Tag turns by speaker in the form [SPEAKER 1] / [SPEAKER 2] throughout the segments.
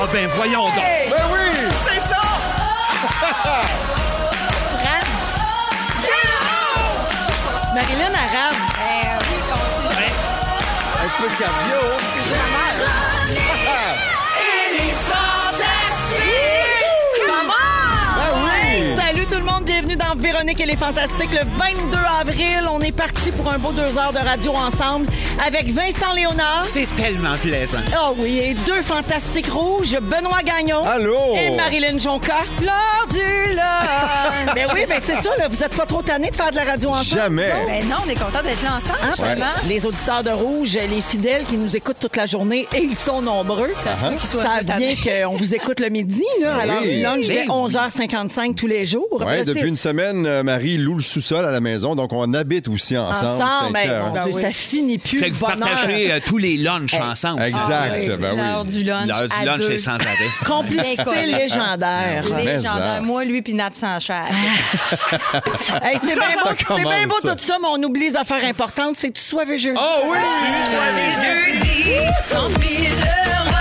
[SPEAKER 1] Ah ben voyons donc.
[SPEAKER 2] Ben oui!
[SPEAKER 1] C'est ça!
[SPEAKER 3] Marilyn Arabe.
[SPEAKER 2] Un petit peu de hein, cardio. C'est déjà Ah mal.
[SPEAKER 3] Salut tout le monde, bienvenue dans Véronique et les Fantastiques. Le 22 avril, on est parti pour un beau deux heures de radio ensemble avec Vincent Léonard.
[SPEAKER 1] C'est tellement plaisant.
[SPEAKER 3] Ah oui, et deux fantastiques rouges, Benoît Gagnon.
[SPEAKER 2] Allô?
[SPEAKER 3] Et Marilyn Jonca.
[SPEAKER 4] L'heure du lunch!
[SPEAKER 3] Mais oui, ben c'est ça, là, vous êtes pas trop tannés de faire de la radio ensemble?
[SPEAKER 2] Jamais.
[SPEAKER 4] Ben non, on est content d'être là ensemble, justement.
[SPEAKER 3] Les auditeurs de Rouge, les fidèles qui nous écoutent toute la journée, et ils sont nombreux. Ça
[SPEAKER 4] se peut qu'ils soient un peu
[SPEAKER 3] vient qu'on vous écoute le midi, là, à l'heure
[SPEAKER 2] Oui.
[SPEAKER 3] du lunch, dès
[SPEAKER 1] Ben oui.
[SPEAKER 3] 11h55 tous les jours.
[SPEAKER 2] Ouais,
[SPEAKER 3] Là, c'est
[SPEAKER 2] depuis une semaine, euh, Marie loue le sous-sol à la maison, donc on habite aussi ensemble.
[SPEAKER 3] Ensemble,
[SPEAKER 2] C'est
[SPEAKER 3] ben,
[SPEAKER 2] écœurant.
[SPEAKER 3] mon Dieu,
[SPEAKER 4] Ben oui.
[SPEAKER 3] ça finit plus
[SPEAKER 1] Fait
[SPEAKER 3] le
[SPEAKER 1] que vous
[SPEAKER 3] bonheur.
[SPEAKER 1] partagez euh, tous les lunchs ensemble.
[SPEAKER 2] Ah,
[SPEAKER 1] Ah,
[SPEAKER 2] Exact,
[SPEAKER 3] Ah,
[SPEAKER 2] ben
[SPEAKER 4] L'heure
[SPEAKER 2] oui.
[SPEAKER 4] du lunch.
[SPEAKER 1] L'heure
[SPEAKER 4] à
[SPEAKER 1] du lunch,
[SPEAKER 4] deux.
[SPEAKER 1] c'est sans arrêt.
[SPEAKER 3] Complicité légendaire.
[SPEAKER 2] Mais ça.
[SPEAKER 4] Légendaire. Moi, lui, puis Nat Sanchère.
[SPEAKER 3] Hey, c'est bien beau,
[SPEAKER 2] Ça
[SPEAKER 3] c'est
[SPEAKER 2] commence,
[SPEAKER 3] bien beau
[SPEAKER 2] ça.
[SPEAKER 3] tout ça, mais on oublie les affaires importantes. C'est que tu sois jeudi.
[SPEAKER 1] Ah
[SPEAKER 2] Oh oui!
[SPEAKER 5] Jeudi, sans fil de roi,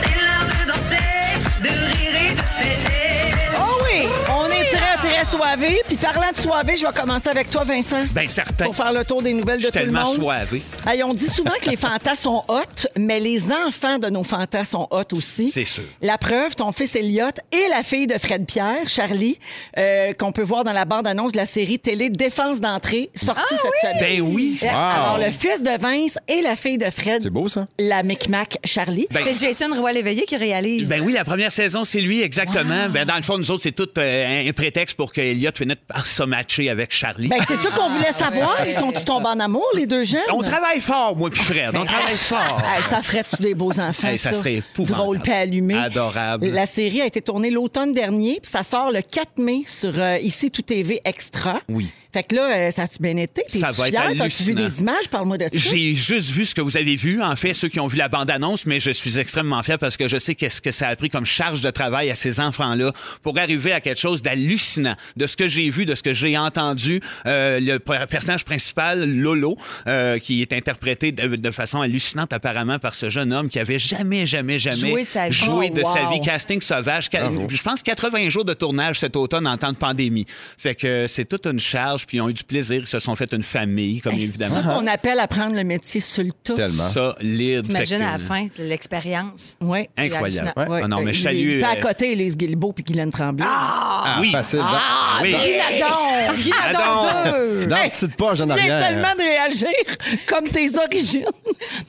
[SPEAKER 5] c'est l'heure de danser, de rire et de fêter.
[SPEAKER 3] Oh oui! On est très, très soivé. Puis parlant de soivé, je vais commencer avec toi, Vincent.
[SPEAKER 1] Ben certain.
[SPEAKER 3] Pour faire le tour des nouvelles
[SPEAKER 1] Je suis
[SPEAKER 3] de tout le
[SPEAKER 1] tellement
[SPEAKER 3] monde.
[SPEAKER 1] soivé.
[SPEAKER 3] Hey, on dit souvent que les fantas sont hot, mais les enfants de nos fantas sont hot aussi.
[SPEAKER 1] C'est sûr.
[SPEAKER 3] La preuve, ton fils Elliot et la fille de Fred Pierre, Charlie, euh, qu'on peut voir dans la bande-annonce de la série télé Défense d'entrée, sortie cette semaine.
[SPEAKER 1] Ben oui.
[SPEAKER 3] Euh,
[SPEAKER 1] ça-
[SPEAKER 3] Alors, le fils de Vince et la fille de Fred.
[SPEAKER 2] C'est beau, ça?
[SPEAKER 3] La Micmac Charlie.
[SPEAKER 1] Ben-
[SPEAKER 4] C'est Jason Roy-Léveillé qui réalise.
[SPEAKER 1] Ben oui, la première saison, c'est lui, exactement. Ben, dans le fond, nous autres, c'est tout euh, un- un prétexte pour que Elliot finisse par se matcher avec Charlie.
[SPEAKER 3] Ben, c'est ça qu'on voulait savoir. Ils sont-tu tombés en amour, les deux jeunes?
[SPEAKER 1] on travaille fort, moi puis Fred. On travaille fort.
[SPEAKER 3] Hey, ça ferait-tu des beaux enfants?
[SPEAKER 1] Hey, ça serait épouvantable.
[SPEAKER 3] Drôle pas allumé.
[SPEAKER 1] Adorable.
[SPEAKER 3] La série a été tournée l'automne dernier, puis ça sort le 4 mai sur euh, Ici Tout TV Extra.
[SPEAKER 1] Oui.
[SPEAKER 3] Fait que là, euh, ça a-tu bien été? T'es-tu
[SPEAKER 1] Ça va être
[SPEAKER 3] fière? T'as-tu vu
[SPEAKER 1] hallucinant.
[SPEAKER 3] des images? Parle-moi de ça.
[SPEAKER 1] J'ai juste vu ce que vous avez vu, en fait, ceux qui ont vu la bande-annonce, mais je suis extrêmement fier parce que je sais qu'est-ce que ça a pris comme charge de travail à ces enfants-là pour arriver à quelque chose d'hallucinant. De ce que j'ai vu, de ce que j'ai entendu, euh, le per- personnage principal, Lolo, euh, qui est interprété de, de façon hallucinante apparemment par ce jeune homme qui avait jamais, jamais, jamais
[SPEAKER 4] Joué de sa vie.
[SPEAKER 1] joué
[SPEAKER 3] Oh,
[SPEAKER 1] de sa
[SPEAKER 3] wow.
[SPEAKER 1] vie. Casting sauvage. Ca- Je pense 80 jours de tournage cet automne en temps de pandémie. Fait que euh, c'est toute une charge, puis ils ont eu du plaisir, ils se sont fait une famille, comme
[SPEAKER 3] Hey, C'est
[SPEAKER 1] évidemment.
[SPEAKER 3] ça qu'on appelle apprendre le métier sur le tas.
[SPEAKER 2] Tellement.
[SPEAKER 1] Solide.
[SPEAKER 4] T'imagines
[SPEAKER 1] Fait que-
[SPEAKER 4] à la fin l'expérience.
[SPEAKER 3] Oui.
[SPEAKER 4] Hey,
[SPEAKER 1] Incroyable.
[SPEAKER 4] hallucinant.
[SPEAKER 3] Ouais.
[SPEAKER 1] Ah non, mais je
[SPEAKER 3] Il-
[SPEAKER 1] salue.
[SPEAKER 3] il est à
[SPEAKER 1] euh,
[SPEAKER 3] côté, Lise Guilbeault puis Guylaine Tremblay.
[SPEAKER 2] Ah,
[SPEAKER 1] oui.
[SPEAKER 2] facile. Dans-
[SPEAKER 1] oui.
[SPEAKER 4] Guinadon!
[SPEAKER 1] Guinadon.
[SPEAKER 4] Guinadon 2!
[SPEAKER 2] Dans la petite poche en
[SPEAKER 3] Tu viens tellement
[SPEAKER 2] arrière.
[SPEAKER 3] de réagir comme tes origines.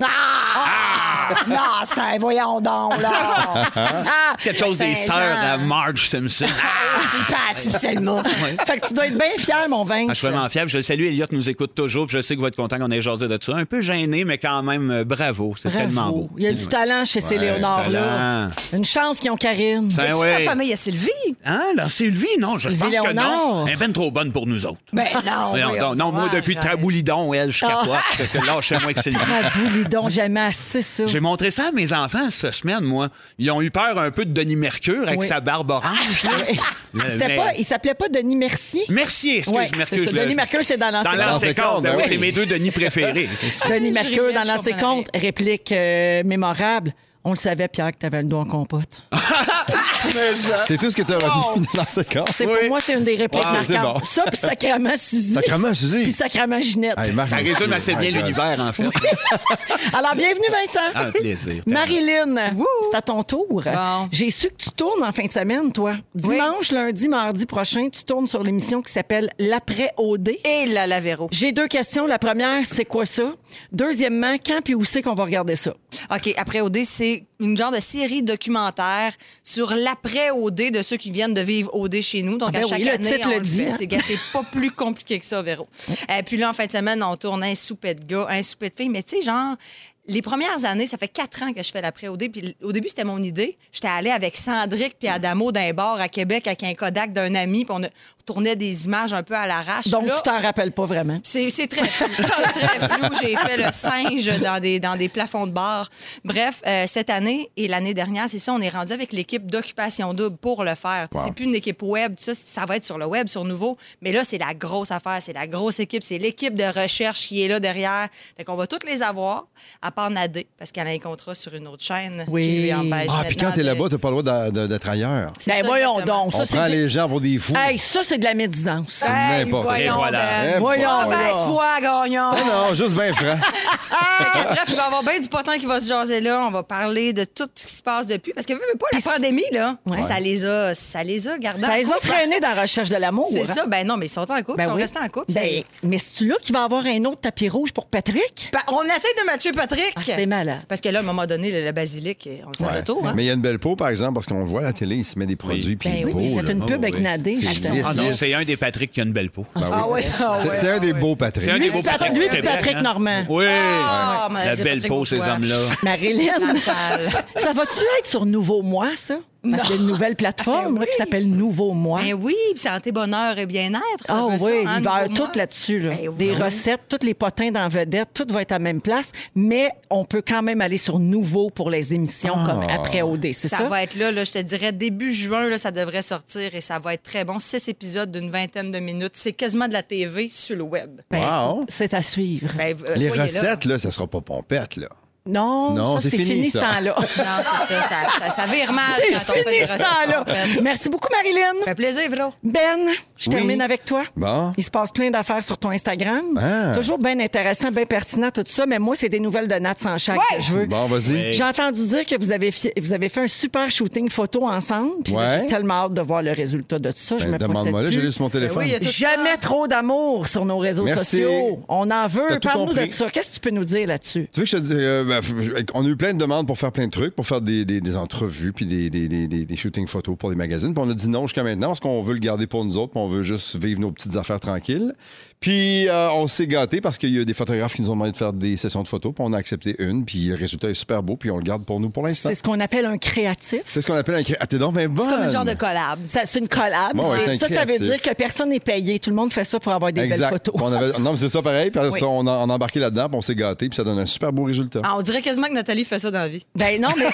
[SPEAKER 3] Ah!
[SPEAKER 4] Non, c'est un voyons donc, là!
[SPEAKER 1] Ah, Quelque chose des
[SPEAKER 4] Saint-Jean.
[SPEAKER 1] sœurs à Marge Simpson. Ah,
[SPEAKER 4] C'est pas artificiellement.
[SPEAKER 1] Ben
[SPEAKER 3] Fait que tu dois être bien fier, mon Vince.
[SPEAKER 1] Ah, je suis vraiment fiable. Je le salue. Elliot nous écoute toujours. puis Je sais que vous êtes content qu'on ait jasé de ça. Un peu gêné, mais quand même, euh, bravo. C'est
[SPEAKER 3] Bravo.
[SPEAKER 1] tellement beau.
[SPEAKER 3] Il y a du talent chez ces
[SPEAKER 1] du
[SPEAKER 3] Léonards-là.
[SPEAKER 1] talent.
[SPEAKER 3] Une chance qu'ils ont Karine.
[SPEAKER 1] Ça-
[SPEAKER 4] Tu
[SPEAKER 1] Ben ouais.
[SPEAKER 4] la famille à Sylvie?
[SPEAKER 1] Hein, la Sylvie, non, je
[SPEAKER 3] Sylvie
[SPEAKER 1] pense que
[SPEAKER 3] Léonard.
[SPEAKER 1] non. Elle est ben trop bonne pour nous autres.
[SPEAKER 4] Ben non!
[SPEAKER 1] Voyons
[SPEAKER 4] voyons
[SPEAKER 1] donc. Non, moi,
[SPEAKER 4] donc,
[SPEAKER 1] depuis
[SPEAKER 4] arrête.
[SPEAKER 1] Traboulidon, elle, je capote. Fait que Lâchez-moi avec Sylvie.
[SPEAKER 3] Ah, boulidon, jamais assez ça.
[SPEAKER 1] J'ai montré ça à mes enfants cette semaine, moi. Ils ont eu peur un peu de Denis Mercure avec
[SPEAKER 3] Oui.
[SPEAKER 1] sa barbe orange. là. Mais-
[SPEAKER 3] C'était
[SPEAKER 1] mais-
[SPEAKER 3] pas, Ah, il s'appelait pas Denis Mercier.
[SPEAKER 1] Merci, excuse,
[SPEAKER 3] Ouais,
[SPEAKER 1] Mercure.
[SPEAKER 3] c'est ça.
[SPEAKER 1] je le-
[SPEAKER 3] Denis Mercure, c'est dans l'ancien
[SPEAKER 1] Dans l'ancien
[SPEAKER 2] compte.
[SPEAKER 1] compte, ben oui,
[SPEAKER 2] Oui.
[SPEAKER 1] c'est mes deux Denis préférés. c'est sûr.
[SPEAKER 3] Denis
[SPEAKER 4] Je
[SPEAKER 3] Mercure,
[SPEAKER 4] riais,
[SPEAKER 3] dans
[SPEAKER 4] je
[SPEAKER 3] l'ancien
[SPEAKER 4] comprenais.
[SPEAKER 3] compte, réplique euh, mémorable. On le savait, Pierre, que t'avais le doigt en compote.
[SPEAKER 2] C'est tout ce que tu as retenu dans ce corps.
[SPEAKER 3] C'est pour moi, c'est une des répliques
[SPEAKER 2] Wow, c'est
[SPEAKER 3] marquantes.
[SPEAKER 2] bon.
[SPEAKER 3] Ça, puis Sacrament Suzy.
[SPEAKER 2] Sacrement, Suzy.
[SPEAKER 3] Puis Sacrament Ginette.
[SPEAKER 2] Hey, Marc,
[SPEAKER 1] Ça résume assez bien
[SPEAKER 2] my God.
[SPEAKER 1] l'univers, en fait.
[SPEAKER 3] Alors, bienvenue, Vincent.
[SPEAKER 1] Ah, un plaisir.
[SPEAKER 3] Marilyn, c'est à ton tour.
[SPEAKER 4] Bon.
[SPEAKER 3] J'ai su que tu tournes en fin de semaine, toi. Dimanche, lundi, mardi prochain, tu tournes sur l'émission qui s'appelle L'après-OD.
[SPEAKER 4] Et la Lavero.
[SPEAKER 3] J'ai deux questions. La première, c'est quoi ça? Deuxièmement, quand puis où c'est qu'on va regarder ça?
[SPEAKER 4] OK, après OD, c'est une genre de série documentaire sur l'après-OD de ceux qui viennent de vivre OD chez nous. Donc,
[SPEAKER 3] Ah ben
[SPEAKER 4] à
[SPEAKER 3] oui,
[SPEAKER 4] chaque
[SPEAKER 3] le
[SPEAKER 4] année,
[SPEAKER 3] titre
[SPEAKER 4] on
[SPEAKER 3] le
[SPEAKER 4] le
[SPEAKER 3] dit,
[SPEAKER 4] fait.
[SPEAKER 3] hein.
[SPEAKER 4] C'est gars, c'est pas plus compliqué que ça, Véro. Euh, puis là, en fin de semaine, on tourne un souper de gars, un souper de filles. Mais tu sais, genre, les premières années, ça fait quatre ans que je fais l'après-OD. Puis au début, c'était mon idée. J'étais allée avec Sandrick puis Adamo d'un bar à Québec avec un Kodak d'un ami. Puis on a tournait des images un peu à l'arrache.
[SPEAKER 3] Donc,
[SPEAKER 4] Là,
[SPEAKER 3] tu t'en rappelles pas vraiment.
[SPEAKER 4] c'est c'est très flou. C'est très flou. J'ai fait le singe dans des, dans des plafonds de bar. Bref, euh, cette année et l'année dernière, c'est ça, on est rendu avec l'équipe d'occupation double pour le faire. C'est plus une équipe web. tout Ça, ça va être sur le web, sur nouveau. Mais là, c'est la grosse affaire. C'est la grosse équipe. C'est l'équipe de recherche qui est là derrière. Fait qu'on va toutes les avoir, à part Nadé, parce qu'elle a un contrat sur une autre chaîne
[SPEAKER 3] Oui.
[SPEAKER 4] qui lui empêche.
[SPEAKER 2] Ah, puis
[SPEAKER 4] maintenant
[SPEAKER 2] quand t'es
[SPEAKER 4] de-
[SPEAKER 2] là-bas, t'as pas le droit d'a- de- d'être ailleurs.
[SPEAKER 4] C'est
[SPEAKER 3] Ben
[SPEAKER 4] ça,
[SPEAKER 3] voyons
[SPEAKER 4] exactement.
[SPEAKER 3] donc.
[SPEAKER 2] On
[SPEAKER 3] Ça,
[SPEAKER 2] prend
[SPEAKER 3] c'est des-
[SPEAKER 2] les gens pour des fous.
[SPEAKER 3] Hey, ça, c'est de la médisance.
[SPEAKER 4] Hey,
[SPEAKER 2] N'importe quoi.
[SPEAKER 1] Et
[SPEAKER 4] voyons,
[SPEAKER 1] voilà.
[SPEAKER 4] Ben.
[SPEAKER 2] Eh,
[SPEAKER 3] voyons,
[SPEAKER 2] bah,
[SPEAKER 3] voilà.
[SPEAKER 4] Ah, Mauvaise foi, gagnant.
[SPEAKER 2] Ah Non, juste bien franc.
[SPEAKER 4] Fait que, Bref, il va y avoir bien du potin qui va se jaser là. On va parler de tout ce qui se passe depuis. Parce que, veux, veux pas, la pandémie, là, ça les a, ça les a gardés
[SPEAKER 3] Ça
[SPEAKER 4] en
[SPEAKER 3] les a
[SPEAKER 4] couple.
[SPEAKER 3] freinés dans la recherche de l'amour. hein.
[SPEAKER 4] C'est ça. Ben non, mais ils sont en couple.
[SPEAKER 3] Ben
[SPEAKER 4] ils sont
[SPEAKER 3] oui.
[SPEAKER 4] restés en couple.
[SPEAKER 3] Ben,
[SPEAKER 4] C'est-
[SPEAKER 3] mais c'est-tu là qui va avoir un autre tapis rouge pour Patrick?
[SPEAKER 4] Pa- on essaie de matcher Patrick.
[SPEAKER 3] Ah, c'est malade.
[SPEAKER 4] Parce que là, à un moment donné, le, le basilic, on le fait
[SPEAKER 2] Ouais.
[SPEAKER 4] le tour. Hein?
[SPEAKER 2] Mais il y a une belle peau, par exemple, parce qu'on le voit à la télé, il se met des produits, puis
[SPEAKER 4] Ben
[SPEAKER 2] il est
[SPEAKER 4] oui,
[SPEAKER 2] beau,
[SPEAKER 4] mais
[SPEAKER 2] là.
[SPEAKER 3] C'est une
[SPEAKER 1] oh,
[SPEAKER 3] pub avec
[SPEAKER 1] oui.
[SPEAKER 3] Nadé.
[SPEAKER 2] C'est
[SPEAKER 3] justement.
[SPEAKER 2] lisse.
[SPEAKER 1] Ah non,
[SPEAKER 2] Yes.
[SPEAKER 1] c'est un des Patrick qui a une belle peau.
[SPEAKER 2] Ben oui.
[SPEAKER 4] Ah ouais, ah
[SPEAKER 2] C'est
[SPEAKER 4] ouais,
[SPEAKER 2] c'est un
[SPEAKER 4] ah
[SPEAKER 2] des
[SPEAKER 4] ouais.
[SPEAKER 2] beaux Patrick.
[SPEAKER 1] C'est un des beaux
[SPEAKER 3] Patrick- lui, puis Patrick
[SPEAKER 1] hein?
[SPEAKER 3] Normand.
[SPEAKER 1] Oui.
[SPEAKER 4] Ah, on a
[SPEAKER 1] La
[SPEAKER 4] dit
[SPEAKER 1] belle
[SPEAKER 4] Patrick
[SPEAKER 1] peau, ces
[SPEAKER 4] Bourgeois.
[SPEAKER 1] hommes-là.
[SPEAKER 3] Marilyn,
[SPEAKER 4] La salle.
[SPEAKER 3] ça va-tu être sur Nouveau Moi, ça? Parce qu'il y a une nouvelle plateforme
[SPEAKER 4] Ben
[SPEAKER 3] là, qui
[SPEAKER 4] oui.
[SPEAKER 3] s'appelle Nouveau Moi.
[SPEAKER 4] Ben oui, puis santé, bonheur et bien-être. ça
[SPEAKER 3] Ah
[SPEAKER 4] veut
[SPEAKER 3] oui,
[SPEAKER 4] ça, hein,
[SPEAKER 3] il va y avoir
[SPEAKER 4] nouveau
[SPEAKER 3] tout
[SPEAKER 4] mois.
[SPEAKER 3] là-dessus. Là.
[SPEAKER 4] Ben oui.
[SPEAKER 3] Des recettes, tous les potins dans vedette, tout va être à la même place. Mais on peut quand même aller sur Nouveau pour les émissions
[SPEAKER 2] Ah.
[SPEAKER 3] comme après OD, c'est ça?
[SPEAKER 4] Ça, va être là, là, je te dirais, début juin, là, ça devrait sortir et ça va être très bon. Six épisodes d'une vingtaine de minutes. C'est quasiment de la TV sur le web.
[SPEAKER 3] Ben,
[SPEAKER 2] Wow.
[SPEAKER 3] C'est à suivre.
[SPEAKER 4] Ben, euh,
[SPEAKER 2] Les
[SPEAKER 4] soyez
[SPEAKER 2] recettes, là, ça sera pas pompette, là.
[SPEAKER 3] non,
[SPEAKER 2] Non,
[SPEAKER 3] ça, c'est fini, ce
[SPEAKER 2] ça.
[SPEAKER 3] temps-là.
[SPEAKER 4] Là. Non, c'est ça, ça, ça, ça vire mal
[SPEAKER 3] c'est
[SPEAKER 4] quand on fait
[SPEAKER 3] fini
[SPEAKER 4] des
[SPEAKER 3] ce
[SPEAKER 4] recettes.
[SPEAKER 3] temps-là.
[SPEAKER 4] complètes.
[SPEAKER 3] Merci beaucoup, Marilyn.
[SPEAKER 4] Fait plaisir, Vélo.
[SPEAKER 3] Ben, je
[SPEAKER 2] Oui.
[SPEAKER 3] termine avec toi.
[SPEAKER 2] Bon.
[SPEAKER 3] Il se passe plein d'affaires sur ton Instagram.
[SPEAKER 2] Ah.
[SPEAKER 3] Toujours bien intéressant, bien pertinent, tout ça. Mais moi, c'est des nouvelles de Nat Sanchac
[SPEAKER 4] Ouais.
[SPEAKER 3] que je veux.
[SPEAKER 2] Bon, vas-y.
[SPEAKER 3] J'ai entendu dire que vous avez, fi- vous avez fait un super shooting photo ensemble. Puis là,
[SPEAKER 2] Ouais.
[SPEAKER 3] J'ai tellement hâte de voir le résultat de tout ça. je
[SPEAKER 2] Ben,
[SPEAKER 3] me
[SPEAKER 2] Demande-moi
[SPEAKER 3] possède
[SPEAKER 2] là, j'ai
[SPEAKER 3] plus.
[SPEAKER 2] lu sur mon téléphone.
[SPEAKER 4] oui, il y a tout
[SPEAKER 3] Jamais
[SPEAKER 4] ça.
[SPEAKER 3] trop d'amour sur nos réseaux
[SPEAKER 2] Merci.
[SPEAKER 3] sociaux. On en veut.
[SPEAKER 2] T'as tout
[SPEAKER 3] Parle-nous de
[SPEAKER 2] compris.
[SPEAKER 3] ça. Qu'est-ce que tu peux nous dire là-dessus?
[SPEAKER 2] Tu veux que je te dise, euh, ben, f- on a eu plein de demandes pour faire plein de trucs, pour faire des, des- des entrevues, puis des, des, des- des- des shootings photos pour des magazines. Puis on a dit non jusqu'à maintenant parce qu'on veut le garder pour nous autres, puis on veut juste vivre nos petites affaires tranquilles. Puis euh, on s'est gâtés parce qu'il y a des photographes qui nous ont demandé de faire des sessions de photos, puis on a accepté une, puis le résultat est super beau, puis on le garde pour nous pour l'instant.
[SPEAKER 3] C'est ce qu'on appelle un créatif.
[SPEAKER 2] C'est ce qu'on appelle un cré... Ah, t'es donc bien
[SPEAKER 4] C'est comme
[SPEAKER 2] bonne!
[SPEAKER 4] une genre de collab.
[SPEAKER 3] Ça, C'est une collab.
[SPEAKER 2] Bon, ouais, c'est un
[SPEAKER 3] ça, ça veut
[SPEAKER 2] créatif.
[SPEAKER 3] dire que personne n'est payé. Tout le monde fait ça pour avoir des
[SPEAKER 2] Exact.
[SPEAKER 3] belles photos.
[SPEAKER 2] On avait- Non, mais c'est ça pareil. Puis ça, on, a, on a embarqué là-dedans, puis on s'est gâtés, puis ça donne un super beau résultat.
[SPEAKER 4] Ah, on dirait quasiment que Nathalie fait ça dans la vie.
[SPEAKER 3] Ben non, mais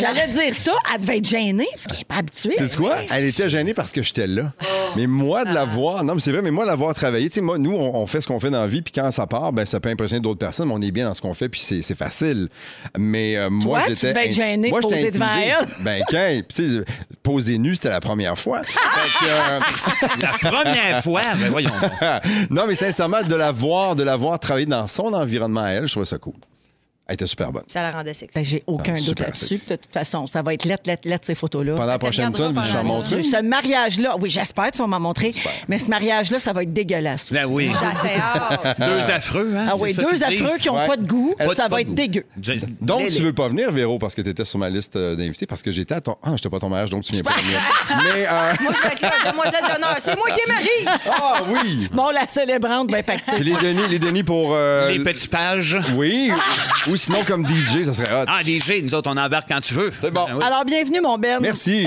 [SPEAKER 3] j'allais dire ça, elle devait être gênée parce qu'elle n'est pas habituée.
[SPEAKER 2] Tu sais quoi? Elle était gênée parce que j'étais là.
[SPEAKER 3] Oh.
[SPEAKER 2] Mais moi,
[SPEAKER 3] Ah.
[SPEAKER 2] de la voir, non, mais c'est vrai, mais moi, de la voir travailler, tu sais, moi, nous, on, on fait ce qu'on fait dans la vie, puis quand ça part, ben, ça peut impressionner d'autres personnes, mais on est bien dans ce qu'on fait, puis c'est c'est facile. Mais euh, moi,
[SPEAKER 3] Toi, tu
[SPEAKER 2] j'étais.
[SPEAKER 3] devais être
[SPEAKER 2] inti-
[SPEAKER 3] gênée de
[SPEAKER 2] moi, j'étais
[SPEAKER 3] poser devant
[SPEAKER 2] intimidé.
[SPEAKER 3] elle.
[SPEAKER 2] Ben, quand, tu sais, poser nu, c'était la première fois. Fait que, euh,
[SPEAKER 1] La première fois, ben voyons. donc.
[SPEAKER 2] non, mais sincèrement, de la voir, de la voir travailler dans son environnement à elle, je trouvais ça cool. Elle était super bonne.
[SPEAKER 4] Ça la rendait sexy.
[SPEAKER 3] Ben, j'ai aucun
[SPEAKER 2] Ah,
[SPEAKER 3] doute
[SPEAKER 2] super
[SPEAKER 3] là-dessus.
[SPEAKER 2] sexy.
[SPEAKER 3] De toute façon, ça va être lettre, lettre, lettre, ces photos-là.
[SPEAKER 2] Pendant la prochaine
[SPEAKER 4] regardera
[SPEAKER 2] tonne, je vais en
[SPEAKER 4] pendant
[SPEAKER 2] montrer.
[SPEAKER 3] Ce, ce mariage-là, oui, j'espère que tu vas m'en montrer, mais ce mariage-là, ça va être dégueulasse.
[SPEAKER 1] Ben oui.
[SPEAKER 4] J'ai assez hâte.
[SPEAKER 1] Deux affreux, hein?
[SPEAKER 3] Ah
[SPEAKER 1] c'est
[SPEAKER 3] oui,
[SPEAKER 1] ça
[SPEAKER 3] deux
[SPEAKER 1] qu'ils disent.
[SPEAKER 3] affreux qui n'ont
[SPEAKER 2] Ouais.
[SPEAKER 3] pas de goût,
[SPEAKER 2] Pas de-
[SPEAKER 3] ça
[SPEAKER 2] pas
[SPEAKER 3] va
[SPEAKER 2] de
[SPEAKER 3] être
[SPEAKER 2] goût.
[SPEAKER 3] dégueu.
[SPEAKER 1] Du-
[SPEAKER 2] Donc, tu
[SPEAKER 1] délai.
[SPEAKER 2] veux pas venir, Véro, parce que tu étais sur ma liste euh, d'invités, parce que j'étais à ton. Ah, j'étais pas à ton mariage, donc tu viens pas venir. Mais. euh,
[SPEAKER 4] Moi, je vais être là, demoiselle d'honneur. C'est moi qui ai Marie.
[SPEAKER 2] Ah oui!
[SPEAKER 3] Bon, la célébrante va
[SPEAKER 2] Puis
[SPEAKER 3] impacter.
[SPEAKER 2] les Denis, les Denis pour. euh,
[SPEAKER 1] Les petits pages.
[SPEAKER 2] Oui. Ou sinon, comme DJ, ça serait hot.
[SPEAKER 1] Ah, DJ, nous autres, on embarque quand tu veux.
[SPEAKER 2] C'est bon.
[SPEAKER 1] Ah oui.
[SPEAKER 3] Alors, bienvenue, mon Ben.
[SPEAKER 2] Merci.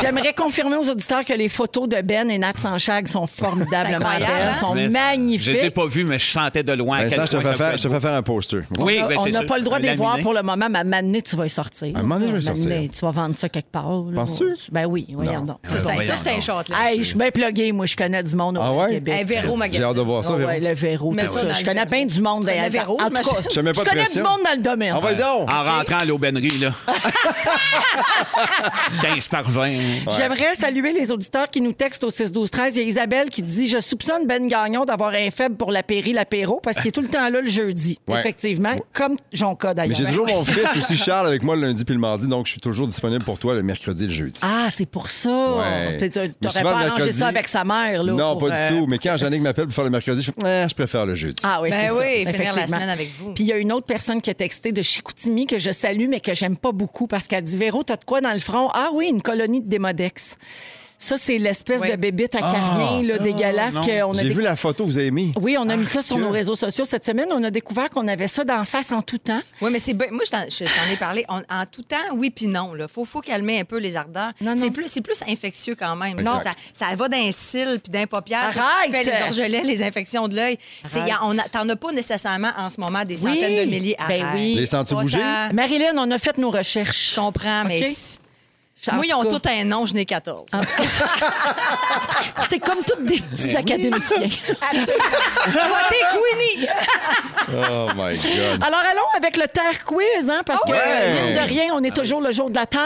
[SPEAKER 3] J'aimerais confirmer aux auditeurs que les photos de Ben et Nat Sanchag sont formidablement
[SPEAKER 4] Incroyable,
[SPEAKER 3] belles,
[SPEAKER 4] hein?
[SPEAKER 3] sont
[SPEAKER 1] Mais- Je
[SPEAKER 3] magnifiques.
[SPEAKER 1] les ai pas vus, mais je sentais de loin. à quel
[SPEAKER 2] Vincent, Euh, Ben, je te
[SPEAKER 1] point
[SPEAKER 2] fais
[SPEAKER 1] ça
[SPEAKER 2] faire,
[SPEAKER 1] pouvait
[SPEAKER 2] je te
[SPEAKER 1] être
[SPEAKER 2] fais faire un poster.
[SPEAKER 1] beau. Oui, ben,
[SPEAKER 3] on
[SPEAKER 1] c'est
[SPEAKER 3] n'a
[SPEAKER 1] sûr.
[SPEAKER 3] pas le droit de les
[SPEAKER 1] Laminé.
[SPEAKER 3] voir pour le moment, mais à Mané, tu vas y sortir.
[SPEAKER 2] À un moment donné, je vais
[SPEAKER 3] À un moment
[SPEAKER 2] sortir.
[SPEAKER 3] donné, Tu vas vendre ça quelque part. là.
[SPEAKER 2] Penses-tu?
[SPEAKER 3] Ben oui, voyons
[SPEAKER 2] Non.
[SPEAKER 3] donc.
[SPEAKER 4] Ça, c'est un- ça,
[SPEAKER 1] voyons
[SPEAKER 4] c'est un
[SPEAKER 1] donc.
[SPEAKER 4] shot, là.
[SPEAKER 3] Hey, je suis bien pluguée, moi, je connais du monde au
[SPEAKER 2] Ah ouais?
[SPEAKER 3] Québec.
[SPEAKER 4] Un Véro
[SPEAKER 2] J'ai
[SPEAKER 4] Magazine.
[SPEAKER 2] hâte de voir ça,
[SPEAKER 3] Ah
[SPEAKER 2] Véro.
[SPEAKER 3] ouais, le verrou.
[SPEAKER 4] Mais
[SPEAKER 3] tout
[SPEAKER 4] ça,
[SPEAKER 3] ça.
[SPEAKER 4] dans
[SPEAKER 3] Je
[SPEAKER 4] le
[SPEAKER 3] connais
[SPEAKER 4] verrou.
[SPEAKER 3] bien du monde
[SPEAKER 4] Tu connais
[SPEAKER 3] d'ailleurs.
[SPEAKER 4] verrou,
[SPEAKER 3] En tout
[SPEAKER 4] j'imagine.
[SPEAKER 3] cas,
[SPEAKER 2] Je te mets pas de
[SPEAKER 3] connais du
[SPEAKER 2] pression.
[SPEAKER 3] monde dans le domaine.
[SPEAKER 2] On va y donc.
[SPEAKER 3] Ah.
[SPEAKER 1] En rentrant à l'aubainerie, là. 15 par 20. hein.
[SPEAKER 3] J'aimerais saluer les auditeurs qui nous textent au 6-12-13. Il y a Isabelle qui dit Je soupçonne Ben Gagnon d'avoir un faible pour l'apéri, l'apéro, parce qu'il est tout le temps là le jeudi.
[SPEAKER 2] Ouais.
[SPEAKER 3] Effectivement, comme Jonca
[SPEAKER 2] Mais
[SPEAKER 3] d'ailleurs.
[SPEAKER 2] j'ai toujours mon fils aussi, Charles, avec moi le lundi puis le mardi, donc je suis toujours disponible pour toi le mercredi et le jeudi.
[SPEAKER 3] Ah, c'est pour ça.
[SPEAKER 2] Ouais.
[SPEAKER 3] T'es- t'aurais
[SPEAKER 2] Mais souvent,
[SPEAKER 3] pas
[SPEAKER 2] le
[SPEAKER 3] arrangé
[SPEAKER 2] mercredi-
[SPEAKER 3] ça avec sa mère. Là,
[SPEAKER 2] Non,
[SPEAKER 3] pour,
[SPEAKER 2] pas
[SPEAKER 3] euh,
[SPEAKER 2] du tout. Mais quand Jannick m'appelle pour faire le mercredi, je fais, Eh, je préfère le jeudi.
[SPEAKER 3] Ah oui,
[SPEAKER 4] Ben
[SPEAKER 3] c'est ça,
[SPEAKER 4] oui, finir la
[SPEAKER 3] effectivement.
[SPEAKER 4] semaine avec vous.
[SPEAKER 3] Puis il y a une autre personne qui a texté de Chicoutimi que je salue mais que j'aime pas beaucoup parce qu'elle dit Véro, t'as de quoi dans le front Ah oui, une colonie de Démodex. Ça, c'est l'espèce
[SPEAKER 4] Oui.
[SPEAKER 3] de bébite à carnet, là, dégueulasse
[SPEAKER 1] non.
[SPEAKER 3] qu'on a
[SPEAKER 2] Ah. J'ai
[SPEAKER 3] déc-
[SPEAKER 2] vu la photo que vous avez mis.
[SPEAKER 3] Oui, on a mis ça sur
[SPEAKER 2] que-
[SPEAKER 3] nos réseaux sociaux cette semaine. On a découvert qu'on avait ça d'en face en tout temps.
[SPEAKER 4] Oui, mais c'est. ben- Moi, je t'en- je je t'en ai parlé. En, en tout temps, oui puis non. Il faut, faut calmer un peu les ardeurs.
[SPEAKER 3] Non, non.
[SPEAKER 4] C'est plus, c'est plus infectieux quand même.
[SPEAKER 2] Exact.
[SPEAKER 4] Non, ça, ça va d'un cil puis d'un paupière. C'est ce qui
[SPEAKER 3] Arrête!
[SPEAKER 4] fait les orgelets, les infections de l'œil. C'est- y a- on a- T'en as pas nécessairement en ce moment des
[SPEAKER 3] Oui.
[SPEAKER 4] centaines de milliers à
[SPEAKER 3] Ben oui.
[SPEAKER 2] Les sens-tu bouger?
[SPEAKER 3] Marilyn, on a fait nos recherches.
[SPEAKER 4] Ah. Je comprends, mais.
[SPEAKER 3] OK?
[SPEAKER 4] c'est-
[SPEAKER 3] En
[SPEAKER 4] Moi, ils
[SPEAKER 3] tout
[SPEAKER 4] ont
[SPEAKER 3] cas,
[SPEAKER 4] tout un nom, je n'ai 14.
[SPEAKER 3] C'est comme toutes des petits académiciens.
[SPEAKER 4] Absolument. Votez Queenie!
[SPEAKER 2] Oh my God.
[SPEAKER 3] Alors, allons avec le Terre Quiz, hein, parce que,
[SPEAKER 2] Ah ouais! Ah
[SPEAKER 3] euh, mine de rien, on est toujours le jour de la Terre.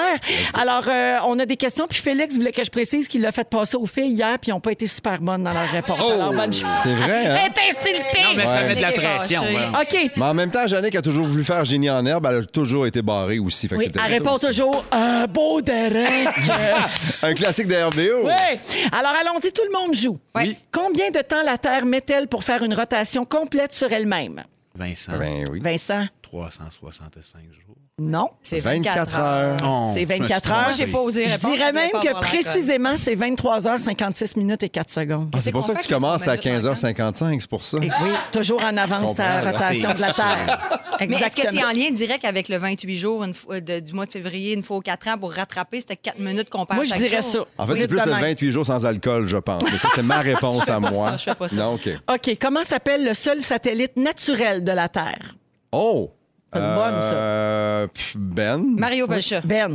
[SPEAKER 3] Alors, euh, on a des questions, puis Félix voulait que je précise qu'il l'a fait passer aux filles hier, puis ils n'ont pas été super bonnes dans leurs réponses. Alors, bonne chance.
[SPEAKER 2] Oh! C'est vrai, hein?
[SPEAKER 3] Elle est insultée!
[SPEAKER 1] Non, mais ça
[SPEAKER 2] Ouais.
[SPEAKER 1] met de la
[SPEAKER 4] C'est
[SPEAKER 1] pression.
[SPEAKER 4] fâché.
[SPEAKER 1] ouais.
[SPEAKER 3] OK.
[SPEAKER 2] Mais en même temps, Jannick a toujours voulu faire génie en herbe. Elle a toujours été barrée aussi. Fait que
[SPEAKER 3] Oui,
[SPEAKER 2] c'était
[SPEAKER 3] elle
[SPEAKER 2] ça
[SPEAKER 3] répond
[SPEAKER 2] aussi.
[SPEAKER 3] toujours euh, beau Derek.
[SPEAKER 2] Un classique de RBO.
[SPEAKER 3] oui. Alors allons-y, tout le monde joue.
[SPEAKER 1] Oui.
[SPEAKER 3] Combien de temps la Terre met-elle pour faire une rotation complète sur elle-même?
[SPEAKER 1] Vincent,
[SPEAKER 2] Ben oui.
[SPEAKER 3] Vincent?
[SPEAKER 1] 365 jours.
[SPEAKER 3] Non.
[SPEAKER 4] C'est
[SPEAKER 2] 24
[SPEAKER 4] Ah.
[SPEAKER 2] heures.
[SPEAKER 1] Oh,
[SPEAKER 3] C'est
[SPEAKER 1] je me suis
[SPEAKER 3] 24 heures.
[SPEAKER 4] Moi, j'ai
[SPEAKER 1] trompé.
[SPEAKER 4] pas osé
[SPEAKER 3] Je
[SPEAKER 4] répondre.
[SPEAKER 3] dirais
[SPEAKER 4] voulais
[SPEAKER 3] même
[SPEAKER 4] pas
[SPEAKER 3] que
[SPEAKER 4] avoir l'alcool.
[SPEAKER 3] précisément, c'est 23h56 minutes et 4 secondes.
[SPEAKER 2] Ah, c'est pour
[SPEAKER 4] qu'on
[SPEAKER 2] ça que
[SPEAKER 4] fait
[SPEAKER 2] tu commences
[SPEAKER 4] qu'on
[SPEAKER 2] à
[SPEAKER 4] met le temps,
[SPEAKER 2] 15h55, c'est pour ça.
[SPEAKER 3] Et oui, toujours en avance à
[SPEAKER 2] Comprends,
[SPEAKER 3] la rotation
[SPEAKER 1] Ah! là,
[SPEAKER 3] de la
[SPEAKER 1] c'est-
[SPEAKER 3] Terre.
[SPEAKER 4] Mais est-ce que c'est
[SPEAKER 3] Exactement.
[SPEAKER 4] en lien direct avec le 28 jours une fois- de- du mois de février, une fois aux 4 ans, pour rattraper cette 4 minutes qu'on perd
[SPEAKER 3] Mmh. Moi, je
[SPEAKER 4] chaque
[SPEAKER 3] dirais
[SPEAKER 4] jour?
[SPEAKER 3] ça.
[SPEAKER 2] En fait,
[SPEAKER 3] Oui.
[SPEAKER 2] c'est plus de
[SPEAKER 3] Demain.
[SPEAKER 2] 28 jours sans alcool, je pense. Mais ça, c'est ma réponse à
[SPEAKER 4] pas
[SPEAKER 2] moi.
[SPEAKER 4] ça, je fais pas ça.
[SPEAKER 2] Non, OK.
[SPEAKER 3] OK, comment s'appelle le seul satellite naturel de la Terre?
[SPEAKER 2] Oh!
[SPEAKER 3] C'est une bonne, ça.
[SPEAKER 2] Euh, pff, ben?
[SPEAKER 4] Mario Pelcha.
[SPEAKER 3] Ben.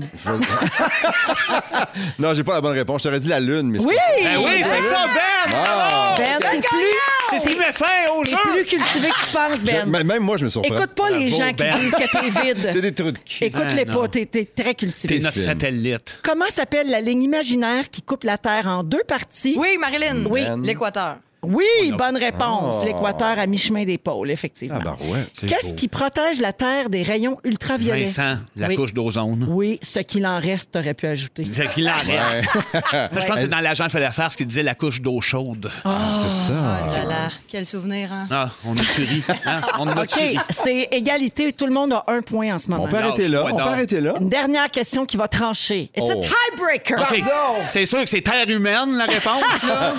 [SPEAKER 2] Non, j'ai pas la bonne réponse. Je t'aurais dit la Lune, mais c'est Ah!
[SPEAKER 3] Oui!
[SPEAKER 1] Ben oui, c'est ça, Ben!
[SPEAKER 2] pas-
[SPEAKER 3] Ben, t'es plus,
[SPEAKER 1] C'est ce qui met fin au
[SPEAKER 3] t'es
[SPEAKER 1] jeu!
[SPEAKER 3] plus cultivé que tu penses,
[SPEAKER 2] Je-
[SPEAKER 3] Ben.
[SPEAKER 2] m- Même moi, je me surprends.
[SPEAKER 3] Écoute euh, pas les gens
[SPEAKER 1] Ben.
[SPEAKER 3] qui disent que t'es
[SPEAKER 2] C'est
[SPEAKER 3] vide.
[SPEAKER 2] des trucs.
[SPEAKER 3] Écoute-les
[SPEAKER 1] Ben
[SPEAKER 3] pas,
[SPEAKER 1] non.
[SPEAKER 3] t'es t'es très
[SPEAKER 1] T'es
[SPEAKER 3] cultivé.
[SPEAKER 1] notre
[SPEAKER 2] films.
[SPEAKER 1] satellite.
[SPEAKER 3] Comment s'appelle la ligne imaginaire qui coupe la Terre en deux parties?
[SPEAKER 4] Oui, Marilyn.
[SPEAKER 3] Oui.
[SPEAKER 2] Ben,
[SPEAKER 4] L'Équateur.
[SPEAKER 3] Oui, bonne réponse.
[SPEAKER 1] Ah.
[SPEAKER 3] L'Équateur à mi-chemin des pôles, effectivement.
[SPEAKER 2] Ah, bah ouais.
[SPEAKER 3] Qu'est-ce qui protège la Terre des rayons ultraviolets?
[SPEAKER 1] Vincent, la
[SPEAKER 3] Oui.
[SPEAKER 1] couche d'ozone.
[SPEAKER 3] Oui, ce qu'il en reste, t'aurais pu ajouter.
[SPEAKER 1] Fait qu'il en reste. Moi, Je pense que c'est dans l'agent fait l'affaire ce qu'il disait la couche d'eau chaude.
[SPEAKER 2] Ah, c'est ça.
[SPEAKER 4] Ah là là, quel souvenir, hein?
[SPEAKER 1] Ah, on a tué. Hein? On a
[SPEAKER 3] OK,
[SPEAKER 1] tué.
[SPEAKER 3] c'est égalité. Tout le monde a un point en ce moment.
[SPEAKER 2] On peut arrêter là.
[SPEAKER 1] ouais,
[SPEAKER 2] On peut
[SPEAKER 1] non.
[SPEAKER 2] arrêter là.
[SPEAKER 3] Une dernière question qui va trancher. It's a
[SPEAKER 2] Oh.
[SPEAKER 3] tiebreaker.
[SPEAKER 1] OK. C'est sûr que c'est terre humaine, la réponse, là.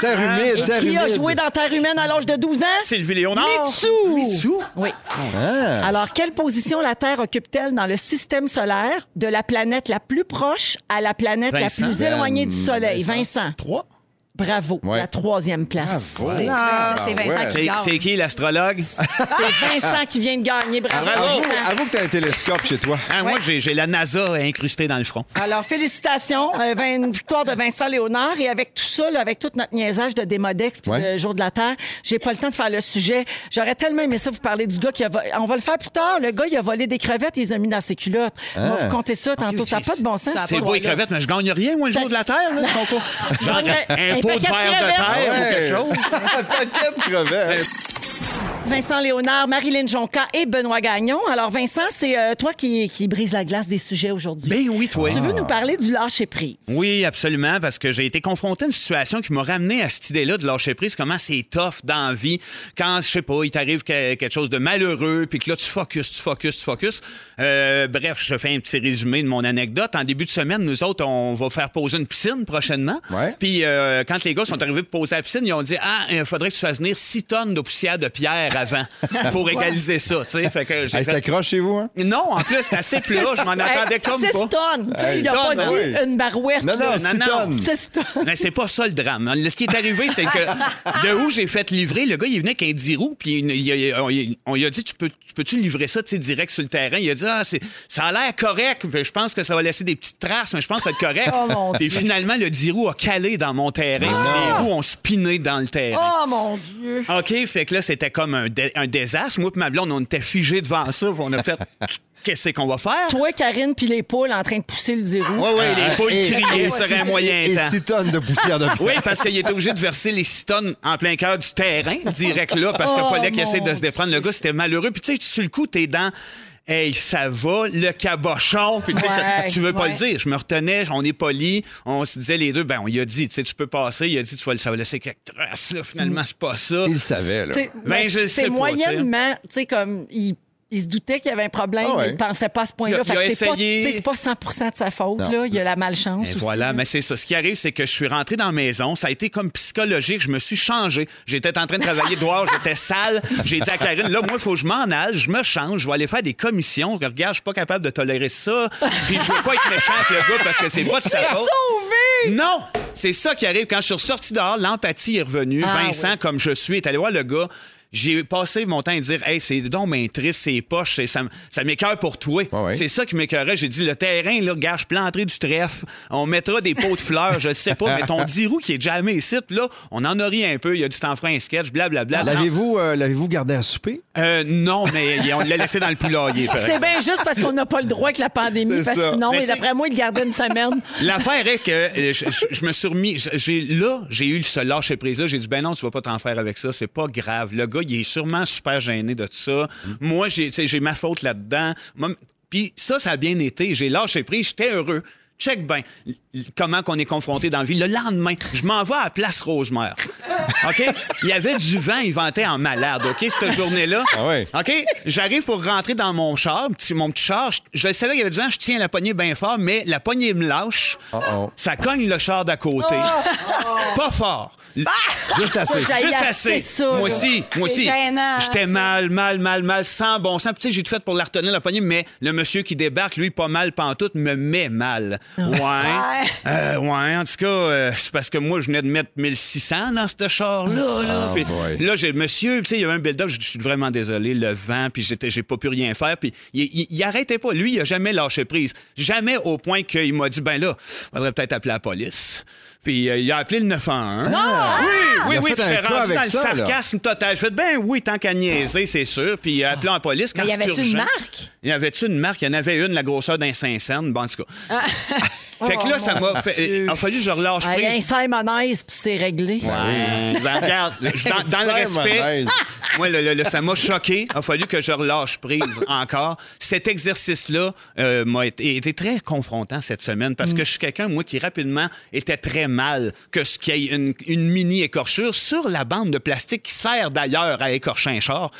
[SPEAKER 2] Terre humide,
[SPEAKER 3] Ah, Et
[SPEAKER 2] terre
[SPEAKER 3] qui
[SPEAKER 2] humide.
[SPEAKER 3] a joué dans Terre humaine à l'âge de 12 ans?
[SPEAKER 1] Sylvie Léonard.
[SPEAKER 3] Mitsou.
[SPEAKER 1] Mitsou.
[SPEAKER 3] Oui.
[SPEAKER 2] Ah.
[SPEAKER 3] Alors, quelle position la Terre occupe-t-elle dans le système solaire de la planète la plus proche à la planète
[SPEAKER 1] Vincent.
[SPEAKER 3] la plus éloignée du Soleil? Vincent,
[SPEAKER 1] Trois.
[SPEAKER 3] bravo.
[SPEAKER 2] Ouais.
[SPEAKER 3] La troisième place.
[SPEAKER 2] Bravo.
[SPEAKER 4] C'est
[SPEAKER 2] Ah,
[SPEAKER 4] c'est Vincent
[SPEAKER 2] ouais.
[SPEAKER 4] qui
[SPEAKER 1] C'est
[SPEAKER 4] gagne.
[SPEAKER 1] c'est qui l'astrologue?
[SPEAKER 3] C'est Vincent qui vient de gagner. Bravo.
[SPEAKER 1] Bravo.
[SPEAKER 3] Vincent.
[SPEAKER 2] Ah, Avoue que t'as un télescope chez toi.
[SPEAKER 1] Hein, Moi, j'ai j'ai la NASA incrustée dans le front.
[SPEAKER 3] Alors, félicitations. Euh, vingt- une victoire de Vincent Léonard. Et avec tout ça, là, avec tout notre niaisage de Démodex puis
[SPEAKER 2] Ouais.
[SPEAKER 3] de Jour de la Terre, j'ai pas le temps de faire le sujet. J'aurais tellement aimé ça vous parler du gars qui a... vo- On va le faire plus tard. Le gars, il a volé des crevettes et il les a mis dans ses culottes. On va vous compter ça tantôt. Ça n'a pas de bon sens.
[SPEAKER 4] Ça a
[SPEAKER 3] cette
[SPEAKER 1] C'est beau les
[SPEAKER 3] histoire-là.
[SPEAKER 1] crevettes, mais je gagne rien, moi, le jour de la Terre, là, ce concours. Genre
[SPEAKER 3] gagnes un-
[SPEAKER 1] un
[SPEAKER 3] un
[SPEAKER 1] pot
[SPEAKER 3] paquet
[SPEAKER 1] de
[SPEAKER 3] de
[SPEAKER 1] verre de
[SPEAKER 3] crevettes.
[SPEAKER 1] terre Ah ou quelque chose.
[SPEAKER 2] Un paquet de crevettes.
[SPEAKER 3] Vincent Léonard, Marilyn Jonca et Benoît Gagnon. Alors, Vincent, c'est euh, toi qui, qui brise la glace des sujets aujourd'hui.
[SPEAKER 1] Ben oui, toi.
[SPEAKER 3] Tu veux nous parler du lâcher-prise?
[SPEAKER 1] Oui, absolument, parce que j'ai été confronté à une situation qui m'a ramené à cette idée-là de lâcher prise, comment c'est tough dans la vie quand, je sais pas, il t'arrive que- quelque chose de malheureux, puis que là, tu focus, tu focus, tu focus. Euh, bref, je fais un petit résumé de mon anecdote. En début de semaine, nous autres, on va faire poser une piscine prochainement.
[SPEAKER 2] Ouais.
[SPEAKER 1] Puis euh, quand les gars sont arrivés pour poser la piscine, ils ont dit « Ah, il faudrait que tu fasses venir 6 tonnes de poussière de pierre avant pour égaliser ça. » Tu sais, fait que j'ai
[SPEAKER 2] Hey,
[SPEAKER 1] fait-
[SPEAKER 2] c'est accroche chez vous, hein?
[SPEAKER 1] Non, en plus, c'est assez plat, je m'en attendais comme
[SPEAKER 3] Six
[SPEAKER 1] pas.
[SPEAKER 3] tonnes.
[SPEAKER 1] Hey,
[SPEAKER 3] Il n'a pas
[SPEAKER 1] tonnes,
[SPEAKER 3] dit
[SPEAKER 2] oui.
[SPEAKER 3] une barouette.
[SPEAKER 2] Non, non,
[SPEAKER 3] là.
[SPEAKER 2] six tonnes.
[SPEAKER 3] Six tonnes.
[SPEAKER 1] Mais c'est pas ça le drame. Ce qui est arrivé, c'est que de où j'ai fait livrer, le gars, il venait qu'un 10 roues, puis il- il- on, il- on lui a dit Tu peux- tu peux-tu livrer ça tu sais, direct sur le terrain Il a dit Ah, c'est- ça a l'air correct. mais Je pense que ça va laisser des petites traces, mais je pense que ça va être correct.
[SPEAKER 3] Oh, mon
[SPEAKER 1] Et finalement, le 10 roues a calé dans mon terrain. Les roues ont spiné dans le terrain.
[SPEAKER 3] Oh mon Dieu.
[SPEAKER 1] OK, fait que là, c'était comme un, dé- un désastre. Moi et ma blonde, on était figés devant ça, puis on a fait Qu'est-ce qu'on va faire
[SPEAKER 3] Toi, Karine, puis les poules en train de pousser le zéro.
[SPEAKER 1] Oui, oui, les poules criaient sur un moyen
[SPEAKER 2] Et
[SPEAKER 1] temps.
[SPEAKER 2] 6 tonnes de poussière de
[SPEAKER 1] Oui, parce qu'il était obligé de verser les 6 tonnes en plein cœur du terrain, direct là, parce qu'il
[SPEAKER 3] Oh,
[SPEAKER 1] fallait qu'il
[SPEAKER 3] mon
[SPEAKER 1] essaie de se déprendre. Le gars, c'était malheureux. Puis, tu sais, sur le coup, t'es dans. Hey, ça va, le cabochon. Puis, tu sais,
[SPEAKER 3] Ouais,
[SPEAKER 1] tu veux pas
[SPEAKER 4] ouais.
[SPEAKER 1] le dire. Je me retenais, on est poli. On se disait les deux, ben, on lui a dit, tu sais, tu peux passer. Il a dit, tu vas le- ça va laisser quelques
[SPEAKER 3] Mm.
[SPEAKER 1] traces, là. Finalement, c'est pas ça.
[SPEAKER 2] Il le savait, là.
[SPEAKER 3] Tu sais,
[SPEAKER 1] Ben, je
[SPEAKER 3] c'est
[SPEAKER 1] sais pas, tu sais.
[SPEAKER 3] moyennement, tu sais, comme il il se doutait qu'il y avait un problème,
[SPEAKER 2] Ah ouais.
[SPEAKER 3] mais il pensait pas à ce point-là.
[SPEAKER 1] Il a-
[SPEAKER 3] Fait
[SPEAKER 1] il a
[SPEAKER 3] que c'est pas-
[SPEAKER 1] essayé.
[SPEAKER 3] tu sais, C'est pas, 100 de sa faute,
[SPEAKER 2] Non.
[SPEAKER 3] là. Il y a la malchance.
[SPEAKER 1] Et
[SPEAKER 3] aussi.
[SPEAKER 1] Ben, voilà, mais c'est ça. Ce qui arrive, c'est que je suis rentré dans la maison. Ça a été comme psychologique. Je me suis changé. J'étais en train de travailler dehors. J'étais sale. J'ai dit à Karine, là, moi, il faut que je m'en aille. Je me change. Je vais aller faire des commissions. Regarde, je suis pas capable de tolérer ça. Puis je veux pas être méchant avec le gars parce que c'est pas de sa faute.
[SPEAKER 3] Sauvé!
[SPEAKER 1] Non! C'est ça qui arrive. Quand je suis ressorti dehors, l'empathie est revenue.
[SPEAKER 3] Ah,
[SPEAKER 1] Vincent,
[SPEAKER 3] oui.
[SPEAKER 1] comme je suis, est allé voir le gars. J'ai passé mon temps à dire Hey, c'est donc bien triste, c'est poche, c'est- ça, m- ça m'écœure pour toi.
[SPEAKER 2] Ah ouais.
[SPEAKER 1] C'est ça qui m'écœurait. J'ai dit Le terrain, là, gars, je planterai du trèfle, on mettra des pots de fleurs, je sais pas, mais ton 10 roues qui est jamais ici, puis là, on en a ri un peu. Il a dit T'en feras un sketch,
[SPEAKER 2] Ah,
[SPEAKER 1] blablabla. Bla, bla.
[SPEAKER 6] L'avez-vous euh, l'avez-vous gardé à souper?
[SPEAKER 1] Euh, non, mais on l'a laissé dans le poulailler. par
[SPEAKER 3] C'est
[SPEAKER 1] exemple.
[SPEAKER 3] bien juste parce qu'on n'a pas le droit avec la pandémie,
[SPEAKER 2] C'est
[SPEAKER 3] parce que
[SPEAKER 2] ça.
[SPEAKER 3] sinon,
[SPEAKER 1] Mais
[SPEAKER 3] et
[SPEAKER 1] tu sais-
[SPEAKER 3] d'après moi, il le gardait une semaine.
[SPEAKER 1] L'affaire est que euh, je, je- je me suis remis. je- J'ai, là, j'ai eu ce lâcher prise-là. J'ai dit, ben non, tu vas pas t'en faire avec ça. C'est pas grave. Le gars, il est sûrement super gêné de tout ça.
[SPEAKER 2] Mm-hmm.
[SPEAKER 1] Moi, j'ai, tu sais, j'ai ma faute là-dedans. Moi, m- Puis ça, ça a bien été. J'ai lâché prise. J'étais heureux. Check ben l- l- comment qu'on est confronté dans la vie. Le lendemain, je m'en vais à la Place Rosemère. OK? Il y avait du vent, il ventait en malade, OK, cette journée-là.
[SPEAKER 2] Ah ouais.
[SPEAKER 1] OK? J'arrive pour rentrer dans mon char, petit- mon petit char. Je, je savais qu'il y avait du vent, je tiens la poignée bien fort, mais la poignée me lâche.
[SPEAKER 2] oh.
[SPEAKER 1] Ça cogne le char d'à côté. Pas fort.
[SPEAKER 6] Juste assez.
[SPEAKER 3] J'ai
[SPEAKER 1] Juste
[SPEAKER 3] assez
[SPEAKER 1] assez.
[SPEAKER 3] ça, là.
[SPEAKER 1] moi aussi, moi
[SPEAKER 4] C'est
[SPEAKER 1] aussi.
[SPEAKER 4] gênant,
[SPEAKER 1] J'étais
[SPEAKER 4] ça.
[SPEAKER 1] mal, mal, mal, mal, sans bon sens. Puis, Tu sais, j'ai tout fait pour la retenir, la poignée, mais le monsieur qui débarque, lui, pas mal pantoute, me met mal. Ouais. Euh, ouais, en tout cas, euh, c'est parce que moi, je venais de mettre 1600 dans ce char-là. Là, Puis
[SPEAKER 2] boy.
[SPEAKER 1] là, j'ai le monsieur, tu sais, il y avait un build-up, je suis vraiment désolé, le vent, puis j'étais, j'ai pas pu rien faire. Puis il, il- il arrêtait pas. Lui, il a jamais lâché prise. Jamais au point qu'il m'a dit, ben là, faudrait peut-être appeler la police. Puis euh, il a appelé le 911.
[SPEAKER 4] Ah!
[SPEAKER 1] Oui, oui,
[SPEAKER 6] Il a
[SPEAKER 1] oui,
[SPEAKER 6] fait
[SPEAKER 1] puis
[SPEAKER 6] un
[SPEAKER 1] je suis
[SPEAKER 6] cas
[SPEAKER 1] rendu
[SPEAKER 6] avec
[SPEAKER 1] dans le
[SPEAKER 6] ça, là.
[SPEAKER 1] sarcasme total. Je fais, ben oui, tant qu'à niaiser, c'est sûr. Puis euh, appelant la police quand
[SPEAKER 4] Mais y
[SPEAKER 1] c'est
[SPEAKER 4] avait-tu une
[SPEAKER 1] urgent.
[SPEAKER 4] marque?
[SPEAKER 1] Il y avait-tu une marque? Il y en avait une, la grosseur d'un 5 cents. Bon, en tout cas.
[SPEAKER 4] Ah.
[SPEAKER 1] fait que là, ça m'a fait. Il a fallu que je relâche
[SPEAKER 3] Allez, un
[SPEAKER 1] prise.
[SPEAKER 3] Simonaise, puis c'est réglé.
[SPEAKER 1] Ouais. Ben, regarde, je- dans, dans le
[SPEAKER 2] Serre ma
[SPEAKER 1] respect,
[SPEAKER 2] raise.
[SPEAKER 1] moi, le- le- le- ça m'a choqué. Il a fallu que je relâche prise encore. Cet exercice-là euh, m'a été, été très confrontant cette semaine parce que je suis quelqu'un, moi, qui rapidement était très mal que ce qu'il y ait une, une mini-écorchure sur la bande de plastique qui sert d'ailleurs à écorcher un char.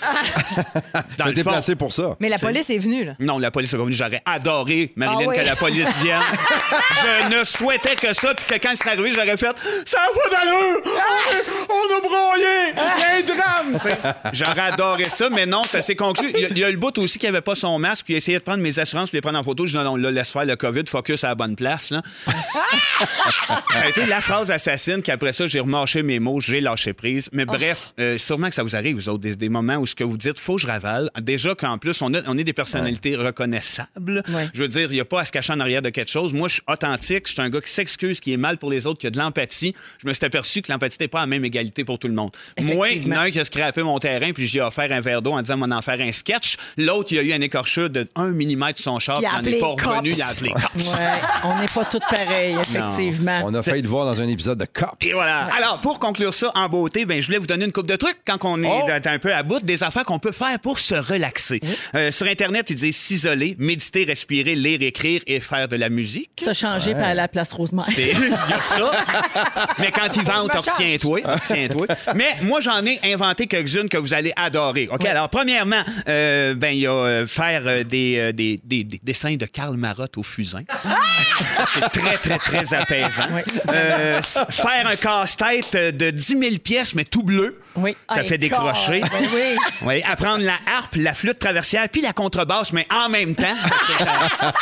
[SPEAKER 1] dans
[SPEAKER 2] T'as
[SPEAKER 1] le
[SPEAKER 2] été
[SPEAKER 1] fond.
[SPEAKER 2] placé pour ça.
[SPEAKER 4] Mais la police est venue, là.
[SPEAKER 1] Non, la police est pas venue. J'aurais adoré, Marilyn,
[SPEAKER 4] Ah oui.
[SPEAKER 1] que la police vienne. je ne souhaitais que ça. Puis que quand c'est arrivé, j'aurais fait Ça a pas d'allure! On a broyé! Il y a un drame! Tu sais, j'aurais adoré ça, mais non, ça s'est conclu. Il y a- il y, a le bout aussi qui avait pas son masque, puis il a essayé de prendre mes assurances, puis les prendre en photo. Je dis Non, non, là, laisse faire le COVID, focus à la bonne place. Là. ça a été la phrase assassine, puis après ça, j'ai remâché mes mots, j'ai lâché prise. Mais bref, euh, sûrement que ça vous arrive, vous autres, des, des moments où ce que vous dites, faut que je ravale. Déjà qu'en plus, on, a- on est des personnalités reconnaissables. Je veux dire, il n'y a pas à se cacher en arrière de quelque chose. Moi, je suis authentique, je suis un gars qui s'excuse, qui est mal pour les autres, qui a de l'empathie. Je me suis aperçu que l'empathie n'est pas à la même égalité pour tout le monde. Moi, il y en a un qui a scrappé mon terrain, puis j'ai offert un verre d'eau en disant, m'en en faire un sketch. L'autre, il y a eu un écorchure de 1 mm de son char,
[SPEAKER 4] Puis
[SPEAKER 1] puis
[SPEAKER 4] il
[SPEAKER 1] il n'en
[SPEAKER 4] a
[SPEAKER 1] est pas revenu,
[SPEAKER 4] appelé cops.
[SPEAKER 1] il a appelé cops.
[SPEAKER 3] Ouais, on n'est pas toutes pareilles, effectivement.
[SPEAKER 2] On a failli le voir dans un épisode de Cops.
[SPEAKER 1] Et voilà. Alors, pour conclure ça en beauté, ben, je voulais vous donner une coupe de trucs quand on est
[SPEAKER 4] Oh!
[SPEAKER 1] un peu à bout des affaires qu'on peut faire pour se relaxer. Euh, sur Internet, ils disent s'isoler, méditer, respirer, lire, écrire et faire de la musique.
[SPEAKER 3] Se changer par la place Rosemère.
[SPEAKER 1] C'est- Il y a ça. Mais quand ils vendent,
[SPEAKER 4] me
[SPEAKER 1] retiens-toi. retiens-toi. Mais moi, j'en ai inventé quelques-unes que vous allez adorer. OK? Alors, premièrement, euh, ben, il y a euh, faire euh, des, euh, des, des- des dessins de Karl Marotte au fusain.
[SPEAKER 4] Ah!
[SPEAKER 1] C'est très, très, très apaisant.
[SPEAKER 3] Oui.
[SPEAKER 1] Euh, s- faire un casse-tête euh, de 10 000 pièces, mais tout bleu.
[SPEAKER 3] Oui.
[SPEAKER 1] Ça
[SPEAKER 4] Ah,
[SPEAKER 1] fait
[SPEAKER 4] et
[SPEAKER 1] décrocher.
[SPEAKER 4] God, ben oui.
[SPEAKER 1] Oui, apprendre la harpe, la flûte traversière, puis la contrebasse, mais en même temps.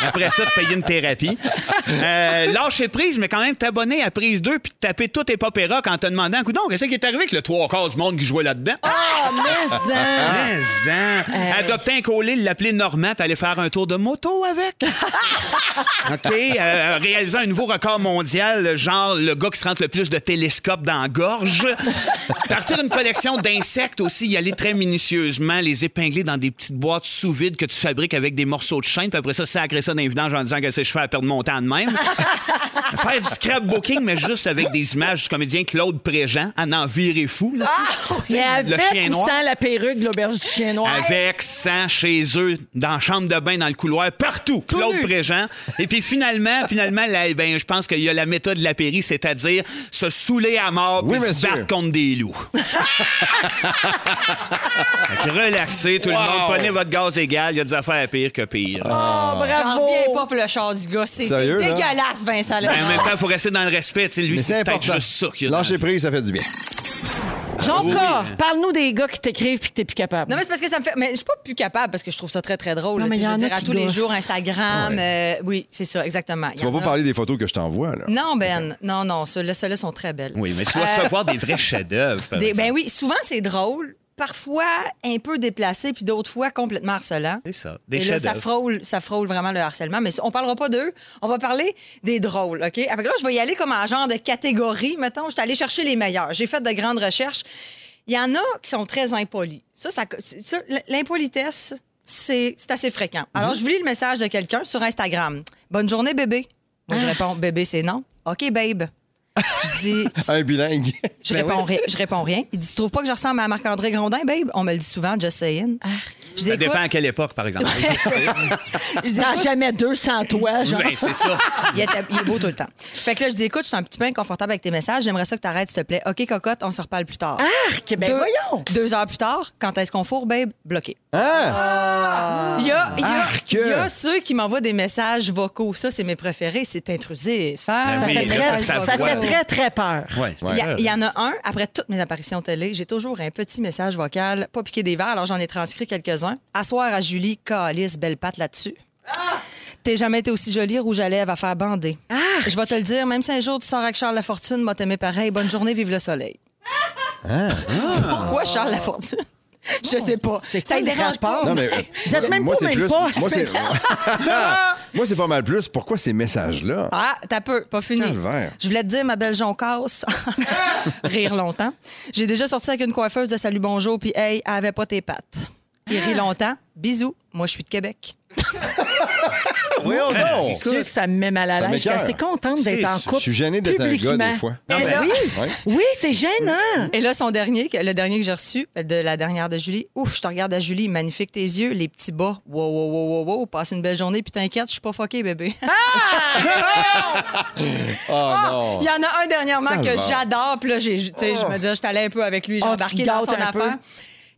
[SPEAKER 1] Après ça, de payer une thérapie. Euh, lâcher prise, mais quand même t'abonner à prise 2 puis de taper tous tes pop et rock en te demandant, donc qu'est-ce qui est arrivé avec le trois quarts du monde qui jouait là-dedans?
[SPEAKER 3] Ah, mais hein!
[SPEAKER 1] Mais, hein, Adopter un collier, l'appeler Normand, puis aller faire un tour de moto avec. OK. euh, réaliser un nouveau record mondial, genre le gars qui se rentre le plus de télescopes dans la gorge. Partir une collection d'insectes aussi, y aller très minutieusement, les épingler dans des petites boîtes sous vide que tu fabriques avec des morceaux de chaîne, puis après ça, sacrer ça dans les vidanges en disant que c'est je fais à perdre mon temps de même. Faire du scrapbooking, mais juste avec des images du comédien Claude Préjean, à en virer fou. là, tu sais.
[SPEAKER 3] Mais
[SPEAKER 1] Le
[SPEAKER 3] avec
[SPEAKER 1] chien
[SPEAKER 3] ou
[SPEAKER 1] noir. Ah,
[SPEAKER 3] sans la perruque de l'auberge du chien noir.
[SPEAKER 1] Avec sang chez eux, dans la chambre de bain, dans le couloir, partout. Claude Préjean. Et puis finalement, finalement, là, ben, je pense qu'il y a la méthode de la Péri, c'est-à-dire se saouler à mort
[SPEAKER 2] Oui,
[SPEAKER 1] puis se
[SPEAKER 2] monsieur.
[SPEAKER 1] battre contre des loups. Fait que relaxez, tout le monde. Prenez votre gaz égal. Il y a des affaires pires que pires.
[SPEAKER 4] Ah.
[SPEAKER 3] Oh,
[SPEAKER 4] J'en
[SPEAKER 3] bravo!
[SPEAKER 4] reviens pas pour le char du gars. C'est
[SPEAKER 2] Sérieux, là?
[SPEAKER 4] dégueulasse, Vincent.
[SPEAKER 1] Ben, en même temps, il faut rester dans le respect. tu sais, Lui,
[SPEAKER 2] Mais
[SPEAKER 1] c'est
[SPEAKER 2] c'est
[SPEAKER 1] peut-être
[SPEAKER 2] important.
[SPEAKER 1] juste ça qu'il y a dans-
[SPEAKER 2] Lâcher prise, ça fait du bien.
[SPEAKER 3] Jean
[SPEAKER 1] Oui.
[SPEAKER 3] K, parle-nous des gars qui t'écrivent puis que t'es plus capable.
[SPEAKER 4] Non, mais c'est parce que ça me fait. Mais je suis pas plus capable parce que je trouve ça très, très drôle.
[SPEAKER 3] Non,
[SPEAKER 4] là,
[SPEAKER 3] mais
[SPEAKER 4] tu sais,
[SPEAKER 3] y
[SPEAKER 4] je
[SPEAKER 3] en
[SPEAKER 4] veux
[SPEAKER 3] a
[SPEAKER 4] dire, à
[SPEAKER 3] qui
[SPEAKER 4] tous les
[SPEAKER 3] gossent.
[SPEAKER 4] jours, Instagram. euh, oui, c'est ça, exactement.
[SPEAKER 2] Tu vas pas parler des photos que je t'envoie, là.
[SPEAKER 4] Non, Ben. Non, non. Ceux-là ceux-là sont très belles.
[SPEAKER 1] Oui, mais tu vas
[SPEAKER 4] Euh,
[SPEAKER 1] savoir des vrais chefs-d'œuvre. par
[SPEAKER 4] des-
[SPEAKER 1] exemple.
[SPEAKER 4] ben oui, souvent, c'est drôle. Parfois, un peu déplacé, puis d'autres fois, complètement harcelant.
[SPEAKER 1] C'est ça, des
[SPEAKER 4] Et là, ça
[SPEAKER 1] chefs-d'œuvre.
[SPEAKER 4] frôle, ça frôle vraiment le harcèlement. Mais on parlera pas d'eux. On va parler des drôles, OK? Avec là, je vais y aller comme en genre de catégorie, mettons. Je suis allée chercher les meilleurs. J'ai fait de grandes recherches. Il y en a qui sont très impolis. Ça, ça, ça, l'impolitesse, c'est c'est assez fréquent. Alors,
[SPEAKER 1] Mhm.
[SPEAKER 4] je vous lis le message de quelqu'un sur Instagram. Bonne journée, bébé. Moi, je
[SPEAKER 1] Ah.
[SPEAKER 4] réponds, bébé, c'est non. OK, babe. Je dis,
[SPEAKER 2] Un bilingue.
[SPEAKER 4] je,
[SPEAKER 2] Ben
[SPEAKER 4] réponds
[SPEAKER 2] oui.
[SPEAKER 4] rien, je réponds rien. Il dit, tu trouves pas que je ressemble à Marc-André Grondin, babe? On me le dit souvent, just saying.
[SPEAKER 2] Ah.
[SPEAKER 4] Je dis,
[SPEAKER 1] Ça
[SPEAKER 4] écoute,
[SPEAKER 1] dépend à quelle époque, par exemple.
[SPEAKER 4] je dis,
[SPEAKER 3] T'en as
[SPEAKER 4] écoute,
[SPEAKER 3] jamais deux sans toi, genre.
[SPEAKER 1] ben, c'est ça.
[SPEAKER 4] il, était- il est beau tout le temps. Fait que là, je dis, écoute, je suis un petit peu inconfortable avec tes messages. J'aimerais ça que t'arrêtes, s'il te plaît. OK, cocotte, on se reparle plus tard.
[SPEAKER 2] Ah!
[SPEAKER 3] Arc, ben voyons!
[SPEAKER 4] Deux heures plus tard, quand est-ce qu'on fourre, babe? Bloqué. Il y a, il y a-
[SPEAKER 2] Ah! Arc!
[SPEAKER 4] il y a ceux qui m'envoient des messages vocaux. Ça, c'est mes préférés. C'est intrusif. hein?
[SPEAKER 1] Ben
[SPEAKER 3] Ça
[SPEAKER 1] oui,
[SPEAKER 3] fait
[SPEAKER 1] il reste
[SPEAKER 3] très,
[SPEAKER 1] à
[SPEAKER 3] ça
[SPEAKER 1] savoir.
[SPEAKER 3] fait très, très peur.
[SPEAKER 1] Ouais,
[SPEAKER 4] Il y a- il y, en a un, après toutes mes apparitions télé, j'ai toujours un petit message vocal, pas piqué des verres, alors j'en ai transcrit quelques-uns. Asseoir à Julie, calice, belle patte là-dessus.
[SPEAKER 3] Ah!
[SPEAKER 4] T'es jamais été aussi jolie, rouge à lèvres, à faire bander. Je vais te le dire, même si un jour tu sors avec Charles Lafortune, moi t'aimais pareil, bonne journée, vive le soleil. Pourquoi Charles Lafortune? Je sais pas.
[SPEAKER 3] C'est
[SPEAKER 4] Ça
[SPEAKER 3] quoi
[SPEAKER 4] ne
[SPEAKER 3] le
[SPEAKER 4] dérange pas.
[SPEAKER 3] rapport?
[SPEAKER 2] Non, mais. euh,
[SPEAKER 3] Vous êtes même
[SPEAKER 2] moi,
[SPEAKER 3] pas
[SPEAKER 2] c'est
[SPEAKER 3] au même
[SPEAKER 2] plus.
[SPEAKER 3] poste.
[SPEAKER 2] Moi, c'est. moi, c'est pas mal plus. Pourquoi ces messages-là?
[SPEAKER 4] Ah, t'as peu, pas fini.
[SPEAKER 2] Calvaire.
[SPEAKER 4] Je voulais te dire, ma belle Joncasse, rire longtemps. J'ai déjà sorti avec une coiffeuse de Salut Bonjour, puis hey, elle avait pas tes pattes. Il rit longtemps. Bisous. Moi, je suis de Québec.
[SPEAKER 2] Oui, oh
[SPEAKER 3] Je
[SPEAKER 2] non!
[SPEAKER 3] suis sûre que ça me met mal à
[SPEAKER 2] Ça
[SPEAKER 3] l'aise. Je suis
[SPEAKER 2] m'écoeure.
[SPEAKER 3] assez contente d'être en couple.
[SPEAKER 2] Je suis gêné d'être un gars,
[SPEAKER 3] publiquement.
[SPEAKER 2] des fois.
[SPEAKER 3] Eh
[SPEAKER 1] Ah, ben
[SPEAKER 3] là-
[SPEAKER 1] oui.
[SPEAKER 2] Ouais.
[SPEAKER 3] Oui, c'est gênant.
[SPEAKER 4] Et là, son dernier, que- le dernier que j'ai reçu, de la dernière de Julie, ouf, je te regarde à Julie, magnifique tes yeux, les petits bas. Wow, wow, wow, wow, wow, passe une belle journée, puis t'inquiète, je suis pas fuckée, bébé.
[SPEAKER 2] Oh
[SPEAKER 4] Ah!
[SPEAKER 2] non!
[SPEAKER 4] Il y en a un dernièrement que
[SPEAKER 2] Calvaire. Ah.
[SPEAKER 4] j'adore. Puis là, j'ai- tu sais, je me disais, j'étais allée un peu avec lui, j'ai
[SPEAKER 3] Ah, tu
[SPEAKER 4] embarqué
[SPEAKER 3] te
[SPEAKER 4] dans
[SPEAKER 3] gâtes
[SPEAKER 4] son
[SPEAKER 3] un peu.
[SPEAKER 4] affaire.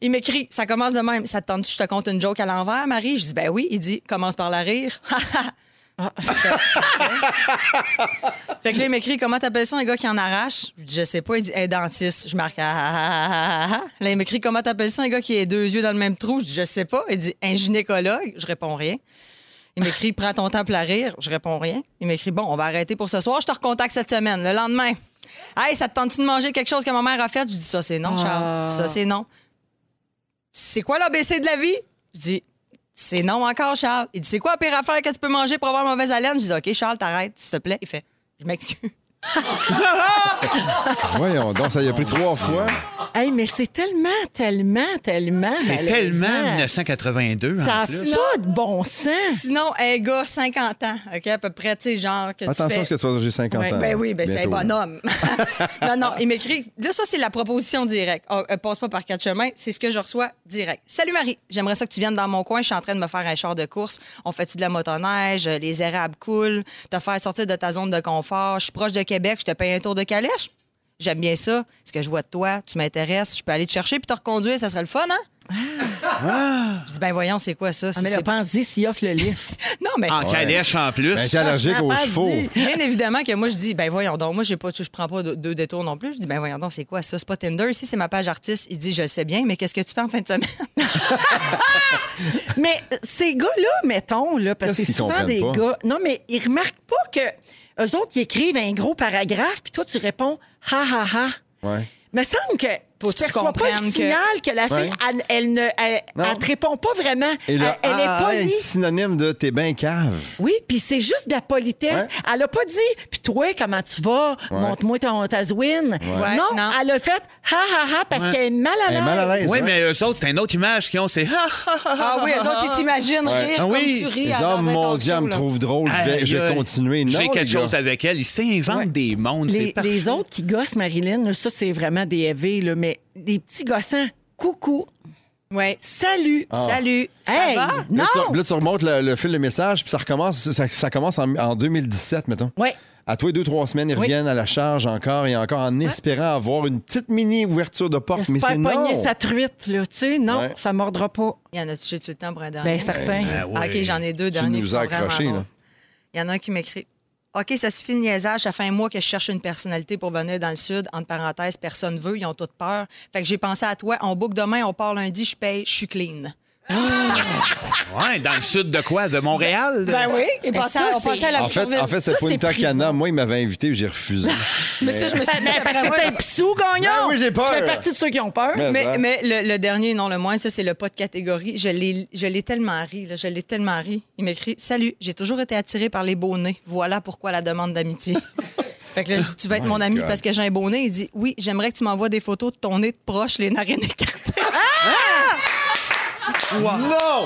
[SPEAKER 4] Il m'écrit, ça commence de même. Ça te tente, je te compte une joke à l'envers, Marie? Je dis, ben oui. Il dit, commence par la rire.
[SPEAKER 3] Ah.
[SPEAKER 4] fait que là, il m'écrit, comment t'appelles ça un gars qui en arrache? Je dis, je sais pas. Il dit, un dentiste. Je marque, ah, ah, ah, ah, ah. Là, il m'écrit, comment t'appelles ça un gars qui a deux yeux dans le même trou? Je dis, je sais pas. Il dit, un gynécologue. Je réponds rien. Il m'écrit Prends ton temps pour la rire. Je réponds rien. Il m'écrit Bon, on va arrêter pour ce soir. Je te recontacte cette semaine. Le lendemain. Hey, ça te tente-tu de manger quelque chose que ma mère a fait? Je dis Ça, c'est non, Charles. Ça, c'est non. C'est quoi l'ABC de la vie? Je dis C'est non encore, Charles. Il dit C'est quoi la pire affaire que tu peux manger pour avoir mauvaise haleine? Je dis OK, Charles, t'arrêtes, s'il te plaît. Il fait Je m'excuse.
[SPEAKER 2] Ah, Voyons donc, ça y a pris trois fois.
[SPEAKER 3] Hey, mais c'est tellement, tellement, tellement.
[SPEAKER 1] C'est
[SPEAKER 3] malaisant.
[SPEAKER 1] tellement 1982,
[SPEAKER 3] Ça
[SPEAKER 1] en
[SPEAKER 3] n'a
[SPEAKER 1] plus.
[SPEAKER 3] pas de bon sens.
[SPEAKER 4] Sinon, un gars, 50 ans, OK, à peu près, tu sais, genre, que tu
[SPEAKER 2] Attention
[SPEAKER 4] fais-
[SPEAKER 2] à ce que tu vas dire, j'ai 50
[SPEAKER 3] Ouais,
[SPEAKER 2] ans.
[SPEAKER 4] Ben oui, ben c'est un
[SPEAKER 2] Euh, Bientôt.
[SPEAKER 4] bonhomme. non, non, il m'écrit. Là, ça, c'est la proposition directe. On euh, passe pas par quatre chemins. C'est ce que je reçois direct. Salut Marie, j'aimerais ça que tu viennes dans mon coin. Je suis en train de me faire un char de course. On fait-tu de la motoneige? Euh, Les érables coulent. Te faire sortir de ta zone de confort. Je suis proche de Québec. Je te paye un tour de calèche. J'aime bien ça. Ce que je vois de toi, tu m'intéresses. Je peux aller te chercher puis te reconduire. Ça serait le fun, hein? Je dis, ben voyons, c'est quoi ça?
[SPEAKER 3] Ah,
[SPEAKER 4] Si
[SPEAKER 3] mais là,
[SPEAKER 4] c'est-
[SPEAKER 3] pensez s'il offre le livre.
[SPEAKER 4] Non, mais.
[SPEAKER 1] En calèche, en plus.
[SPEAKER 2] Ben, t'es allergique aux
[SPEAKER 3] Ah,
[SPEAKER 2] chevaux.
[SPEAKER 3] vas-y.
[SPEAKER 4] Bien évidemment que moi, je dis, ben voyons donc, moi, j'ai pas, je prends pas de- deux détours non plus. Je dis, ben voyons donc, c'est quoi ça? C'est pas Tinder. Ici, c'est ma page artiste. Il dit, je le sais bien, mais qu'est-ce que tu fais en fin de semaine?
[SPEAKER 3] Mais euh, ces gars-là, mettons, là, parce que
[SPEAKER 2] Qu'est-ce
[SPEAKER 3] c'est
[SPEAKER 2] qu'ils
[SPEAKER 3] souvent
[SPEAKER 2] comprennent
[SPEAKER 3] des
[SPEAKER 2] pas?
[SPEAKER 3] gars. Non, mais ils remarquent pas que eux autres, ils écrivent un gros paragraphe, puis toi, tu réponds ha ha ha.
[SPEAKER 2] Ouais.
[SPEAKER 3] Me semble que
[SPEAKER 4] Faut que
[SPEAKER 3] tu
[SPEAKER 4] tu
[SPEAKER 3] perçois pas le
[SPEAKER 4] comprennes que-
[SPEAKER 3] signal que, la fille,
[SPEAKER 2] Ouais.
[SPEAKER 3] elle, elle ne elle,
[SPEAKER 2] Non.
[SPEAKER 3] elle te répond pas vraiment.
[SPEAKER 2] Et là,
[SPEAKER 3] Euh, elle, elle
[SPEAKER 2] ah,
[SPEAKER 3] est
[SPEAKER 2] hey,
[SPEAKER 3] polie.
[SPEAKER 2] synonyme de t'es bien cave.
[SPEAKER 3] Oui, puis c'est juste de la politesse.
[SPEAKER 2] Ouais.
[SPEAKER 3] Elle a pas dit, puis toi, comment tu vas? Montre-moi ton, ta zouine. Non,
[SPEAKER 4] non.
[SPEAKER 3] elle a fait ha ha ha parce qu'elle est mal à
[SPEAKER 2] Elle est mal à
[SPEAKER 3] l'aise.
[SPEAKER 2] l'aise.
[SPEAKER 1] Oui,
[SPEAKER 2] hein?
[SPEAKER 1] mais eux autres, c'est une autre image qu'ils ont. C'est ah, ah, ah, ah.
[SPEAKER 4] Ah oui, eux autres, ils t'imaginent rire
[SPEAKER 1] Ah
[SPEAKER 4] comme
[SPEAKER 1] oui.
[SPEAKER 4] tu
[SPEAKER 2] Ils
[SPEAKER 4] ris.
[SPEAKER 2] disent,
[SPEAKER 4] à-
[SPEAKER 2] Ah,
[SPEAKER 4] dans un
[SPEAKER 2] mon
[SPEAKER 4] talk
[SPEAKER 2] Dieu, elle
[SPEAKER 4] show,
[SPEAKER 2] me
[SPEAKER 4] là.
[SPEAKER 2] trouve drôle, je vais,
[SPEAKER 1] Aïe,
[SPEAKER 2] je vais
[SPEAKER 1] aïe.
[SPEAKER 2] continuer. Non,
[SPEAKER 1] J'ai
[SPEAKER 2] les
[SPEAKER 1] quelque
[SPEAKER 2] gars.
[SPEAKER 1] chose avec elle. Ils s'inventent des mondes. c'est
[SPEAKER 3] Les,
[SPEAKER 1] parfait.
[SPEAKER 3] les autres qui gossent, Marilyn, là, ça, c'est vraiment des EV, là, mais des petits gossants.
[SPEAKER 7] coucou,
[SPEAKER 4] Ouais.
[SPEAKER 7] salut.
[SPEAKER 2] Ah.
[SPEAKER 4] Salut, ça
[SPEAKER 3] Hey,
[SPEAKER 4] va?
[SPEAKER 3] Non!
[SPEAKER 2] Là, tu, là, tu remontes le, le fil de message, puis ça recommence, ça, ça commence en, en 2017, mettons.
[SPEAKER 3] Oui.
[SPEAKER 2] À toi, deux, trois semaines, ils reviennent à la charge encore et encore en espérant avoir une petite mini ouverture de porte, mais
[SPEAKER 3] J'espère
[SPEAKER 2] c'est non.
[SPEAKER 3] pogner sa truite, là. Tu sais, non,
[SPEAKER 2] Ouais.
[SPEAKER 3] ça mordra pas.
[SPEAKER 4] Il y en a touché tout le temps pour un dernier?
[SPEAKER 3] Bien, certain.
[SPEAKER 1] Ah
[SPEAKER 4] Ah,
[SPEAKER 1] ouais.
[SPEAKER 4] OK, j'en ai deux
[SPEAKER 2] Tu
[SPEAKER 4] derniers.
[SPEAKER 2] nous
[SPEAKER 4] qui sont
[SPEAKER 2] as
[SPEAKER 4] vraiment
[SPEAKER 2] accrochés,
[SPEAKER 4] bons.
[SPEAKER 2] là.
[SPEAKER 4] Il y en a un qui m'écrit OK, ça suffit le niaisage. Ça fait un mois que je cherche une personnalité pour venir dans le Sud. Entre parenthèses, personne veut. Ils ont toutes peur. Fait que j'ai pensé à toi. On boucle demain, on part lundi, je paye, je suis clean.
[SPEAKER 1] Ouais, dans le sud de quoi? De Montréal?
[SPEAKER 4] Ben oui. Ils
[SPEAKER 3] Mais
[SPEAKER 4] passaient
[SPEAKER 3] ça,
[SPEAKER 4] à- on passait à la
[SPEAKER 2] En fait,
[SPEAKER 4] Boucherville.
[SPEAKER 2] en fait
[SPEAKER 3] Ça,
[SPEAKER 2] c'est pas
[SPEAKER 3] c'est
[SPEAKER 2] une tacana. Moi, il m'avait invité, j'ai refusé.
[SPEAKER 4] Mais ça, je me suis dit,
[SPEAKER 3] Ben, parce
[SPEAKER 4] après
[SPEAKER 3] que
[SPEAKER 4] moi,
[SPEAKER 3] t'es un pissou, gagnon!
[SPEAKER 2] Ben oui, j'ai peur.
[SPEAKER 3] Tu fais partie de ceux qui ont peur.
[SPEAKER 4] Mais,
[SPEAKER 2] ça.
[SPEAKER 4] mais le, le dernier, non le moins, ça, c'est le pas de catégorie. Je l'ai je l'ai tellement ri, là, je l'ai tellement ri. Il m'écrit Salut, j'ai toujours été attiré par les beaux nez. Voilà pourquoi la demande d'amitié. Fait que là, je dis, tu vas être mon ami
[SPEAKER 2] God.
[SPEAKER 4] parce que j'ai un beau nez. Il dit, oui, j'aimerais que tu m'envoies des photos de ton nez de proche, les narines écartées.
[SPEAKER 2] Non!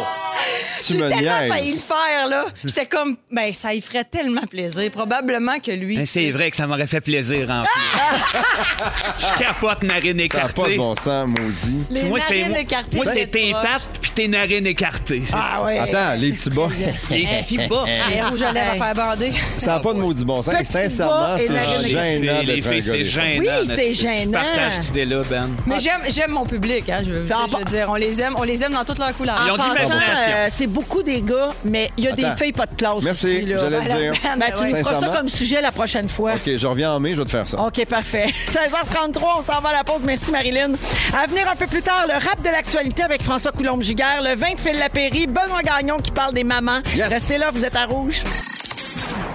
[SPEAKER 2] Tu
[SPEAKER 4] J'ai
[SPEAKER 2] me
[SPEAKER 4] tellement failli le
[SPEAKER 2] niaises.
[SPEAKER 4] faire, là. J'étais comme, ben, ça y ferait tellement plaisir. Probablement que lui.
[SPEAKER 1] Ben, c'est vrai que ça m'aurait fait plaisir en plus. Je capote narine
[SPEAKER 2] Ça n'a
[SPEAKER 1] écartée.
[SPEAKER 2] pas de bon sens, maudit.
[SPEAKER 4] Les
[SPEAKER 1] Moi, c'est
[SPEAKER 4] narines
[SPEAKER 1] moi,
[SPEAKER 4] écartées.
[SPEAKER 1] moi,
[SPEAKER 4] de
[SPEAKER 1] c'est tes
[SPEAKER 4] proche.
[SPEAKER 1] pattes puis tes narines écartées.
[SPEAKER 4] Ah ouais.
[SPEAKER 2] Attends, les petits bas.
[SPEAKER 1] Les petits bas.
[SPEAKER 4] Les rouges à lèvres à faire bander.
[SPEAKER 2] Ça n'a pas de maudit bon sens. Et
[SPEAKER 3] Petit
[SPEAKER 2] sincèrement,
[SPEAKER 3] bas et la
[SPEAKER 2] c'est
[SPEAKER 3] gueule.
[SPEAKER 2] gênant
[SPEAKER 1] les
[SPEAKER 2] d'être un
[SPEAKER 1] filles,
[SPEAKER 2] gars.
[SPEAKER 1] c'est
[SPEAKER 2] des fois.
[SPEAKER 1] gênant.
[SPEAKER 7] Oui,
[SPEAKER 1] n'est-ce
[SPEAKER 7] c'est
[SPEAKER 1] que? Je
[SPEAKER 7] gênant.
[SPEAKER 1] partage cette idée-là, Ben.
[SPEAKER 4] Mais j'aime, j'aime mon public, hein, je veux, tu sais, je veux dire. On les aime, on les aime dans toutes leurs couleurs.
[SPEAKER 1] Ils ont
[SPEAKER 3] En
[SPEAKER 1] de l'imagination.
[SPEAKER 3] euh, c'est beaucoup des gars, mais il y a
[SPEAKER 2] Attends.
[SPEAKER 3] des filles pas de classe.
[SPEAKER 2] Merci,
[SPEAKER 3] aussi, là.
[SPEAKER 2] j'allais le dire.
[SPEAKER 3] Ben,
[SPEAKER 4] Ben,
[SPEAKER 3] tu
[SPEAKER 4] ouais.
[SPEAKER 3] nous feras ça
[SPEAKER 2] Sincèrement.
[SPEAKER 3] comme sujet la prochaine fois.
[SPEAKER 2] OK, je reviens en mai, je vais te faire ça.
[SPEAKER 3] OK, parfait. 16h33, on s'en va à la pause. Merci, Marilyn. À venir un peu plus tard, le rap de l'actualité avec François Coulombe-Giguère, le vin de Phil Lapéry, Benoît Gagnon qui parle des mamans.
[SPEAKER 2] Yes.
[SPEAKER 3] Restez là, vous êtes à rouge.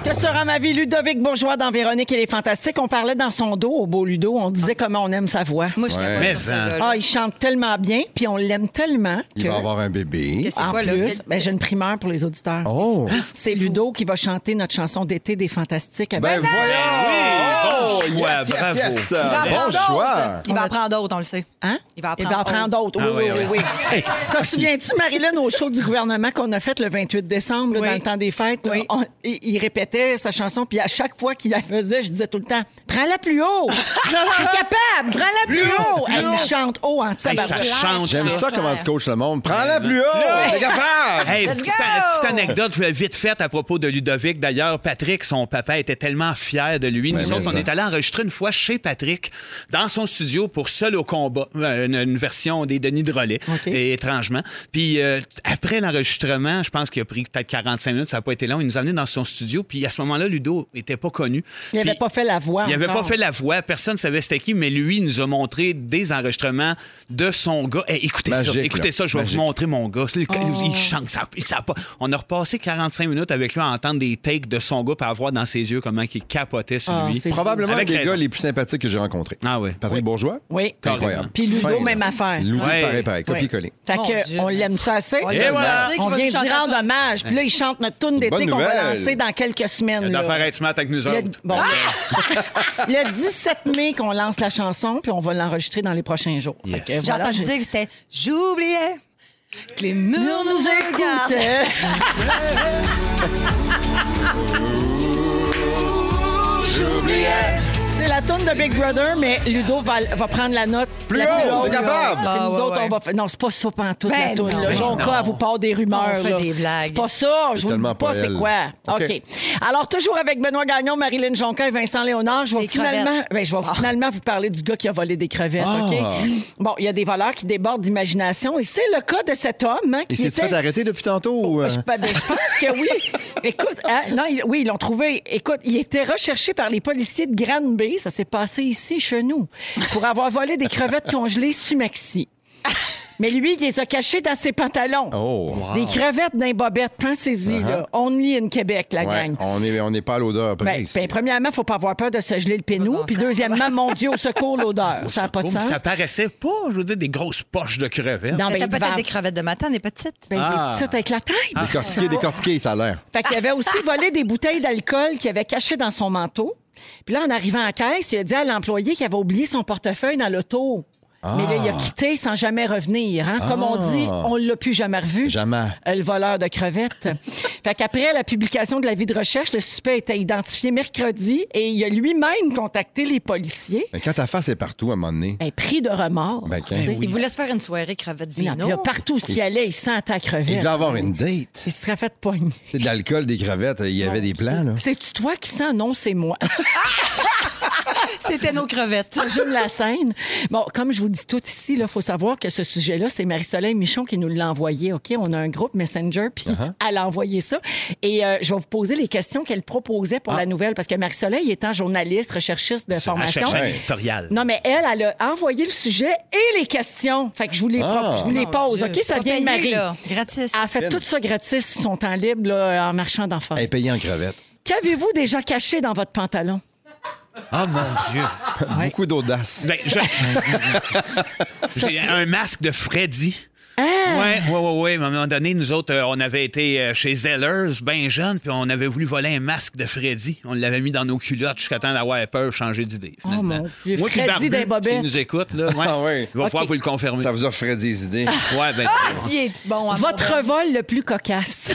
[SPEAKER 3] Que sera ma vie? Ludovic Bourgeois dans Véronique et les Fantastiques. On parlait dans son dos au beau Ludo. On disait comment on aime sa voix.
[SPEAKER 4] Moi, je capote
[SPEAKER 1] Mais
[SPEAKER 4] sur ce
[SPEAKER 1] en-
[SPEAKER 4] gars-là.
[SPEAKER 3] Ah, il chante tellement bien, puis on l'aime tellement
[SPEAKER 2] Il
[SPEAKER 3] que...
[SPEAKER 2] va avoir un bébé.
[SPEAKER 4] Qu'est-ce que c'est
[SPEAKER 3] En
[SPEAKER 4] quoi, là?
[SPEAKER 3] plus,
[SPEAKER 4] Quel-
[SPEAKER 3] ben, j'ai une primeur pour les auditeurs.
[SPEAKER 2] Oh!
[SPEAKER 3] C'est Ludo qui va chanter notre chanson d'été des Fantastiques. avec-
[SPEAKER 2] Ben voyons!
[SPEAKER 1] oui, bon choix,
[SPEAKER 2] yes, yes,
[SPEAKER 1] bravo.
[SPEAKER 2] yes.
[SPEAKER 1] Il
[SPEAKER 4] Il va en
[SPEAKER 2] Ah, ben, Bon
[SPEAKER 4] prendre d'autres. hein.
[SPEAKER 2] choix!
[SPEAKER 4] Il va en prendre d'autres, on le sait.
[SPEAKER 3] Hein?
[SPEAKER 4] Il va en
[SPEAKER 3] Il va en prendre d'autres. Oui,
[SPEAKER 1] Ah
[SPEAKER 3] oui,
[SPEAKER 1] oui,
[SPEAKER 3] oui. oui. T'en souviens-tu, Marilyn, au show du gouvernement qu'on a fait le 28 décembre, là,
[SPEAKER 4] Oui.
[SPEAKER 3] dans le temps des fêtes? là,
[SPEAKER 4] Oui.
[SPEAKER 3] on- il, il répétait sa chanson, puis à chaque fois qu'il la faisait, je disais tout le temps Prends-la plus haut! T'es capable! Prends-la plus, haut! Elle se chante haut en
[SPEAKER 1] Hey, ça
[SPEAKER 3] tabarouette.
[SPEAKER 1] chante,
[SPEAKER 2] J'aime
[SPEAKER 1] ça.
[SPEAKER 2] ça comment tu coaches le monde. Prends-la plus haut! T'es capable!
[SPEAKER 1] Hey,
[SPEAKER 4] Let's
[SPEAKER 1] petite,
[SPEAKER 4] go!
[SPEAKER 1] petite anecdote euh, vite faite à propos de Ludovic. D'ailleurs, Patrick, son papa, était tellement fier de lui.
[SPEAKER 2] Ben,
[SPEAKER 1] Nous
[SPEAKER 2] mais
[SPEAKER 1] autres, on
[SPEAKER 2] ça.
[SPEAKER 1] est allés enregistrer une fois chez Patrick, dans son studio, pour Seul au combat, euh, une, une version des Denis de Relais,
[SPEAKER 3] OK.
[SPEAKER 1] et, étrangement. Puis euh, après l'enregistrement, je pense qu'il a pris peut-être 45 minutes, ça n'a pas été long. Il nous a amenés dans son studio, puis à ce moment-là, Ludo n'était pas connu.
[SPEAKER 3] Il n'avait
[SPEAKER 1] Puis-
[SPEAKER 3] pas fait la voix.
[SPEAKER 1] il n'avait
[SPEAKER 3] encore.
[SPEAKER 1] pas fait la voix, personne ne savait c'était qui, mais lui, il nous a montré des enregistrements de son gars. Hey, écoutez ça,
[SPEAKER 2] Magique,
[SPEAKER 1] écoutez
[SPEAKER 2] là.
[SPEAKER 1] ça, je vais
[SPEAKER 2] Magique.
[SPEAKER 1] vous montrer mon gars. C'est le-
[SPEAKER 3] Oh.
[SPEAKER 1] Il chante, ça, il- ça a pas. On a repassé 45 minutes avec lui à entendre des takes de son gars pour avoir dans ses yeux comment il capotait sur
[SPEAKER 3] Ah,
[SPEAKER 1] lui.
[SPEAKER 3] c'est-
[SPEAKER 2] Probablement un
[SPEAKER 1] Avec
[SPEAKER 2] des
[SPEAKER 1] raison.
[SPEAKER 2] gars les plus sympathiques que j'ai rencontrés.
[SPEAKER 1] Ah oui.
[SPEAKER 2] Patrick Bourgeois?
[SPEAKER 3] Oui.
[SPEAKER 2] Incroyable.
[SPEAKER 3] Puis Ludo,
[SPEAKER 2] Fin,
[SPEAKER 3] même
[SPEAKER 2] ça.
[SPEAKER 3] affaire.
[SPEAKER 2] Ludo,
[SPEAKER 1] Ouais.
[SPEAKER 2] pareil, pareil. Copier-coller.
[SPEAKER 3] Fait
[SPEAKER 4] Mon
[SPEAKER 3] que,
[SPEAKER 4] Dieu.
[SPEAKER 3] on l'aime ça assez.
[SPEAKER 4] On
[SPEAKER 1] Et
[SPEAKER 4] l'aime
[SPEAKER 1] voilà.
[SPEAKER 4] ça assez qu'il
[SPEAKER 3] On
[SPEAKER 4] va nous
[SPEAKER 3] vient de
[SPEAKER 4] chanter
[SPEAKER 3] lui rendre
[SPEAKER 4] à tout-
[SPEAKER 3] hommage. Puis là, il chante notre tune d'été
[SPEAKER 2] Bonne
[SPEAKER 3] qu'on va
[SPEAKER 2] nouvelle.
[SPEAKER 3] lancer dans quelques semaines.
[SPEAKER 1] Il a
[SPEAKER 3] là.
[SPEAKER 1] d'affaires à être smart avec nous
[SPEAKER 3] Le,
[SPEAKER 1] autres.
[SPEAKER 3] bon, le 17 mai qu'on lance la chanson, puis on va l'enregistrer dans les prochains jours. Fait que
[SPEAKER 4] J'ai
[SPEAKER 3] voilà,
[SPEAKER 4] entendu
[SPEAKER 3] j'ai-
[SPEAKER 4] dire que c'était J'oubliais que les murs nous regardent.
[SPEAKER 3] Écoute, C'est la toune de Big Brother, mais Ludo va, va prendre la note.
[SPEAKER 2] Plus
[SPEAKER 3] la
[SPEAKER 2] haut, t'es
[SPEAKER 3] là.
[SPEAKER 2] capable.
[SPEAKER 3] Puis
[SPEAKER 4] Ah,
[SPEAKER 3] nous
[SPEAKER 4] ouais,
[SPEAKER 3] autres,
[SPEAKER 4] ouais.
[SPEAKER 3] on va faire- Non, c'est pas ça pendant toute la
[SPEAKER 4] Ben
[SPEAKER 3] toune.
[SPEAKER 4] non,
[SPEAKER 3] là.
[SPEAKER 4] ben
[SPEAKER 3] Jonca, elle vous part des rumeurs.
[SPEAKER 4] On fait
[SPEAKER 3] là.
[SPEAKER 4] des blagues.
[SPEAKER 3] C'est pas ça. Je vous le dis
[SPEAKER 2] tellement
[SPEAKER 3] pas,
[SPEAKER 2] pas
[SPEAKER 3] c'est
[SPEAKER 2] elle.
[SPEAKER 3] quoi.
[SPEAKER 2] OK.
[SPEAKER 3] OK. Alors, toujours avec Benoît Gagnon, Marilyn Jonca et Vincent Léonard, je vais
[SPEAKER 4] C'est Ah.
[SPEAKER 3] finalement,
[SPEAKER 4] crevette.
[SPEAKER 3] ben, je vais finalement vous parler du gars qui a volé des crevettes. OK?
[SPEAKER 2] Ah.
[SPEAKER 3] Bon, il y a des voleurs qui débordent d'imagination et c'est le cas de cet homme hein, qui
[SPEAKER 2] Et c'est-tu
[SPEAKER 3] était-
[SPEAKER 2] fait arrêter depuis tantôt? ou, euh?
[SPEAKER 3] je, ben, je pense que oui. Écoute, hein, non, il- oui, ils l'ont trouvé. Écoute, il était recherché par les policiers de Granby. Ça s'est passé ici, chez nous, pour avoir volé des crevettes congelées Sumaxi. Mais lui, il les a cachées dans ses pantalons.
[SPEAKER 2] Oh!
[SPEAKER 3] Des crevettes d'un bobette, pensez-y. là. Only in Québec, la
[SPEAKER 2] Ouais,
[SPEAKER 3] gang.
[SPEAKER 2] on n'est on est pas à l'odeur après.
[SPEAKER 3] Ben, ben, premièrement, faut pas avoir peur de se geler le pénou. Puis deuxièmement, mon Dieu, au secours, l'odeur.
[SPEAKER 1] Ah,
[SPEAKER 3] Ça n'a pas de
[SPEAKER 1] Boum,
[SPEAKER 3] sens.
[SPEAKER 1] ça paraissait pas, je veux dire, des grosses poches de crevettes.
[SPEAKER 3] Non, ben,
[SPEAKER 4] C'était
[SPEAKER 3] il devait-
[SPEAKER 4] peut-être des crevettes de matin, des petites.
[SPEAKER 3] ben,
[SPEAKER 1] Ah.
[SPEAKER 3] des petites avec la tête.
[SPEAKER 2] Décortiquer, décortiquer, ça a l'air.
[SPEAKER 3] Fait qu'il avait aussi volé des bouteilles d'alcool qu'il avait cachées dans son manteau. Puis là, en arrivant à la caisse, il a dit à l'employé qu'il avait oublié son portefeuille dans l'auto. Mais là,
[SPEAKER 2] Ah.
[SPEAKER 3] il a quitté sans jamais revenir. hein. C'est comme on dit, on ne l'a plus jamais revu.
[SPEAKER 2] Jamais.
[SPEAKER 3] Euh, Le voleur de crevettes. fait qu'après la publication de l'avis de recherche, le suspect était identifié mercredi et il a lui-même contacté les policiers.
[SPEAKER 2] Mais quand ta face est partout, à un moment donné,
[SPEAKER 3] Ben, pris de remords.
[SPEAKER 2] ben, quand-
[SPEAKER 3] Tu sais,
[SPEAKER 4] Il voulait se faire une soirée crevette
[SPEAKER 3] il- non, puis
[SPEAKER 4] vino.
[SPEAKER 3] là, partout s'il allait, il sentait la crevette.
[SPEAKER 2] il devait avoir
[SPEAKER 3] ben,
[SPEAKER 2] une Hein? date.
[SPEAKER 3] Il se serait fait pogner.
[SPEAKER 2] C'est de l'alcool, des crevettes, il y avait des plans, là.
[SPEAKER 3] C'est-tu toi qui sens? Non, c'est moi.
[SPEAKER 4] C'était nos crevettes.
[SPEAKER 3] J'aime la scène. Bon, comme je vous dis tout ici, il faut savoir que ce sujet-là, c'est Marie-Soleil Michon qui nous l'a envoyé. OK? On a un groupe Messenger, puis elle a envoyé ça. Et euh, je vais vous poser les questions qu'elle proposait pour la nouvelle, parce que Marie-Soleil étant journaliste, recherchiste de formation.
[SPEAKER 1] chercher un historial.
[SPEAKER 3] Non, mais elle, elle a envoyé le sujet et les questions. Fait que je vous les, pro- je vous les
[SPEAKER 4] Mon
[SPEAKER 3] pose.
[SPEAKER 4] Dieu.
[SPEAKER 3] OK? Ça
[SPEAKER 4] Pas
[SPEAKER 3] vient de
[SPEAKER 4] payé,
[SPEAKER 3] Marie.
[SPEAKER 4] là. Gratis.
[SPEAKER 3] Elle a fait tout ça gratis sur son temps libre là, en marchant d'enfants.
[SPEAKER 2] Elle est payée en crevettes.
[SPEAKER 3] Qu'avez-vous déjà caché dans votre pantalon?
[SPEAKER 1] Ah, mon Dieu.
[SPEAKER 2] Beaucoup d'audace.
[SPEAKER 1] Ben, je- J'ai un masque de Freddy.
[SPEAKER 3] Ah!
[SPEAKER 1] Ouais, ouais, ouais, ouais. À un moment donné, nous autres, euh, on avait été euh, chez Zellers, bien jeune, puis on avait voulu voler un masque de Freddy. On l'avait mis dans nos culottes jusqu'à temps d'avoir peur, changer d'idée. finalement.
[SPEAKER 3] Oh, mon Dieu,
[SPEAKER 1] Moi, puis Barbu,
[SPEAKER 3] Freddy des bobettes.
[SPEAKER 1] s'il nous écoute, là, ouais,
[SPEAKER 2] Ah ouais.
[SPEAKER 1] il va pouvoir
[SPEAKER 3] Ok. Ah,
[SPEAKER 1] vous le confirmer.
[SPEAKER 2] Ça vous offrait des idées.
[SPEAKER 1] Ouais, ben,
[SPEAKER 4] Il est bon à
[SPEAKER 3] Votre
[SPEAKER 4] mourir.
[SPEAKER 3] vol le plus cocasse.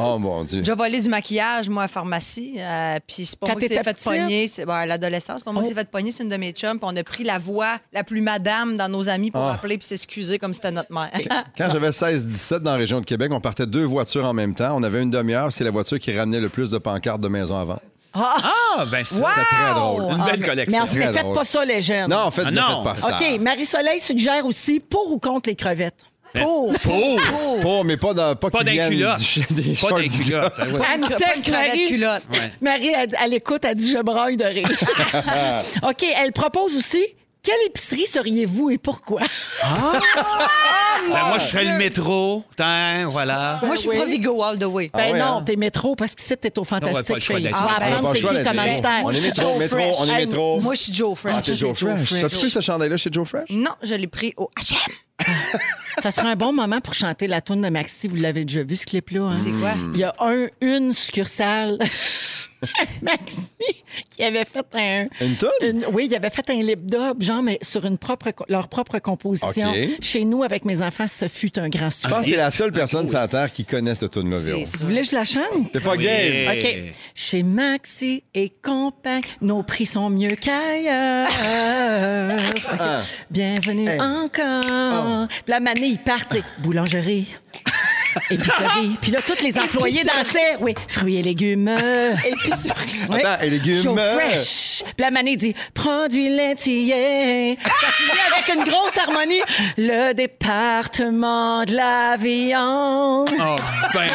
[SPEAKER 2] Oh mon Dieu.
[SPEAKER 4] J'ai volé du maquillage, moi, à pharmacie. euh, puis c'est pas
[SPEAKER 3] Quand
[SPEAKER 4] moi qui
[SPEAKER 3] t'étais
[SPEAKER 4] s'est fait
[SPEAKER 3] petite?
[SPEAKER 4] pogner. C'est, bon, à l'adolescence, c'est pas moi
[SPEAKER 2] Oh.
[SPEAKER 4] qui s'est fait pogner, c'est une de mes chums. Puis on a pris la voix la plus madame dans nos amis pour appeler puis s'excuser comme c'était notre mère.
[SPEAKER 2] Quand j'avais 16-17 dans la région de Québec, on partait deux voitures en même temps. On avait une demi-heure. C'est la voiture qui ramenait le plus de pancartes de maison avant.
[SPEAKER 1] ah, ben, ça,
[SPEAKER 4] Wow!
[SPEAKER 1] c'est très drôle. Une
[SPEAKER 4] Ah,
[SPEAKER 1] belle
[SPEAKER 4] mais-
[SPEAKER 3] Mais
[SPEAKER 1] collection.
[SPEAKER 3] en fait,
[SPEAKER 2] très
[SPEAKER 3] faites
[SPEAKER 2] drôle.
[SPEAKER 3] pas ça, les jeunes.
[SPEAKER 2] Non, en fait,
[SPEAKER 1] Ah,
[SPEAKER 2] ne
[SPEAKER 1] non.
[SPEAKER 2] faites pas ça.
[SPEAKER 3] OK, Marie-Soleil suggère aussi pour ou contre les crevettes.
[SPEAKER 4] Pour! Pour!
[SPEAKER 3] Ah!
[SPEAKER 2] Pas, Oh! mais pas dans pas,
[SPEAKER 1] Pas
[SPEAKER 2] qu'ils
[SPEAKER 1] d'un
[SPEAKER 2] viennent
[SPEAKER 1] culotte.
[SPEAKER 2] du ch- des
[SPEAKER 1] Pas
[SPEAKER 2] shorts
[SPEAKER 1] d'un
[SPEAKER 2] du
[SPEAKER 1] culotte. ouais.
[SPEAKER 2] gars.
[SPEAKER 3] Elle me
[SPEAKER 4] Pas une
[SPEAKER 3] texte,
[SPEAKER 4] cravate
[SPEAKER 3] Marie.
[SPEAKER 4] culotte.
[SPEAKER 1] Ouais.
[SPEAKER 3] Marie, elle, elle écoute, elle dit « je braille de rire ». OK, elle propose aussi « quelle épicerie seriez-vous et pourquoi?
[SPEAKER 1] Ben, moi, je fais le métro. Tiens, voilà.
[SPEAKER 4] Ah, Moi, je suis
[SPEAKER 3] oui.
[SPEAKER 4] Provigo all the way. »
[SPEAKER 3] Ben
[SPEAKER 2] ouais,
[SPEAKER 3] non,
[SPEAKER 2] hein?
[SPEAKER 3] t'es métro parce que c'est t'es au
[SPEAKER 1] Non, on a pas le
[SPEAKER 3] Fantastique.
[SPEAKER 1] choix
[SPEAKER 3] fille. Tu
[SPEAKER 1] d'être
[SPEAKER 3] vas
[SPEAKER 1] métro.
[SPEAKER 2] On a
[SPEAKER 3] apprendre
[SPEAKER 2] pas le
[SPEAKER 3] c'est qui
[SPEAKER 2] choix
[SPEAKER 3] le
[SPEAKER 2] d'être métro.
[SPEAKER 3] commanditaire.
[SPEAKER 2] On est métro,
[SPEAKER 4] Joe
[SPEAKER 2] métro,
[SPEAKER 4] Fresh.
[SPEAKER 2] on est
[SPEAKER 3] Hey,
[SPEAKER 2] métro.
[SPEAKER 4] Moi, je suis Joe
[SPEAKER 2] Ah,
[SPEAKER 4] French.
[SPEAKER 2] t'es Joe Fresh.
[SPEAKER 4] Fresh.
[SPEAKER 2] T'as-tu pris ce chandail-là chez Joe Fresh?
[SPEAKER 4] Non, je l'ai pris au H&M.
[SPEAKER 3] Ça serait un bon moment pour chanter la tourne de Maxi. Vous l'avez déjà vu, ce clip-là. hein?
[SPEAKER 4] C'est quoi?
[SPEAKER 3] Il y a un, une succursale. Maxi, qui avait fait un.
[SPEAKER 2] Une toune?
[SPEAKER 3] une- oui, il avait fait un lip dub, genre, mais sur une propre, co- leur propre composition.
[SPEAKER 2] OK. Ah.
[SPEAKER 3] Chez nous, avec mes enfants, ce fut un grand
[SPEAKER 2] Je pense
[SPEAKER 3] succès.
[SPEAKER 2] que t'es la seule personne sur la Terre qui connaît cette tune là
[SPEAKER 4] C'est
[SPEAKER 2] C'est
[SPEAKER 4] ça.
[SPEAKER 3] Vous voulez que je la chante?
[SPEAKER 2] pas game.
[SPEAKER 1] Oui.
[SPEAKER 3] OK. Chez Maxi et compagnie, nos prix sont mieux qu'ailleurs. OK. Bienvenue encore. Puis la manée, ils partent. tu sais, Boulangerie. Épicerie. Puis là, tous les employés
[SPEAKER 4] Épicerie.
[SPEAKER 3] dansaient. Oui, fruits et légumes.
[SPEAKER 4] Épicerie.
[SPEAKER 3] Oui.
[SPEAKER 2] Attends, et légumes.
[SPEAKER 3] Joe Fresh. Puis la manée dit produits laitiers. Ça finit avec une grosse harmonie. Le département de la viande.
[SPEAKER 1] Oh, ben,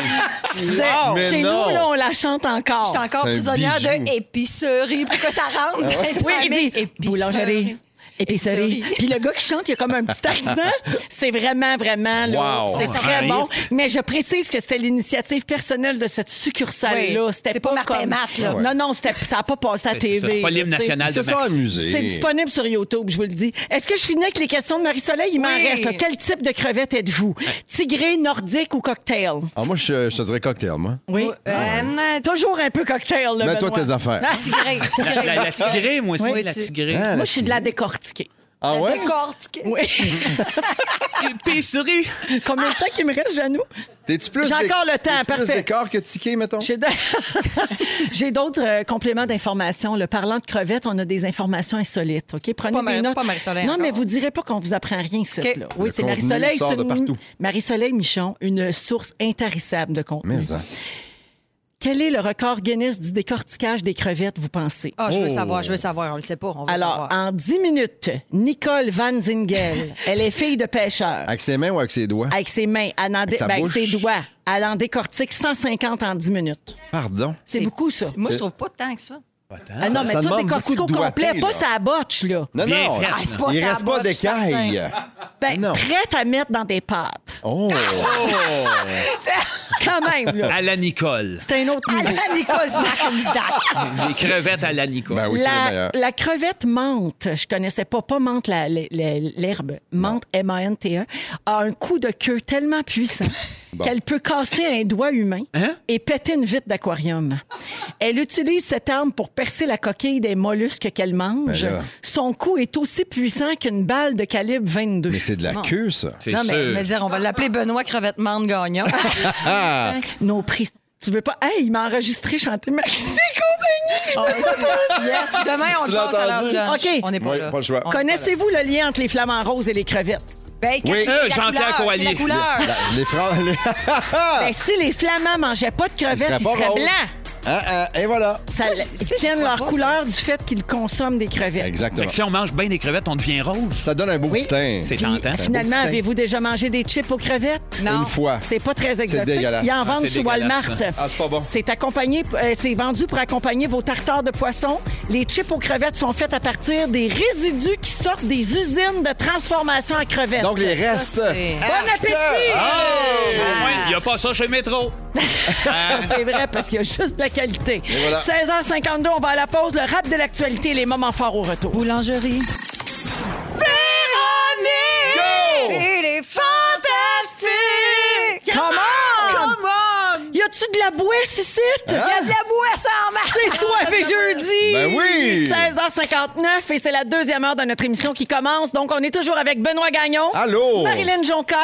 [SPEAKER 3] C'est-
[SPEAKER 2] mais
[SPEAKER 3] Chez
[SPEAKER 2] non.
[SPEAKER 3] nous, là, on la chante encore.
[SPEAKER 4] Je suis encore
[SPEAKER 2] Oh, C'est un
[SPEAKER 4] prisonnière
[SPEAKER 2] bijou. Ah
[SPEAKER 4] de épicerie. Pourquoi ça rentre? dans
[SPEAKER 3] Oui,
[SPEAKER 4] un
[SPEAKER 3] il
[SPEAKER 4] mec?
[SPEAKER 3] dit
[SPEAKER 4] Épicerie.
[SPEAKER 3] boulangerie. Épicerie.
[SPEAKER 4] Épicerie.
[SPEAKER 3] Puis le gars qui chante, il a comme un petit accent. C'est vraiment, vraiment, là,
[SPEAKER 2] Wow.
[SPEAKER 3] c'est
[SPEAKER 1] On
[SPEAKER 3] très
[SPEAKER 1] rire.
[SPEAKER 3] bon. Mais je précise que c'était l'initiative personnelle de cette succursale-là.
[SPEAKER 4] Oui.
[SPEAKER 3] C'était
[SPEAKER 4] C'est pas Martin
[SPEAKER 3] comme- Ah
[SPEAKER 4] Matt, là.
[SPEAKER 3] Non, non, c'était- ça n'a pas passé à
[SPEAKER 1] c'est
[SPEAKER 3] TV.
[SPEAKER 1] ça, c'est pas l'hymne
[SPEAKER 3] là, tu sais.
[SPEAKER 1] national de
[SPEAKER 2] C'est ça,
[SPEAKER 1] Maxi.
[SPEAKER 2] amusé.
[SPEAKER 3] C'est disponible sur YouTube, je vous le dis. Est-ce que je finis avec les questions de Marie-Soleil? Il m'en
[SPEAKER 4] Oui.
[SPEAKER 3] reste. là. Quel type de crevette êtes-vous? Tigré, nordique ou cocktail?
[SPEAKER 2] Ah, moi, je, je te dirais cocktail, moi.
[SPEAKER 3] Oui.
[SPEAKER 2] Ah
[SPEAKER 4] Euh,
[SPEAKER 3] Toujours un peu cocktail, là,
[SPEAKER 2] Mets-toi
[SPEAKER 3] Benoît. Ah,
[SPEAKER 2] tes affaires.
[SPEAKER 4] Tigré,
[SPEAKER 1] la,
[SPEAKER 4] tigré.
[SPEAKER 1] la- la tigrée, moi aussi,
[SPEAKER 4] Oui,
[SPEAKER 1] la
[SPEAKER 4] tu-
[SPEAKER 1] tigrée.
[SPEAKER 2] Ah,
[SPEAKER 3] Moi,
[SPEAKER 2] la
[SPEAKER 3] je suis de la décortiquée.
[SPEAKER 2] Ah ouais?
[SPEAKER 4] Décortiquée.
[SPEAKER 3] Oui.
[SPEAKER 1] Épicerie.
[SPEAKER 3] Combien de temps qu'il me reste, Janou?
[SPEAKER 2] T'es-tu plus.
[SPEAKER 3] J'ai
[SPEAKER 2] des-
[SPEAKER 3] encore le temps,
[SPEAKER 2] t'es-tu
[SPEAKER 3] parfait.
[SPEAKER 2] plus décor que ticket, mettons.
[SPEAKER 3] J'ai de- J'ai d'autres euh, compléments d'informations. Le parlant de crevettes, on a des informations insolites. Ok, prenez
[SPEAKER 4] Pas
[SPEAKER 3] des
[SPEAKER 4] Mar-
[SPEAKER 3] notes.
[SPEAKER 4] pas Marie-Soleil
[SPEAKER 3] Non, mais
[SPEAKER 4] encore.
[SPEAKER 3] vous direz pas qu'on vous apprend rien ici.
[SPEAKER 4] OK.
[SPEAKER 3] là. Oui,
[SPEAKER 2] Le
[SPEAKER 3] c'est
[SPEAKER 2] contenu
[SPEAKER 3] Marie-Soleil,
[SPEAKER 2] sort
[SPEAKER 3] c'est
[SPEAKER 2] de partout.
[SPEAKER 3] Marie-Soleil Michon, une source intarissable de contenu.
[SPEAKER 2] Mais, hein.
[SPEAKER 3] Quel est le record Guinness du décortiquage des crevettes, vous pensez?
[SPEAKER 4] Ah, je
[SPEAKER 1] Oh.
[SPEAKER 4] veux savoir, je veux savoir. On le sait pas, on veut
[SPEAKER 3] Alors,
[SPEAKER 4] savoir.
[SPEAKER 3] en 10 minutes, Nicole Van Zingel, elle est fille de pêcheur.
[SPEAKER 2] Avec ses mains ou avec ses doigts?
[SPEAKER 3] Avec ses mains, elle en
[SPEAKER 2] Avec
[SPEAKER 3] dé-
[SPEAKER 2] sa
[SPEAKER 3] ben, avec
[SPEAKER 2] bouche.
[SPEAKER 3] ses doigts, elle en décortique 150 en 10 minutes.
[SPEAKER 2] Pardon.
[SPEAKER 3] C'est beaucoup, ça.
[SPEAKER 4] Moi, je trouve pas tant que ça.
[SPEAKER 3] Ah
[SPEAKER 2] Ça-
[SPEAKER 3] non, mais
[SPEAKER 2] ça
[SPEAKER 3] toi,
[SPEAKER 2] demande
[SPEAKER 3] des corticos
[SPEAKER 2] beaucoup de doigté,
[SPEAKER 3] complets, pas
[SPEAKER 2] là.
[SPEAKER 3] sa botche, là.
[SPEAKER 2] Non,
[SPEAKER 1] Bien
[SPEAKER 2] non.
[SPEAKER 1] fait,
[SPEAKER 2] Ah,
[SPEAKER 1] c'est
[SPEAKER 4] pas
[SPEAKER 2] Il
[SPEAKER 4] ça,
[SPEAKER 2] reste
[SPEAKER 4] la
[SPEAKER 2] pas
[SPEAKER 4] botte,
[SPEAKER 2] d'écaille.
[SPEAKER 3] Ben,
[SPEAKER 2] Non.
[SPEAKER 3] prête à mettre dans des pâtes.
[SPEAKER 2] Oh!
[SPEAKER 3] Quand même, là.
[SPEAKER 1] À la Nicole.
[SPEAKER 3] C'est un autre niveau.
[SPEAKER 4] Alain Nicole Marc-Isaac.
[SPEAKER 1] Les crevettes à la Nicole.
[SPEAKER 2] Ben oui, c'est le
[SPEAKER 3] La,
[SPEAKER 2] meilleur.
[SPEAKER 3] la crevette menthe, je connaissais pas, pas menthe la- la- la- l'herbe, menthe M-A-N-T-E, a un coup de queue tellement puissant qu'elle peut casser un doigt humain
[SPEAKER 1] Hein?
[SPEAKER 3] et péter une vitre d'aquarium. Elle utilise cette arme pour percer la coquille des mollusques qu'elle mange.
[SPEAKER 2] Ben là.
[SPEAKER 3] Son coup est aussi puissant qu'une balle de calibre 22.
[SPEAKER 2] Mais c'est de la queue, ça.
[SPEAKER 1] C'est
[SPEAKER 4] Non, mais
[SPEAKER 1] sûr.
[SPEAKER 4] me dire, on va l'appeler Benoît Crevettement de Gagnon.
[SPEAKER 2] Ah.
[SPEAKER 3] Nos prix. Tu veux pas. Hey, il m'a enregistré chanter Maxi Compagnie.
[SPEAKER 4] On- yes, demain, on
[SPEAKER 2] Tu
[SPEAKER 4] le
[SPEAKER 2] l'as
[SPEAKER 4] passe à l'heure du
[SPEAKER 2] entendu?
[SPEAKER 4] lunch.
[SPEAKER 3] OK.
[SPEAKER 4] On n'est pas
[SPEAKER 2] Oui,
[SPEAKER 4] là.
[SPEAKER 2] pas le choix.
[SPEAKER 4] On est
[SPEAKER 3] Connaissez-vous le lien entre les flamants roses et les crevettes?
[SPEAKER 4] Ben, Catherine,
[SPEAKER 2] Oui.
[SPEAKER 4] la
[SPEAKER 1] Euh,
[SPEAKER 4] couleur,
[SPEAKER 1] Jean-Pierre Coallier.
[SPEAKER 4] c'est La couleur.
[SPEAKER 2] Les Français.
[SPEAKER 3] Ben, si les flamands mangeaient pas de crevettes, ils
[SPEAKER 2] Ah. pas
[SPEAKER 3] seraient
[SPEAKER 2] roses.
[SPEAKER 3] blancs.
[SPEAKER 2] Ah, ah, et voilà.
[SPEAKER 3] Ça,
[SPEAKER 4] Ça, je-
[SPEAKER 3] ils
[SPEAKER 4] ça, je
[SPEAKER 3] tiennent
[SPEAKER 4] crois
[SPEAKER 3] leur
[SPEAKER 4] pas, ça.
[SPEAKER 3] couleur du fait qu'ils consomment des crevettes.
[SPEAKER 1] Fait
[SPEAKER 2] Exactement.
[SPEAKER 1] que si on mange bien des crevettes, on devient rose.
[SPEAKER 2] Ça donne un beau
[SPEAKER 3] Oui.
[SPEAKER 2] petit teint.
[SPEAKER 1] C'est
[SPEAKER 3] Puis,
[SPEAKER 1] tentant.
[SPEAKER 3] finalement,
[SPEAKER 2] Petit
[SPEAKER 3] avez-vous déjà mangé des chips aux crevettes?
[SPEAKER 4] Non.
[SPEAKER 2] Une fois.
[SPEAKER 3] C'est pas très exotique.
[SPEAKER 2] dégueulasse.
[SPEAKER 3] Ils en
[SPEAKER 2] Ah,
[SPEAKER 3] vendent
[SPEAKER 1] c'est
[SPEAKER 3] sous Walmart.
[SPEAKER 1] dégueulasse,
[SPEAKER 2] Ah, c'est pas bon.
[SPEAKER 3] C'est accompagné, euh, c'est vendu pour accompagner vos tartares de poisson. Les chips aux crevettes sont faites à partir des résidus qui sortent des usines de transformation à crevettes.
[SPEAKER 2] Donc, les
[SPEAKER 4] Ça,
[SPEAKER 2] restes. ah,
[SPEAKER 4] c'est-
[SPEAKER 3] Bon appétit!
[SPEAKER 1] Au moins, il n'y a pas ça chez Métro.
[SPEAKER 3] Ça, c'est vrai, parce qu'il y a juste de la qualité.
[SPEAKER 2] voilà.
[SPEAKER 3] 16h52, on va à la pause. Le rap de l'actualité et les moments forts au retour.
[SPEAKER 4] Boulangerie. Véronique! Il est fantastique!
[SPEAKER 3] Come on!
[SPEAKER 4] Come on!
[SPEAKER 3] Y a-tu de la bouesse ici?
[SPEAKER 4] Il y a de la bouée en marche!
[SPEAKER 3] C'est soif et jeudi!
[SPEAKER 2] Ben oui!
[SPEAKER 3] 16h59 et c'est la deuxième heure de notre émission qui commence. Donc, on est toujours avec Benoît Gagnon.
[SPEAKER 2] Allô?
[SPEAKER 3] Marilyn Jonca.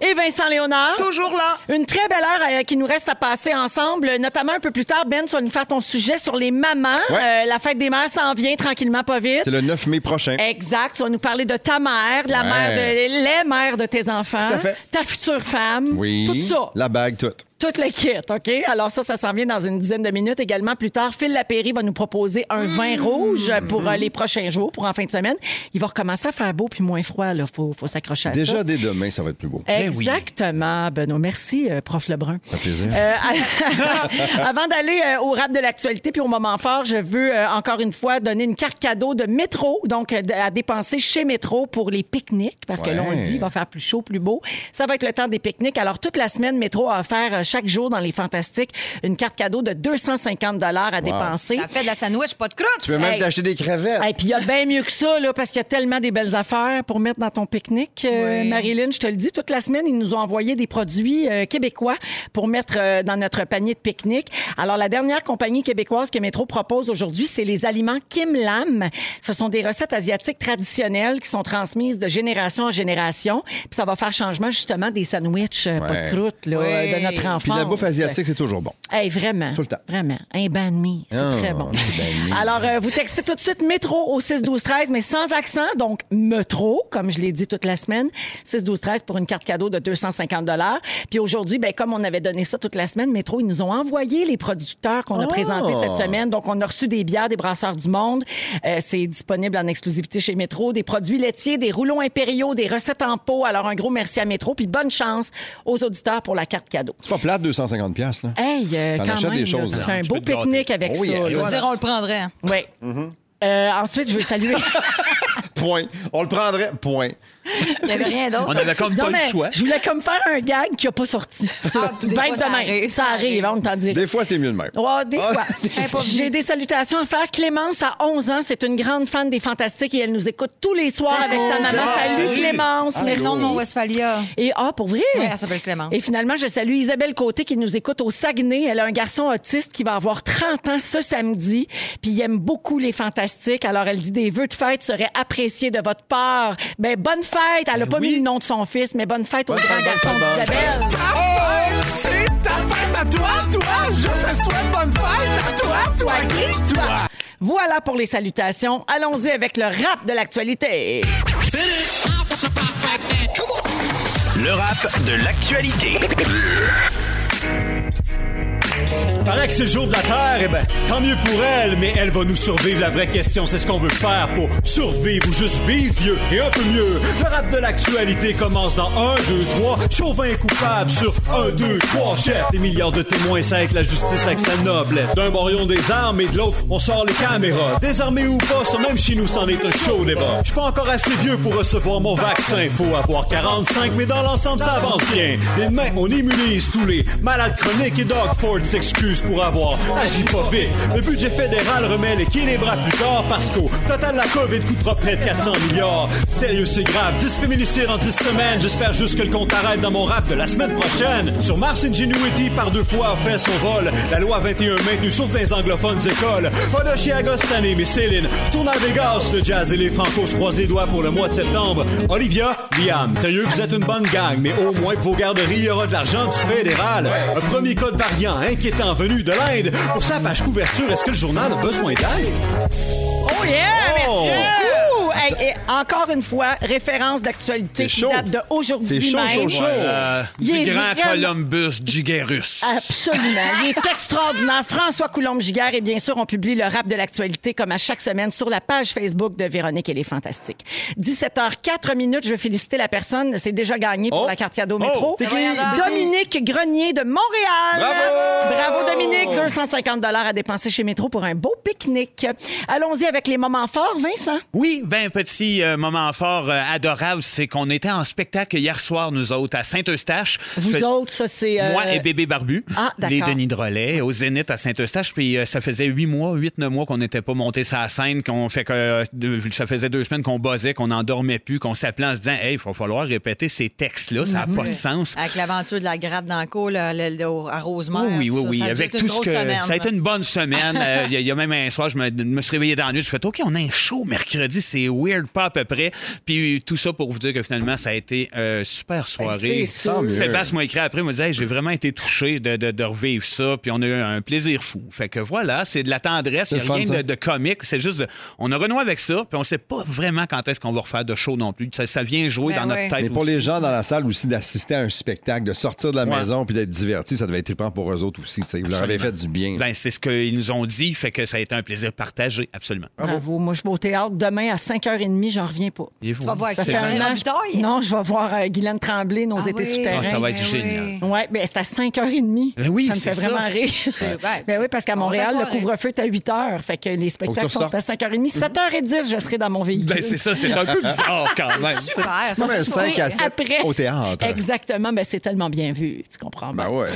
[SPEAKER 3] Et Vincent Léonard. Toujours là. Une très belle heure euh, qui nous reste à passer ensemble. Notamment un peu plus tard, Ben, tu vas nous faire ton sujet sur les mamans.
[SPEAKER 2] Ouais.
[SPEAKER 3] Euh, la fête des mères s'en vient tranquillement, pas vite.
[SPEAKER 2] C'est le 9 mai prochain.
[SPEAKER 3] Exact. Tu vas nous parler de ta mère, de la
[SPEAKER 2] Ouais.
[SPEAKER 3] mère de les mères de tes enfants,
[SPEAKER 2] Tout à fait.
[SPEAKER 3] ta future femme,
[SPEAKER 2] Oui.
[SPEAKER 3] tout ça.
[SPEAKER 2] La bague, tout.
[SPEAKER 3] Toute le kit, OK? Alors ça, ça s'en vient dans une dizaine de minutes. Également, plus tard, Phil Lapéry va nous proposer un vin rouge pour euh, les prochains jours, pour en fin de semaine. Il va recommencer à faire beau puis moins froid, là. Faut, faut s'accrocher à ça.
[SPEAKER 2] Déjà dès demain, ça va être plus beau.
[SPEAKER 1] Ben oui.
[SPEAKER 3] Exactement, Benoît. Merci, euh, prof Lebrun.
[SPEAKER 2] Ça fait plaisir.
[SPEAKER 3] Euh, avant d'aller euh, au rap de l'actualité puis au moment fort, je veux euh, encore une fois donner une carte cadeau de métro, donc euh, de- à dépenser chez métro pour les pique-niques, parce que là, on
[SPEAKER 2] Ouais.
[SPEAKER 3] dit, il va faire plus chaud, plus beau. Ça va être le temps des pique-niques. Alors, toute la semaine, métro a offert euh, chaque jour dans les Fantastiques une carte cadeau de 250 à dépenser.
[SPEAKER 4] Ça fait de la sandwich, pas de croûte!
[SPEAKER 2] Tu peux même
[SPEAKER 3] Hey.
[SPEAKER 2] t'acheter des crevettes.
[SPEAKER 3] Et puis il y a bien mieux que ça, là, parce qu'il y a tellement des belles affaires pour mettre dans ton pique-nique. Euh,
[SPEAKER 4] Oui.
[SPEAKER 3] Marilyn, je te le dis, toute la semaine, ils nous ont envoyé des produits euh, québécois pour mettre euh, dans notre panier de pique-nique. Alors, la dernière compagnie québécoise que Métro propose aujourd'hui, c'est les aliments Kim Lam. Ce sont des recettes asiatiques traditionnelles qui sont transmises de génération en génération. Puis ça va faire changement, justement, des sandwichs, euh, pas
[SPEAKER 2] Ouais.
[SPEAKER 3] de croûte, là,
[SPEAKER 4] Oui.
[SPEAKER 3] euh, de notre enfance.
[SPEAKER 2] Puis la bouffe asiatique, c'est toujours bon.
[SPEAKER 3] Hey, vraiment.
[SPEAKER 2] Tout le temps.
[SPEAKER 3] Vraiment. Un banh mi, c'est
[SPEAKER 2] Ah,
[SPEAKER 3] très bon.
[SPEAKER 2] un petit banh mi.
[SPEAKER 3] Alors, euh, vous textez tout de suite métro au 6-12-13, mais sans accent, donc métro, comme je l'ai dit toute la semaine. 6-12-13 pour une carte cadeau de 250 Puis aujourd'hui, ben, comme on avait donné ça toute la semaine, métro, ils nous ont envoyé les producteurs
[SPEAKER 2] Ah!
[SPEAKER 3] qu'on a présentés cette semaine. Donc, on a reçu des bières des brasseurs du monde. Euh, c'est disponible en exclusivité chez Métro. Des produits laitiers, des roulons impériaux, des recettes en pot. Alors, un gros merci à Métro. Puis bonne chance aux auditeurs pour la carte cadeau.
[SPEAKER 2] C'est pas plate, 250 pièces là.
[SPEAKER 3] Hey, euh,
[SPEAKER 2] T'en
[SPEAKER 3] quand
[SPEAKER 2] achètes
[SPEAKER 3] même,
[SPEAKER 2] des choses,
[SPEAKER 3] là, tu
[SPEAKER 2] hein.
[SPEAKER 3] fais un
[SPEAKER 1] Tu
[SPEAKER 3] beau
[SPEAKER 1] peux te gâter.
[SPEAKER 3] pique-nique avec
[SPEAKER 2] Oh,
[SPEAKER 3] ça.
[SPEAKER 2] yes.
[SPEAKER 4] Je veux
[SPEAKER 3] là.
[SPEAKER 2] Voilà.
[SPEAKER 4] dire, on le prendrait. hein.
[SPEAKER 3] Oui. Euh, ensuite, je veux saluer.
[SPEAKER 2] Point. On le prendrait. Point.
[SPEAKER 4] Il n'y avait rien
[SPEAKER 1] On
[SPEAKER 4] d'autre.
[SPEAKER 1] avait comme
[SPEAKER 3] Non,
[SPEAKER 1] pas
[SPEAKER 3] mais
[SPEAKER 1] le choix.
[SPEAKER 3] je voulais comme faire un gag qui n'a pas sorti.
[SPEAKER 4] Ah,
[SPEAKER 3] Bête
[SPEAKER 4] des fois, ça
[SPEAKER 3] de même.
[SPEAKER 4] arrive,
[SPEAKER 3] Ça
[SPEAKER 4] ça
[SPEAKER 3] arrive,
[SPEAKER 4] arrive.
[SPEAKER 3] on t'en dirait.
[SPEAKER 2] Des fois, c'est mieux de même.
[SPEAKER 3] Oh, des
[SPEAKER 2] Ah.
[SPEAKER 3] fois.
[SPEAKER 4] est pas venue.
[SPEAKER 3] J'ai des salutations à faire. Clémence, à 11 ans, c'est une grande fan des Fantastiques et elle nous écoute tous les soirs avec sa maman.
[SPEAKER 2] Ah,
[SPEAKER 3] Salut Clémence,
[SPEAKER 4] C'est le nom de mon
[SPEAKER 3] merci.
[SPEAKER 4] Westphalia.
[SPEAKER 3] Et ah, pour vrai?
[SPEAKER 4] Oui, elle s'appelle Clémence.
[SPEAKER 3] Et finalement, je salue Isabelle Côté qui nous écoute au Saguenay. Elle a un garçon autiste qui va avoir 30 ans ce samedi. Puis il aime beaucoup les fantastiques. Alors elle dit des vœux de fête seraient appréciés de votre part. Ben bonne fête. Elle a pas
[SPEAKER 1] oui.
[SPEAKER 3] mis le nom de son fils, mais bonne fête au grand
[SPEAKER 2] fête,
[SPEAKER 3] garçon
[SPEAKER 2] bonne fête.
[SPEAKER 3] d'Isabelle.
[SPEAKER 7] C'est ta fête à toi, toi, je te souhaite bonne fête à toi, toi qui, toi.
[SPEAKER 3] Voilà pour les salutations. Allons-y avec le rap de l'actualité.
[SPEAKER 7] Le rap de l'actualité.
[SPEAKER 8] Paraît que c'est le jour de la Terre, eh ben, tant mieux pour elle, mais elle va nous survivre. La vraie question, c'est ce qu'on veut faire pour survivre ou juste vivre vieux et un peu mieux. Le rap de l'actualité commence dans 1, 2, 3. Chauvin est coupable sur 1, 2, 3. Chef, des milliards de témoins, ça aide la justice avec sa noblesse. D'un borion des armes et de l'autre, on sort les caméras. Désarmés ou pas, ça même chez nous, c'en est un chaud débat. Je suis pas encore assez vieux pour recevoir mon vaccin. Faut avoir 45, mais dans l'ensemble, ça avance bien. Et demain, on immunise tous les malades chroniques et Doug Ford s'excuse. excuses pour avoir agi pas vite. Le budget fédéral remet l'équilibre à plus tard parce qu'au total, la COVID coûtera près de 400 milliards. Sérieux, c'est grave. 10 féminicides en 10 semaines. J'espère juste que le compte arrête dans mon rap de la semaine prochaine. Sur Mars Ingenuity, par deux fois, a fait son vol. La loi 21 maintenue, sauf dans les anglophones écoles. Pas de Chicago cette année, mais Céline retourne à Vegas. Le jazz et les francos se croisent les doigts pour le mois de septembre. Olivia, Liam, sérieux, vous êtes une bonne gang, mais au moins pour vos garderies, il y aura de l'argent du fédéral. Un premier code variant inquiétant venu de l'Inde. Pour sa page couverture, est-ce que le journal a besoin d'aide?
[SPEAKER 3] Oh yeah,
[SPEAKER 8] Oh!
[SPEAKER 3] merci. Ouh, hey, et encore une fois, référence d'actualité
[SPEAKER 2] C'est
[SPEAKER 3] qui
[SPEAKER 2] chaud.
[SPEAKER 3] date de aujourd'hui
[SPEAKER 2] C'est chaud,
[SPEAKER 3] même.
[SPEAKER 2] chaud, chaud.
[SPEAKER 1] Voilà.
[SPEAKER 3] Il est
[SPEAKER 1] Euh, du grand
[SPEAKER 3] vraiment- Ah.
[SPEAKER 1] Columbus Gigerus.
[SPEAKER 3] Absolument. Il est extraordinaire. François Coulombe-Giguère. Et bien sûr, on publie le rap de l'actualité comme à chaque semaine sur la page Facebook de Véronique et les Fantastiques. 17h04 minutes. Je veux féliciter la personne. C'est déjà gagné pour
[SPEAKER 2] Oh.
[SPEAKER 3] la carte cadeau métro.
[SPEAKER 2] C'est qui?
[SPEAKER 3] Dominique Grenier de Montréal.
[SPEAKER 2] Bravo!
[SPEAKER 3] Bravo, Dominique. 250 à dépenser chez Métro pour un beau pique-nique. Allons-y avec les moments forts, Vincent.
[SPEAKER 1] Oui, ben petit euh, moment fort euh, adorable, c'est qu'on était en spectacle hier soir, nous autres, à Saint-Eustache.
[SPEAKER 3] Vous
[SPEAKER 1] Fait-
[SPEAKER 3] autres, ça, c'est... euh,
[SPEAKER 1] Moi et Bébé Barbu,
[SPEAKER 3] Ah, d'accord.
[SPEAKER 1] les Denis Drolet, au Zénith à Saint-Eustache. Puis euh, ça faisait huit mois, huit, neuf mois qu'on n'était pas monté sur la scène, qu'on fait que euh, deux- ça faisait deux semaines qu'on buzzait, qu'on n'endormait plus, qu'on s'appelait en se disant Hey, il va falloir répéter ces textes-là, ça
[SPEAKER 3] Mhm.
[SPEAKER 1] n'a pas de sens.
[SPEAKER 4] Avec l'aventure de la grade dans le cours, là, le- le- au- à Rosemère.
[SPEAKER 1] Oui, oui,
[SPEAKER 4] tout
[SPEAKER 1] oui, oui.
[SPEAKER 4] ça, ça a dû
[SPEAKER 1] Avec
[SPEAKER 4] être une
[SPEAKER 1] tout ce
[SPEAKER 4] grosse
[SPEAKER 1] que.
[SPEAKER 4] semaine.
[SPEAKER 1] Ça a été une bonne semaine. Euh, Il y, a- il y a même un soir, je me, me suis réveillé dans la nuit. Je fais OK, on a un show mercredi. C'est weird, pas à peu près. Puis tout ça pour vous dire que finalement, ça a été euh,
[SPEAKER 4] Ben,
[SPEAKER 1] super soirée.
[SPEAKER 3] c'est sûr. Tant
[SPEAKER 2] mieux.
[SPEAKER 1] Sébastien m'a écrit après, il m'a dit Hey, J'ai vraiment été touché de, de- de revivre ça. Puis on a eu un plaisir fou. Fait que voilà, c'est de la tendresse. Il n'y a
[SPEAKER 2] C'est le
[SPEAKER 1] rien
[SPEAKER 2] fun,
[SPEAKER 1] de,
[SPEAKER 2] ça.
[SPEAKER 1] de comique. C'est juste. de- on a renoué avec ça. Puis on sait pas vraiment quand est-ce qu'on va refaire de show non plus. Ça, ça vient jouer
[SPEAKER 4] Ben
[SPEAKER 1] dans
[SPEAKER 4] ouais.
[SPEAKER 1] notre tête.
[SPEAKER 2] Mais pour
[SPEAKER 1] aussi.
[SPEAKER 2] les gens dans la salle aussi, d'assister à un spectacle, de sortir de la
[SPEAKER 1] Ouais.
[SPEAKER 2] maison puis d'être diverti, ça devait être trippant pour eux autres aussi. tu sais. Vous leur avez fait du bien.
[SPEAKER 1] Ben, c'est ce qu'ils nous ont dit. Fait que ça a été un plaisir partagé. Absolument.
[SPEAKER 3] Bravo. Moi, je vais au théâtre demain à 5h30. J'en reviens pas.
[SPEAKER 1] Et vous?
[SPEAKER 4] Tu vas voir
[SPEAKER 1] C'est
[SPEAKER 4] quelqu'un.
[SPEAKER 1] vrai.
[SPEAKER 4] Madame
[SPEAKER 3] an, je-
[SPEAKER 4] Bitaille?
[SPEAKER 3] Non, je vais voir euh, Guylaine Tremblay, nos
[SPEAKER 4] Ah
[SPEAKER 3] étés
[SPEAKER 4] oui.
[SPEAKER 3] souterrains.
[SPEAKER 1] Ah, ça va être
[SPEAKER 4] Ben
[SPEAKER 1] génial.
[SPEAKER 4] oui.
[SPEAKER 3] Oui, ben, c'est à 5h30.
[SPEAKER 1] Ben oui,
[SPEAKER 3] ça me
[SPEAKER 1] c'est
[SPEAKER 3] fait
[SPEAKER 1] ça.
[SPEAKER 3] vraiment rire.
[SPEAKER 4] ouais,
[SPEAKER 3] ben
[SPEAKER 4] c'est-
[SPEAKER 3] oui, parce qu'à
[SPEAKER 4] on va
[SPEAKER 3] Montréal, le
[SPEAKER 4] t'asseoir.
[SPEAKER 3] couvre-feu est à 8h. Fait que les spectacles sont
[SPEAKER 2] ressortes.
[SPEAKER 3] à 5h30. 7h10, je serai dans mon véhicule.
[SPEAKER 1] Ben, c'est ça, c'est un peu bizarre quand même.
[SPEAKER 4] Super.
[SPEAKER 2] Comme un
[SPEAKER 4] ça, Ah
[SPEAKER 2] 5 à
[SPEAKER 4] oui.
[SPEAKER 2] 7
[SPEAKER 3] Après.
[SPEAKER 2] au théâtre.
[SPEAKER 3] Exactement, ben, c'est tellement bien vu. Tu comprends?
[SPEAKER 2] Ben
[SPEAKER 3] bien.
[SPEAKER 2] ouais.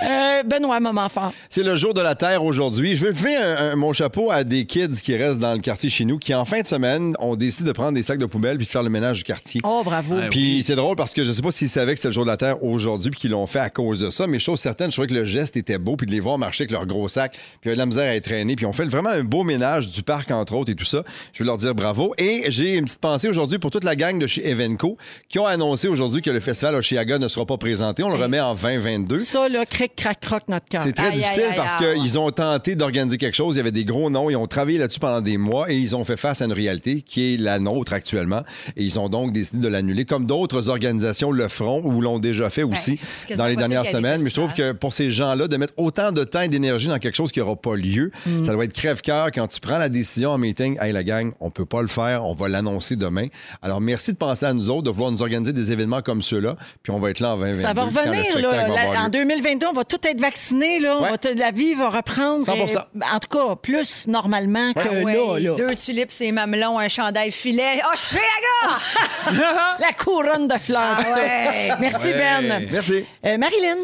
[SPEAKER 3] Euh, Benoît, moment fort.
[SPEAKER 2] C'est le jour de la Terre aujourd'hui. Je veux lever un- un- mon chapeau à des kids qui restent dans le quartier chez nous, qui en fin de semaine ont décidé de prendre des sacs de poubelle puis de faire le ménage du quartier.
[SPEAKER 3] Oh, bravo.
[SPEAKER 1] Ouais.
[SPEAKER 2] Puis c'est drôle parce que je sais pas s'ils savaient que c'était le jour de la Terre aujourd'hui puis qu'ils l'ont fait à cause de ça, mais chose certaine, je trouvais que le geste était beau puis de les voir marcher avec leur gros sac, puis ils avaient de la misère à être traînés, puis on fait vraiment un beau ménage du parc entre autres et tout ça. Je veux leur dire bravo et j'ai une petite pensée aujourd'hui pour toute la gang de chez Evenco qui ont annoncé aujourd'hui que le festival Oshiaga ne sera pas présenté, on le remet en 2022.
[SPEAKER 3] Ça, là, cric, crac, croc, notre cœur.
[SPEAKER 2] C'est très
[SPEAKER 4] Aïe, aïe,
[SPEAKER 2] difficile
[SPEAKER 4] aïe,
[SPEAKER 2] parce
[SPEAKER 4] aïe.
[SPEAKER 2] qu'ils ont tenté d'organiser quelque chose. Il y avait des gros noms. Ils ont travaillé là-dessus pendant des mois et ils ont fait face à une réalité qui est la nôtre actuellement. Et ils ont donc décidé de l'annuler, comme d'autres organisations le feront ou l'ont déjà fait aussi
[SPEAKER 4] Ben, c'est quasiment
[SPEAKER 2] dans les
[SPEAKER 4] pas ça
[SPEAKER 2] dernières
[SPEAKER 4] qu'il y a des
[SPEAKER 2] semaines. Mais je trouve que
[SPEAKER 4] festivals.
[SPEAKER 2] pour ces gens-là, de mettre autant de temps et d'énergie dans quelque chose qui n'aura pas lieu,
[SPEAKER 4] Mm.
[SPEAKER 2] ça doit être crève-cœur quand tu prends la décision en meeting. Hey, la gang, on peut pas le faire. On va l'annoncer demain. Alors, merci de penser à nous autres, de vouloir nous organiser des événements comme ceux-là. Puis on va être là en 2022.
[SPEAKER 3] Ça va
[SPEAKER 2] quand le
[SPEAKER 3] revenir,
[SPEAKER 2] spectacle
[SPEAKER 3] là.
[SPEAKER 2] va
[SPEAKER 3] La-
[SPEAKER 2] avoir
[SPEAKER 3] en
[SPEAKER 2] lieu.
[SPEAKER 3] 2022, on va tout être vaccinés, là. On
[SPEAKER 2] Ouais.
[SPEAKER 3] va te- la vie va reprendre.
[SPEAKER 2] 100%.
[SPEAKER 3] Et- en tout cas, plus normalement que
[SPEAKER 4] Ah ouais,
[SPEAKER 3] là, là.
[SPEAKER 4] Deux tulipes, c'est mamelons, un chandail filet. Oh, je gars!
[SPEAKER 3] La couronne de fleurs.
[SPEAKER 4] Ah ouais.
[SPEAKER 3] Merci, Ben.
[SPEAKER 2] Merci.
[SPEAKER 3] Euh, Marilyn,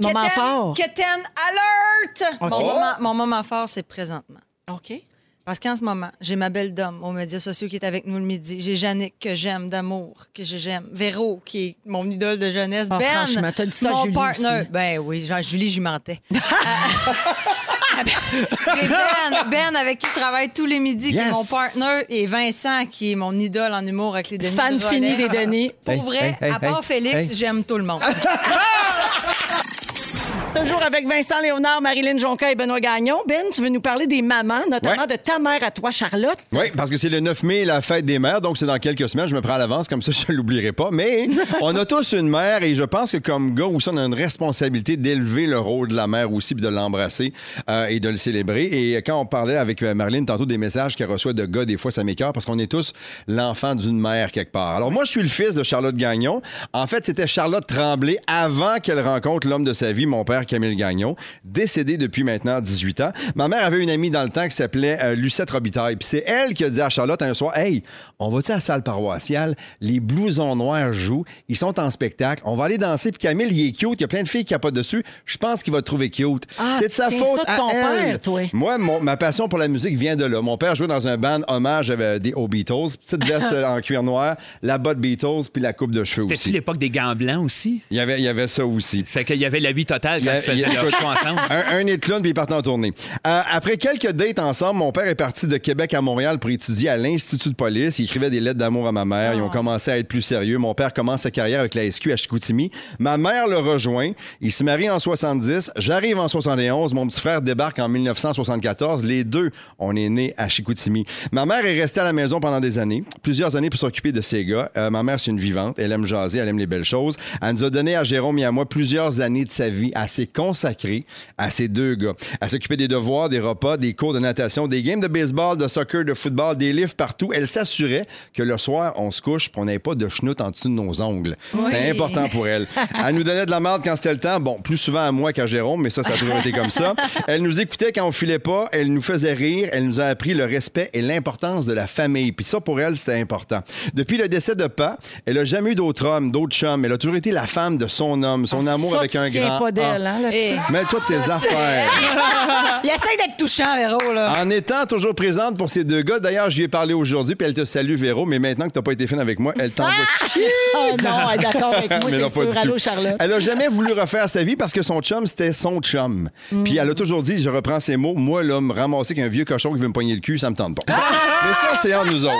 [SPEAKER 3] moment
[SPEAKER 4] Keten-
[SPEAKER 3] fort.
[SPEAKER 4] Keten alert!
[SPEAKER 3] Ok.
[SPEAKER 4] Mon, moment, mon moment fort, c'est présentement.
[SPEAKER 3] OK.
[SPEAKER 4] Parce qu'en ce moment, j'ai ma belle dame aux médias sociaux qui est avec nous le midi. J'ai Jannick que j'aime d'amour, que je- j'aime. Véro, qui est mon idole de jeunesse.
[SPEAKER 3] Ah,
[SPEAKER 4] ben,
[SPEAKER 3] franchement, t'as dit ça à
[SPEAKER 4] mon
[SPEAKER 3] Julie
[SPEAKER 4] partner.
[SPEAKER 3] aussi.
[SPEAKER 4] Ben oui, Jean- Julie, j'y mentais. Euh, J'ai ben, Ben, avec qui je travaille tous les midis, qui
[SPEAKER 2] Yes.
[SPEAKER 4] est mon partner, et Vincent, qui est mon idole en humour avec les Denis.
[SPEAKER 3] Fan
[SPEAKER 4] Drolet.
[SPEAKER 3] fini des Denis.
[SPEAKER 4] Pour
[SPEAKER 2] Hey,
[SPEAKER 4] vrai,
[SPEAKER 2] hey, hey,
[SPEAKER 4] à part
[SPEAKER 2] hey,
[SPEAKER 4] Félix,
[SPEAKER 2] hey.
[SPEAKER 4] j'aime tout le monde.
[SPEAKER 3] Toujours avec Vincent Léonard, Marilyn Jonca et Benoît Gagnon. Ben, tu veux nous parler des mamans, notamment
[SPEAKER 2] Ouais.
[SPEAKER 3] de ta mère à toi, Charlotte.
[SPEAKER 2] Oui, parce que c'est le 9 mai, la fête des mères, donc c'est dans quelques semaines. Je me prends à l'avance, comme ça, je ne l'oublierai pas. Mais on a tous une mère et je pense que comme gars aussi, on a une responsabilité d'élever le rôle de la mère aussi, puis de l'embrasser euh, et de le célébrer. Et quand on parlait avec euh, Marilyn tantôt des messages qu'elle reçoit de gars, des fois, ça m'écœure parce qu'on est tous l'enfant d'une mère quelque part. Alors moi, je suis le fils de Charlotte Gagnon. En fait, c'était Charlotte Tremblay avant qu'elle rencontre l'homme de sa vie, mon père Pierre Camille Gagnon, décédé depuis maintenant 18 ans. Ma mère avait une amie dans le temps qui s'appelait euh, Lucette Robitaille. Puis c'est elle qui a dit à Charlotte un soir Hey, on va-tu à la salle paroissiale Les blousons noirs jouent, ils sont en spectacle, on va aller danser. Puis Camille, il est cute, il y a plein de filles qui pas dessus. Je pense qu'il va te trouver cute.
[SPEAKER 3] Ah,
[SPEAKER 2] c'est de sa
[SPEAKER 3] c'est
[SPEAKER 2] faute.
[SPEAKER 3] ça de ton
[SPEAKER 2] à elle.
[SPEAKER 3] père, toi.
[SPEAKER 2] Moi, mon- ma passion pour la musique vient de là. Mon père jouait dans un band hommage avec des, aux Beatles, petite veste euh, en cuir noir, la botte Beatles, puis la coupe de cheveux
[SPEAKER 1] C'était-tu
[SPEAKER 2] aussi.
[SPEAKER 1] l'époque des gants blancs aussi?
[SPEAKER 2] Il y avait, il y avait ça aussi.
[SPEAKER 1] Fait qu'il y avait l'habit total quand
[SPEAKER 2] Il y a-
[SPEAKER 1] ils faisaient
[SPEAKER 2] il y a-
[SPEAKER 1] leur show ensemble.
[SPEAKER 2] Un, un nez de clown, puis ils partent en tournée. Euh, après quelques dates ensemble, mon père est parti de Québec à Montréal pour étudier à l'Institut de police. Il écrivait des lettres d'amour à ma mère. Ils ont commencé à être plus sérieux. Mon père commence sa carrière avec la SQ à Chicoutimi. Ma mère le rejoint. Il se marie en 70. J'arrive en 71. Mon petit frère débarque en 1974. Les deux, on est nés à Chicoutimi. Ma mère est restée à la maison pendant des années, plusieurs années pour s'occuper de ses gars. Euh, ma mère, c'est une vivante. Elle aime jaser, elle aime les belles choses. Elle nous a donné à Jérôme et à moi plusieurs années de sa vie à s'est consacrée à ces deux gars. À s'occuper des devoirs, des repas, des cours de natation, des games de baseball, de soccer, de football, des livres partout. Elle s'assurait que le soir, on se couche puis on n'avait pas de chenoute en dessous de nos ongles. C'était important pour elle. Elle nous donnait de la marde quand c'était le temps. Bon, plus souvent à moi qu'à Jérôme, mais ça, ça a toujours été comme ça. Elle nous écoutait quand on filait pas. Elle nous faisait rire. Elle nous a appris le respect et l'importance de la famille. Puis ça, pour elle, c'était important. Depuis le décès de Pa, elle a jamais eu d'autres hommes, d'autres chums. Elle a toujours été la femme de son homme, son amour
[SPEAKER 3] Ah, Ça,
[SPEAKER 2] avec
[SPEAKER 3] tu
[SPEAKER 2] un
[SPEAKER 3] tiens
[SPEAKER 2] grand.
[SPEAKER 3] pas
[SPEAKER 2] A.
[SPEAKER 3] d'elle, hein, là-dessus.
[SPEAKER 4] Et-
[SPEAKER 2] Mais toutes ses
[SPEAKER 4] Ça, c'est-
[SPEAKER 2] affaires.
[SPEAKER 4] Il essaie d'être touchant, Véro, là.
[SPEAKER 2] En étant toujours présente pour ces deux gars, d'ailleurs, je lui ai parlé aujourd'hui, puis elle te salue, Véro, mais maintenant que t'as pas été fine avec moi, elle t'envoie chier.
[SPEAKER 3] Oh non, elle est d'accord avec moi,
[SPEAKER 2] Mais non,
[SPEAKER 3] c'est
[SPEAKER 2] pas du
[SPEAKER 3] sûr. Allô,
[SPEAKER 2] tout.
[SPEAKER 3] Charlotte.
[SPEAKER 2] Elle a jamais voulu refaire sa vie parce que son chum, c'était son chum. Puis elle a toujours dit, je reprends ces mots, moi, là, me ramasser qu'un vieux cochon qui veut me poigner le cul, ça me tente pas. Mais ça, c'est entre nous autres.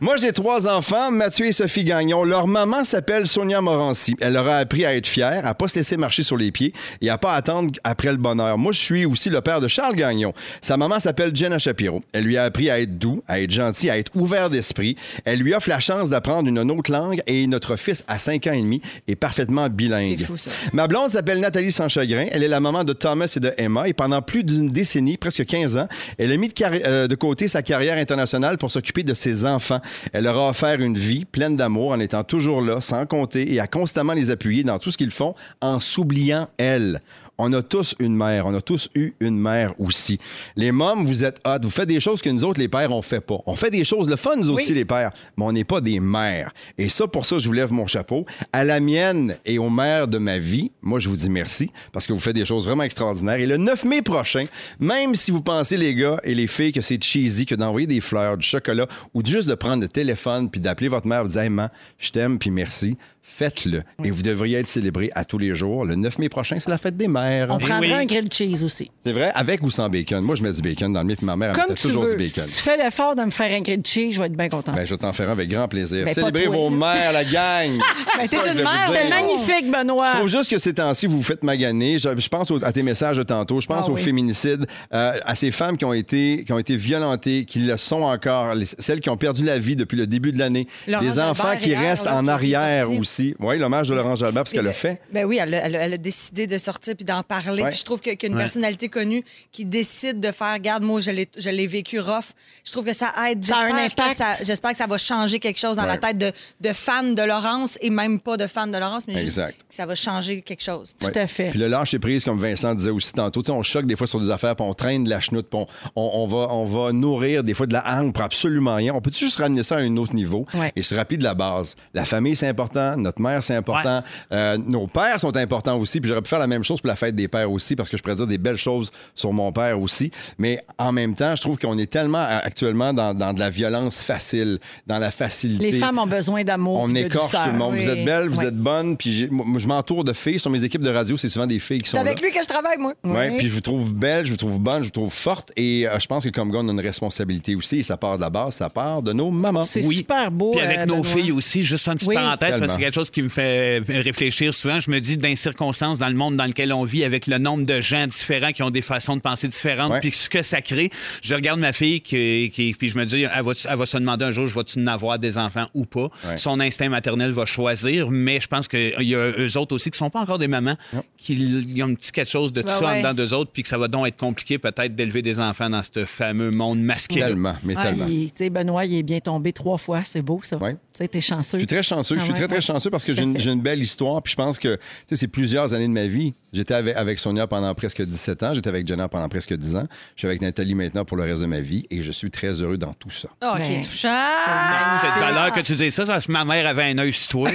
[SPEAKER 2] Moi, j'ai trois enfants, Mathieu et Sophie Gagnon. Leur maman s'appelle Sonia Morancy. Elle leur a appris à être fière, à pas se laisser marcher sur les pieds et à pas attendre après le bonheur. Moi, je suis aussi le père de Charles Gagnon. Sa maman s'appelle Jenna Shapiro. Elle lui a appris à être doux, à être gentil, à être ouvert d'esprit. Elle lui offre la chance d'apprendre une autre langue et notre fils, à 5 ans et demi, est parfaitement bilingue.
[SPEAKER 4] C'est fou, ça.
[SPEAKER 2] Ma blonde s'appelle Nathalie Sanchagrin. Elle est la maman de Thomas et de Emma. Et pendant plus d'une décennie, presque 15 ans, elle a mis de, carri- euh, de côté sa carrière internationale pour s'occuper de ses enfants. Elle leur a offert une vie pleine d'amour en étant toujours là, sans compter, et à constamment les appuyer dans tout ce qu'ils font en s'oubliant elle. On a tous une mère. On a tous eu une mère aussi. Les mômes, vous êtes hot. Vous faites des choses que nous autres, les pères, on fait pas. On fait des choses le fun, nous aussi, les pères. Mais on n'est pas des mères. Et ça, pour ça, je vous lève mon chapeau. À la mienne et aux mères de ma vie, moi, je vous dis merci parce que vous faites des choses vraiment extraordinaires. Et le 9 mai prochain, même si vous pensez, les gars et les filles, que c'est cheesy, que d'envoyer des fleurs, du chocolat ou juste de prendre le téléphone puis d'appeler votre mère, vous dire, hey, man, je t'aime puis merci. Faites-le. Et vous devriez être célébré à tous les jours. Le 9 mai prochain, c'est la fête des mères.
[SPEAKER 3] On
[SPEAKER 1] Eh
[SPEAKER 3] prendra
[SPEAKER 1] oui.
[SPEAKER 3] un grilled cheese aussi.
[SPEAKER 2] C'est vrai, avec ou sans bacon. Moi, je mets du bacon dans le mien, puis ma mère, elle
[SPEAKER 3] Comme
[SPEAKER 2] mettait
[SPEAKER 3] tu
[SPEAKER 2] toujours du
[SPEAKER 3] veux. Si
[SPEAKER 2] bacon.
[SPEAKER 3] tu fais l'effort de me faire un grilled cheese, je vais être bien content.
[SPEAKER 2] Ben, je vais t'en faire un avec grand plaisir.
[SPEAKER 3] Ben, pas
[SPEAKER 2] Célébrez
[SPEAKER 3] toi.
[SPEAKER 2] vos mères, la gang!
[SPEAKER 4] Ben, t'es
[SPEAKER 2] Ça, je
[SPEAKER 4] une
[SPEAKER 2] vais vous
[SPEAKER 4] mère,
[SPEAKER 2] dire.
[SPEAKER 3] C'est
[SPEAKER 4] ben,
[SPEAKER 3] magnifique, Benoît.
[SPEAKER 2] Je trouve juste que ces temps-ci, vous vous faites maganer. Je, je pense au- à tes messages de tantôt. Je pense
[SPEAKER 3] Ah
[SPEAKER 2] au
[SPEAKER 3] oui.
[SPEAKER 2] féminicide, euh, à ces femmes qui ont été qui ont été violentées, qui le sont encore, les- celles qui ont perdu la vie depuis le début de l'année,
[SPEAKER 4] Laurent
[SPEAKER 2] des
[SPEAKER 4] Jalbert
[SPEAKER 2] enfants qui
[SPEAKER 4] hier,
[SPEAKER 2] restent
[SPEAKER 4] là,
[SPEAKER 2] en
[SPEAKER 4] qui est
[SPEAKER 2] arrière
[SPEAKER 4] sorti.
[SPEAKER 2] aussi. Oui, l'hommage de Laurent Jalbert, parce qu'elle le fait.
[SPEAKER 4] Ben oui, elle a, elle a- elle a décidé de sortir puis d'en parler.
[SPEAKER 2] Ouais.
[SPEAKER 4] Puis je trouve que- qu'une personnalité connue qui décide de faire, garde, moi, je l'ai- je l'ai vécu rough, je trouve que ça aide.
[SPEAKER 3] Ça a un
[SPEAKER 4] J'espère que
[SPEAKER 3] impact.
[SPEAKER 4] ça- J'espère que ça va changer quelque chose dans la
[SPEAKER 2] Ouais.
[SPEAKER 4] tête de, de fans de Laurence et même pas de fans de Laurence, mais
[SPEAKER 2] Exact.
[SPEAKER 4] juste que ça va changer quelque chose.
[SPEAKER 3] Tout à fait.
[SPEAKER 2] Puis le lâcher prise, comme Vincent disait aussi tantôt, tu sais, on choque des fois sur des affaires, puis on traîne de la chenoute, puis on, on- on va, on va nourrir des fois de la hargne pour absolument rien. On peut juste ramener ça à un autre niveau
[SPEAKER 3] Ouais.
[SPEAKER 2] et se rappeler de la base. La famille, c'est important. Notre mère, c'est important. Euh, nos pères sont importants aussi. Puis j'aurais pu faire la même chose pour la fête des pères aussi, parce que je pourrais dire des belles choses sur mon père aussi. Mais en même temps, je trouve qu'on est tellement euh, actuellement dans, dans de la violence facile, dans la facilité.
[SPEAKER 3] Les femmes ont besoin d'amour.
[SPEAKER 2] On
[SPEAKER 3] puis de
[SPEAKER 2] écorche
[SPEAKER 3] douceur.
[SPEAKER 2] tout le monde. Vous
[SPEAKER 4] Oui.
[SPEAKER 2] êtes belle, vous
[SPEAKER 3] Ouais.
[SPEAKER 2] êtes bonne. Puis j'ai- moi, je m'entoure de filles. Sur mes équipes de radio, c'est souvent des filles qui sont
[SPEAKER 4] C'est avec
[SPEAKER 2] là.
[SPEAKER 4] lui que je travaille, moi.
[SPEAKER 2] Ouais, puis je vous trouve belle, je vous trouve bonne, je vous trouve forte. Et euh, je pense que comme gars, on a une responsabilité aussi. Et ça part de la base, ça part de nos mamans.
[SPEAKER 3] C'est super beau.
[SPEAKER 1] Puis avec
[SPEAKER 3] euh,
[SPEAKER 1] nos
[SPEAKER 3] Benoît.
[SPEAKER 1] filles aussi, juste une petite
[SPEAKER 3] Oui.
[SPEAKER 1] parenthèse, parce que c'est
[SPEAKER 2] Tellement.
[SPEAKER 1] quelque chose qui me fait réfléchir souvent. Je me dis, dans les circonstances, dans le monde dans lequel on vit, avec le nombre de gens différents qui ont des façons de penser différentes,
[SPEAKER 2] Ouais.
[SPEAKER 1] puis ce que ça crée, je regarde ma fille, qui, qui- puis je me dis, elle va, elle va se demander un jour, je vais-tu en avoir des enfants ou pas?
[SPEAKER 2] Ouais.
[SPEAKER 1] Son instinct maternel va choisir, mais je pense qu'il y a eux autres aussi qui sont pas encore des mamans, qui ils ont un petit quelque chose de tout
[SPEAKER 3] Bah
[SPEAKER 4] Ben
[SPEAKER 1] ça en
[SPEAKER 4] ouais.
[SPEAKER 1] dedans d'eux autres, puis que ça va donc être compliqué peut-être d'élever des enfants dans ce fameux monde masqué.
[SPEAKER 2] Tellement, mais
[SPEAKER 3] Ah,
[SPEAKER 2] tellement.
[SPEAKER 3] il- tu sais, Benoît, il est bien tombé trois fois. C'est beau, ça.
[SPEAKER 2] Ouais.
[SPEAKER 3] Tu sais, t'es chanceux.
[SPEAKER 2] Je suis très chanceux.
[SPEAKER 3] Ah
[SPEAKER 2] je suis
[SPEAKER 3] ouais,
[SPEAKER 2] très, très
[SPEAKER 3] ouais.
[SPEAKER 2] chanceux parce que
[SPEAKER 3] Tout
[SPEAKER 2] j'ai
[SPEAKER 3] à
[SPEAKER 2] une,
[SPEAKER 3] fait.
[SPEAKER 2] j'ai une belle histoire. Puis je pense que, tu sais, c'est plusieurs années de ma vie. J'étais avec, avec Sonia pendant presque 17 ans. J'étais avec Jenna pendant presque 10 ans. Je suis avec Nathalie maintenant pour le reste de ma vie et je suis très heureux dans tout ça.
[SPEAKER 4] Oh, qui
[SPEAKER 3] Ben,
[SPEAKER 4] est touchant.
[SPEAKER 3] Ah,
[SPEAKER 1] C'est de valeur que tu dis ça, parce que ma mère avait un œil sur toi.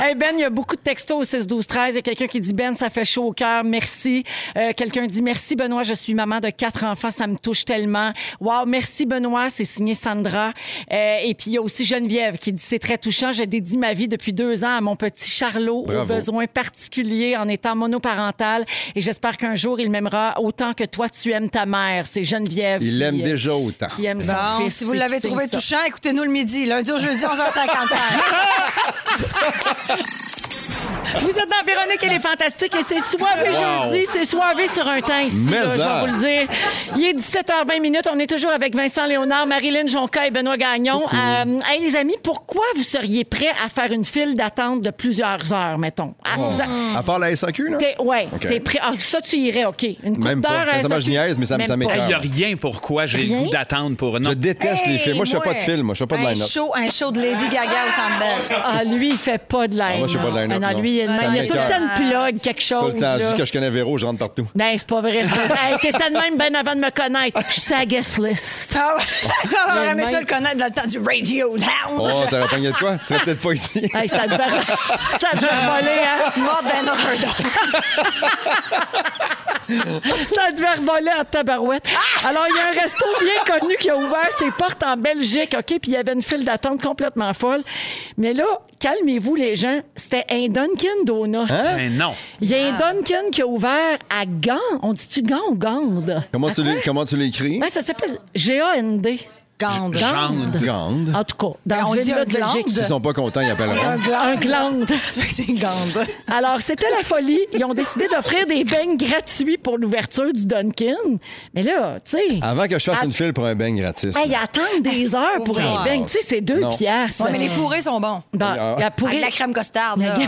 [SPEAKER 3] Hey ben, il y a beaucoup de textos au 6 12 13. Il y a quelqu'un qui dit Ben, ça fait chaud au cœur, merci. Euh, quelqu'un dit Merci Benoît, je suis maman de quatre enfants, ça me touche tellement. Wow, merci Benoît, c'est signé Sandra. Euh, et puis il y a aussi Geneviève qui dit c'est très touchant, je dédie ma vie depuis deux ans à mon petit Charlot aux
[SPEAKER 2] Bravo.
[SPEAKER 3] besoins particuliers en étant monoparental et j'espère qu'un jour il m'aimera autant que toi tu aimes ta mère. C'est Geneviève.
[SPEAKER 2] Il
[SPEAKER 3] qui,
[SPEAKER 2] l'aime
[SPEAKER 3] euh,
[SPEAKER 2] déjà autant.
[SPEAKER 3] Qui aime son
[SPEAKER 4] Bon,
[SPEAKER 3] fils
[SPEAKER 4] si vous
[SPEAKER 3] et
[SPEAKER 4] l'avez
[SPEAKER 3] qui signe
[SPEAKER 4] trouvé
[SPEAKER 3] ça.
[SPEAKER 4] touchant, écoutez-nous le midi, lundi au jeudi, 11h55.
[SPEAKER 3] Vous êtes dans Véronique, elle est fantastique et c'est soivé jeudi, c'est soivé sur un teint ici,
[SPEAKER 2] Mais hein.
[SPEAKER 3] là, je
[SPEAKER 2] ça.
[SPEAKER 3] vais vous le dire. Il est 17h20 minutes, on est toujours avec Vincent Léonard, Marilyn Jonca et Benoît Gagnon. Euh, hey, les amis, pourquoi vous seriez prêts à faire une file d'attente de plusieurs heures, mettons? Ah, vous a-
[SPEAKER 2] À part la SAQ, là?
[SPEAKER 3] T'es, ouais,
[SPEAKER 2] Oh. OK.
[SPEAKER 3] t'es prêt. Ah, ça, tu irais, OK. Une
[SPEAKER 2] Même
[SPEAKER 3] coupe
[SPEAKER 2] pas.
[SPEAKER 3] d'heure à
[SPEAKER 2] Sincèrement,
[SPEAKER 3] SAQ.
[SPEAKER 2] je niaise, mais ça me-
[SPEAKER 3] Même
[SPEAKER 2] ça
[SPEAKER 3] pas.
[SPEAKER 1] Il
[SPEAKER 2] m'écœure.
[SPEAKER 1] n'y a rien pourquoi j'ai le
[SPEAKER 3] Rien?
[SPEAKER 1] goût d'attendre pour
[SPEAKER 2] Je
[SPEAKER 1] non.
[SPEAKER 2] déteste les films. Moi, je ne fais pas de film. Moi, je ne fais pas de
[SPEAKER 4] un
[SPEAKER 2] line-up.
[SPEAKER 4] show, un show de Lady Gaga au Centre Bell.
[SPEAKER 3] Ah, lui, il fait pas de line.
[SPEAKER 2] moi, je fais pas de line-up,
[SPEAKER 3] Ah, non,
[SPEAKER 2] non.
[SPEAKER 3] lui, il, y a une-
[SPEAKER 2] Ça
[SPEAKER 3] il y a tout le temps une
[SPEAKER 4] m'écoeure.
[SPEAKER 3] plug, quelque chose.
[SPEAKER 2] Tout le temps. Je
[SPEAKER 3] là.
[SPEAKER 2] dis que je connais Véro, je rentre partout.
[SPEAKER 3] Ben, c'est pas vrai. ça. hey, t'étais de même ben avant de me connaître. Je suis sa guest list.
[SPEAKER 4] Ah ouais. J'aurais aimé
[SPEAKER 3] même-
[SPEAKER 4] ça le connaître dans le temps du Radio Lounge.
[SPEAKER 2] Oh, t'aurais pogné de quoi? Tu serais peut-être pas ici.
[SPEAKER 3] Hey, ça devait, ça devait voler, hein?
[SPEAKER 4] Mort d'un overdose.
[SPEAKER 3] Ça devait revoler en tabarouette. Alors, il y a un resto bien connu qui a ouvert ses portes en Belgique, OK? Puis il y avait une file d'attente complètement folle. Mais là, calmez-vous, les gens. C'était un Dunkin' Donut.
[SPEAKER 1] Mais Ben, non.
[SPEAKER 3] Il y a un Dunkin' qui a ouvert à Gand. On dit-tu Gand ou Gand?
[SPEAKER 2] Comment tu l'é- comment tu l'écris?
[SPEAKER 3] Ouais, ça s'appelle G-A-N-D.
[SPEAKER 4] Gande.
[SPEAKER 1] Gendre.
[SPEAKER 2] Grande.
[SPEAKER 3] En tout cas, dans
[SPEAKER 4] Mais Ben, on
[SPEAKER 3] ce
[SPEAKER 4] dit
[SPEAKER 3] ville-là
[SPEAKER 4] un
[SPEAKER 3] de
[SPEAKER 4] gland.
[SPEAKER 3] Belgique.
[SPEAKER 2] S'ils sont pas contents, ils
[SPEAKER 4] Un
[SPEAKER 3] Hein?
[SPEAKER 2] appelleront.
[SPEAKER 4] gland.
[SPEAKER 3] Un gland.
[SPEAKER 4] Tu vois que c'est Gande.
[SPEAKER 3] Alors, c'était la folie. Ils ont décidé d'offrir des beignes gratuits pour l'ouverture du Dunkin'. Mais là, tu sais...
[SPEAKER 2] Avant que je fasse une file pour un beigne gratis.
[SPEAKER 3] Ah. Hey, ils
[SPEAKER 2] là.
[SPEAKER 3] attendent des heures pour
[SPEAKER 4] Non.
[SPEAKER 3] un beigne. Tu sais, c'est deux
[SPEAKER 2] Non.
[SPEAKER 3] piastres.
[SPEAKER 4] Ouais, mais les fourrés sont bons.
[SPEAKER 3] Bon, il y a pour
[SPEAKER 4] Avec de la crème costarde.
[SPEAKER 2] Ah.
[SPEAKER 4] là.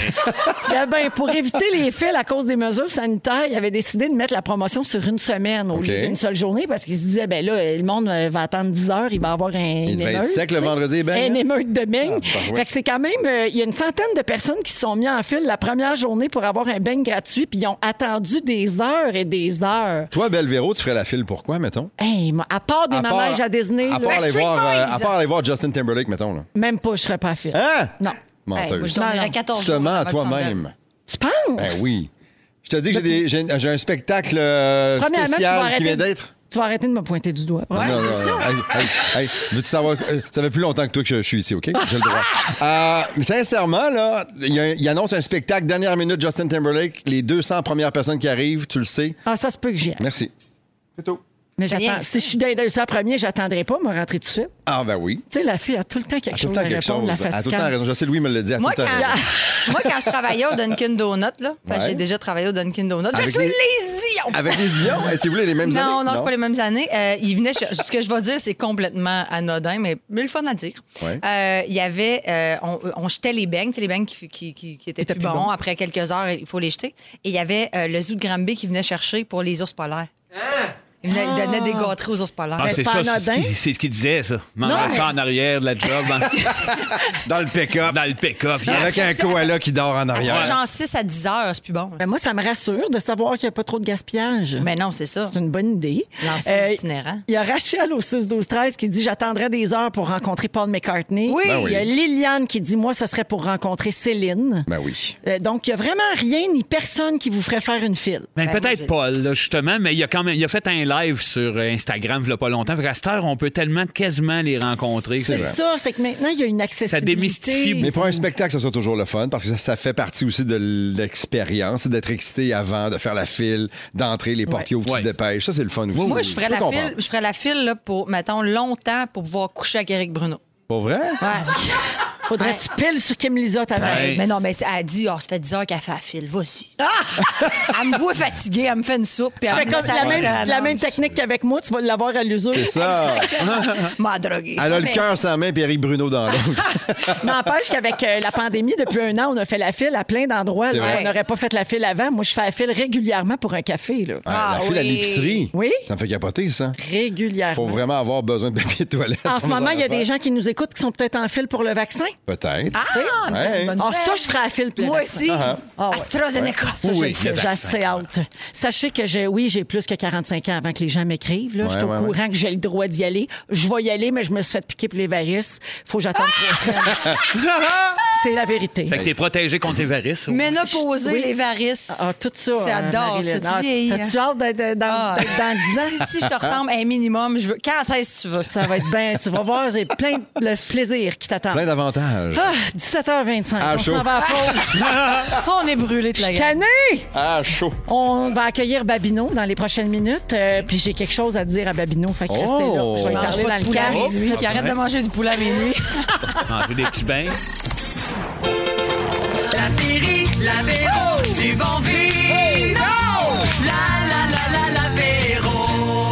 [SPEAKER 3] il y a ben, pour éviter les fils à cause des mesures sanitaires, ils avaient décidé de mettre la promotion sur une semaine au
[SPEAKER 2] OK.
[SPEAKER 3] lieu d'une seule journée parce qu'ils se disaient, ben là, le monde euh, va attendre 10 heures, il va avoir un.
[SPEAKER 2] Il
[SPEAKER 3] une
[SPEAKER 2] devait être
[SPEAKER 3] émeute,
[SPEAKER 2] sec le
[SPEAKER 3] tu sais.
[SPEAKER 2] vendredi, ben.
[SPEAKER 3] Une
[SPEAKER 2] là.
[SPEAKER 3] émeute de beigne.
[SPEAKER 2] Ah, bah ouais.
[SPEAKER 3] Fait que c'est quand même, euh, il y a une centaine de personnes qui se sont mis en file la première journée pour avoir un beigne gratuit, puis ils ont attendu des heures et des heures.
[SPEAKER 2] Toi, Belle Véro, tu ferais la file pour quoi, mettons?
[SPEAKER 3] Hey, moi, à part des
[SPEAKER 2] À part-
[SPEAKER 3] manèges à Disney,
[SPEAKER 2] À
[SPEAKER 3] là,
[SPEAKER 2] part, aller
[SPEAKER 4] Backstreet
[SPEAKER 2] voir, euh,
[SPEAKER 4] Boys.
[SPEAKER 2] à part aller voir Justin Timberlake, mettons. Là.
[SPEAKER 3] même pas, je serais pas à file.
[SPEAKER 2] Hein?
[SPEAKER 3] Non.
[SPEAKER 4] Hey, moi, je
[SPEAKER 2] Menteuse.
[SPEAKER 3] Non, non.
[SPEAKER 4] dormirais 14 jours
[SPEAKER 2] Justement, à
[SPEAKER 4] avant le Centre Bell.
[SPEAKER 2] toi-même.
[SPEAKER 3] Tu penses?
[SPEAKER 2] Ben oui. Je te dis que j'ai, des- j'ai- j'ai un spectacle euh,
[SPEAKER 3] Premièrement, tu vas
[SPEAKER 2] spécial
[SPEAKER 3] arrêter
[SPEAKER 2] qui vient
[SPEAKER 3] de-
[SPEAKER 2] d'être.
[SPEAKER 3] Tu vas arrêter de me pointer du doigt.
[SPEAKER 4] Ah,
[SPEAKER 2] Non, non, non. Hey, hey, hey, veux-tu savoir? euh, Ça fait plus longtemps que toi que je suis ici, OK? J'ai le droit.
[SPEAKER 4] Ah!
[SPEAKER 2] Euh, mais sincèrement, là, il y a un- il annonce un spectacle, dernière minute, Justin Timberlake, les 200 premières personnes qui arrivent, tu le sais.
[SPEAKER 3] Ah, ça se peut que j'y aille.
[SPEAKER 2] Merci. C'est tout.
[SPEAKER 3] Mais
[SPEAKER 4] C'est
[SPEAKER 3] j'attends.
[SPEAKER 4] rien.
[SPEAKER 3] Si je suis dans ça premier, j'attendrai pas me rentrer tout de suite.
[SPEAKER 2] Ah, ben oui.
[SPEAKER 3] Tu sais, la fille a tout le temps quelque
[SPEAKER 2] À tout le
[SPEAKER 3] chose
[SPEAKER 2] temps
[SPEAKER 3] à
[SPEAKER 2] quelque
[SPEAKER 3] répondre,
[SPEAKER 2] chose.
[SPEAKER 3] la
[SPEAKER 2] À tout le temps
[SPEAKER 3] fatigante.
[SPEAKER 2] raison. Je sais, Louis me l'a dit. À
[SPEAKER 4] Moi
[SPEAKER 2] tout le temps raison.
[SPEAKER 4] quand, moi, quand je travaillais au Dunkin' Donut, là, parce que
[SPEAKER 2] Ouais.
[SPEAKER 4] j'ai déjà travaillé au Dunkin' Donut, je
[SPEAKER 2] Avec
[SPEAKER 4] suis
[SPEAKER 2] les-
[SPEAKER 4] Lise Dion!
[SPEAKER 2] Avec les Dion, eh, tu voulais les mêmes
[SPEAKER 4] Non,
[SPEAKER 2] années?
[SPEAKER 4] non, c'est pas les mêmes années. Euh, il venait, chez- ce que je vais dire, c'est complètement anodin, mais mais le fun à dire.
[SPEAKER 2] Ouais.
[SPEAKER 4] Euh, il y avait, euh, on, on jetait les beignes, tu sais, les beignes qui, qui, qui, qui étaient plus, bons. Après quelques heures, il faut les jeter. Et il y avait euh, le zoo de Granby qui venait chercher pour les ours polaires. Il, venait, il donnait des gâteaux aux ours polaires.
[SPEAKER 1] Ah,
[SPEAKER 3] Mais
[SPEAKER 1] c'est
[SPEAKER 3] c'est pas
[SPEAKER 1] ça, c'est ce
[SPEAKER 3] anodin.
[SPEAKER 1] qu'il- c'est ce qu'il disait, ça. M'en
[SPEAKER 3] Non,
[SPEAKER 1] aller
[SPEAKER 3] mais-
[SPEAKER 1] ça en arrière de la job, en-
[SPEAKER 2] Dans le pick-up.
[SPEAKER 1] dans le pick-up. Il y avait-
[SPEAKER 2] Avec un koala qui dort en
[SPEAKER 4] Après,
[SPEAKER 2] arrière.
[SPEAKER 4] genre 6 à 10 heures, c'est plus bon.
[SPEAKER 3] Ben, moi, ça me rassure de savoir qu'il n'y a pas trop de gaspillage.
[SPEAKER 4] Mais non, c'est ça.
[SPEAKER 3] C'est une bonne idée. Euh,
[SPEAKER 4] Lanceuse itinérant.
[SPEAKER 3] Il y a Rachel au 6-12-13 qui dit J'attendrai des heures pour rencontrer Paul McCartney.
[SPEAKER 4] Oui. Ben
[SPEAKER 2] oui.
[SPEAKER 3] Il y a Liliane qui dit Moi, ce serait pour rencontrer Céline.
[SPEAKER 2] Ben oui.
[SPEAKER 3] Euh, donc, il n'y a vraiment rien ni personne qui vous ferait faire une file.
[SPEAKER 1] Mais
[SPEAKER 4] Ben, moi,
[SPEAKER 1] peut-être
[SPEAKER 4] j'ai-
[SPEAKER 1] Paul, là, justement, mais il a quand même il a fait un live sur euh, Instagram il y a pas longtemps. Fait qu'à cette heure, on peut tellement quasiment les rencontrer.
[SPEAKER 3] C'est
[SPEAKER 1] que-
[SPEAKER 3] ça, c'est que maintenant, il y a une accessibilité.
[SPEAKER 1] démystifie
[SPEAKER 2] Mais pour un spectacle, ça sera toujours le fun parce que ça, ça fait partie aussi de l'expérience, c'est d'être excité avant, de faire la file, d'entrer, les portiers où tu
[SPEAKER 1] Ouais.
[SPEAKER 2] te dépêches. Ça, c'est le fun aussi.
[SPEAKER 4] Moi, je ferais
[SPEAKER 2] peux
[SPEAKER 4] la
[SPEAKER 2] comprendre.
[SPEAKER 4] file, je ferais la file là, pour, mettons, longtemps pour pouvoir coucher avec Eric Bruno.
[SPEAKER 2] Pour vrai?
[SPEAKER 4] Ouais.
[SPEAKER 3] Faudrait que tu piles sur Kim Lizotte
[SPEAKER 2] Ben,
[SPEAKER 3] avant.
[SPEAKER 1] Ouais.
[SPEAKER 4] Mais non, mais c'est- elle dit, oh, ça fait 10 heures qu'elle fait la file, vas-y. elle me voit fatiguée, elle me fait une soupe. Puis
[SPEAKER 3] Ah! Tu
[SPEAKER 4] elle
[SPEAKER 3] fais
[SPEAKER 4] me
[SPEAKER 3] comme
[SPEAKER 4] laisse
[SPEAKER 3] la
[SPEAKER 4] avec
[SPEAKER 3] même, la
[SPEAKER 4] sa langue.
[SPEAKER 3] même technique qu'avec moi, tu vas l'avoir à l'usure.
[SPEAKER 2] C'est ça.
[SPEAKER 4] Ah, M'a droguée.
[SPEAKER 2] Elle a le cœur sans main puis Eric Bruno dans l'autre.
[SPEAKER 3] N'empêche qu'avec euh, la pandémie, depuis un an, on a fait la file à plein d'endroits.
[SPEAKER 2] C'est
[SPEAKER 3] là,
[SPEAKER 2] vrai.
[SPEAKER 3] On n'aurait pas fait la file avant. Moi, je fais la file régulièrement pour un café. Là.
[SPEAKER 4] Ah,
[SPEAKER 2] Ben, la file à
[SPEAKER 4] oui.
[SPEAKER 2] l'épicerie.
[SPEAKER 3] Oui.
[SPEAKER 2] Ça me fait capoter, ça.
[SPEAKER 3] Régulièrement.
[SPEAKER 2] Faut vraiment avoir besoin de papier de toilette.
[SPEAKER 3] En ce moment, il y a des gens qui nous écoutent qui sont peut-être en file pour le vaccin.
[SPEAKER 2] Peut-être.
[SPEAKER 4] Ah, mais ça, c'est une bonne
[SPEAKER 3] Ah,
[SPEAKER 4] nouvelle.
[SPEAKER 3] ça, je ferais à fil plein.
[SPEAKER 4] Moi aussi.
[SPEAKER 3] Ah ouais.
[SPEAKER 4] AstraZeneca.
[SPEAKER 3] Ça, je
[SPEAKER 2] Oui,
[SPEAKER 3] le fais.
[SPEAKER 2] le
[SPEAKER 3] j'ai assez hâte. Sachez que j'ai, oui, j'ai plus que 45 ans avant que les gens m'écrivent. Là. je suis au
[SPEAKER 2] ouais, ouais.
[SPEAKER 3] courant que j'ai le droit d'y aller. Je vais y aller, mais je me suis fait piquer pour les varices. Faut que j'attende trois semaines. C'est la vérité.
[SPEAKER 1] Fait que t'es protégé contre les varices. ouais.
[SPEAKER 4] Ménopausée, les varices.
[SPEAKER 3] Ah, tout ça.
[SPEAKER 4] Ça
[SPEAKER 3] hein,
[SPEAKER 4] adore, ça,
[SPEAKER 3] Marie-Hélène.
[SPEAKER 4] tu
[SPEAKER 3] Ah,
[SPEAKER 4] vieillis,
[SPEAKER 3] T'as-tu hâte d'être d'être dans,
[SPEAKER 4] Ah.
[SPEAKER 3] d'être dans 10 ans?
[SPEAKER 4] si, si je te ressemble un minimum, je veux. Quand est-ce que tu veux?
[SPEAKER 3] Ça va être bien. Tu vas voir, c'est plein de plaisir qui t'attend.
[SPEAKER 2] Plein d'avantages.
[SPEAKER 3] Ah, 17h25.
[SPEAKER 2] Ah,
[SPEAKER 3] on
[SPEAKER 2] chaud.
[SPEAKER 3] s'en va à pause.
[SPEAKER 4] On est brûlé de la gueule.
[SPEAKER 3] Tanné!
[SPEAKER 2] Ah, chaud.
[SPEAKER 3] On va accueillir Babino dans les prochaines minutes. euh, puis j'ai quelque chose à dire à Babino. Fait que
[SPEAKER 2] Oh!
[SPEAKER 3] restez là. Je vais lui
[SPEAKER 4] Mange
[SPEAKER 3] parler
[SPEAKER 4] pas
[SPEAKER 3] dans
[SPEAKER 4] de
[SPEAKER 3] le
[SPEAKER 4] poulet à
[SPEAKER 3] casque.
[SPEAKER 4] minuit, puis arrête de manger du poulet à minuit.
[SPEAKER 1] Manger des petits bains.
[SPEAKER 5] La Péri, l'apéro, du bon vin. Non! La la la la l'apéro.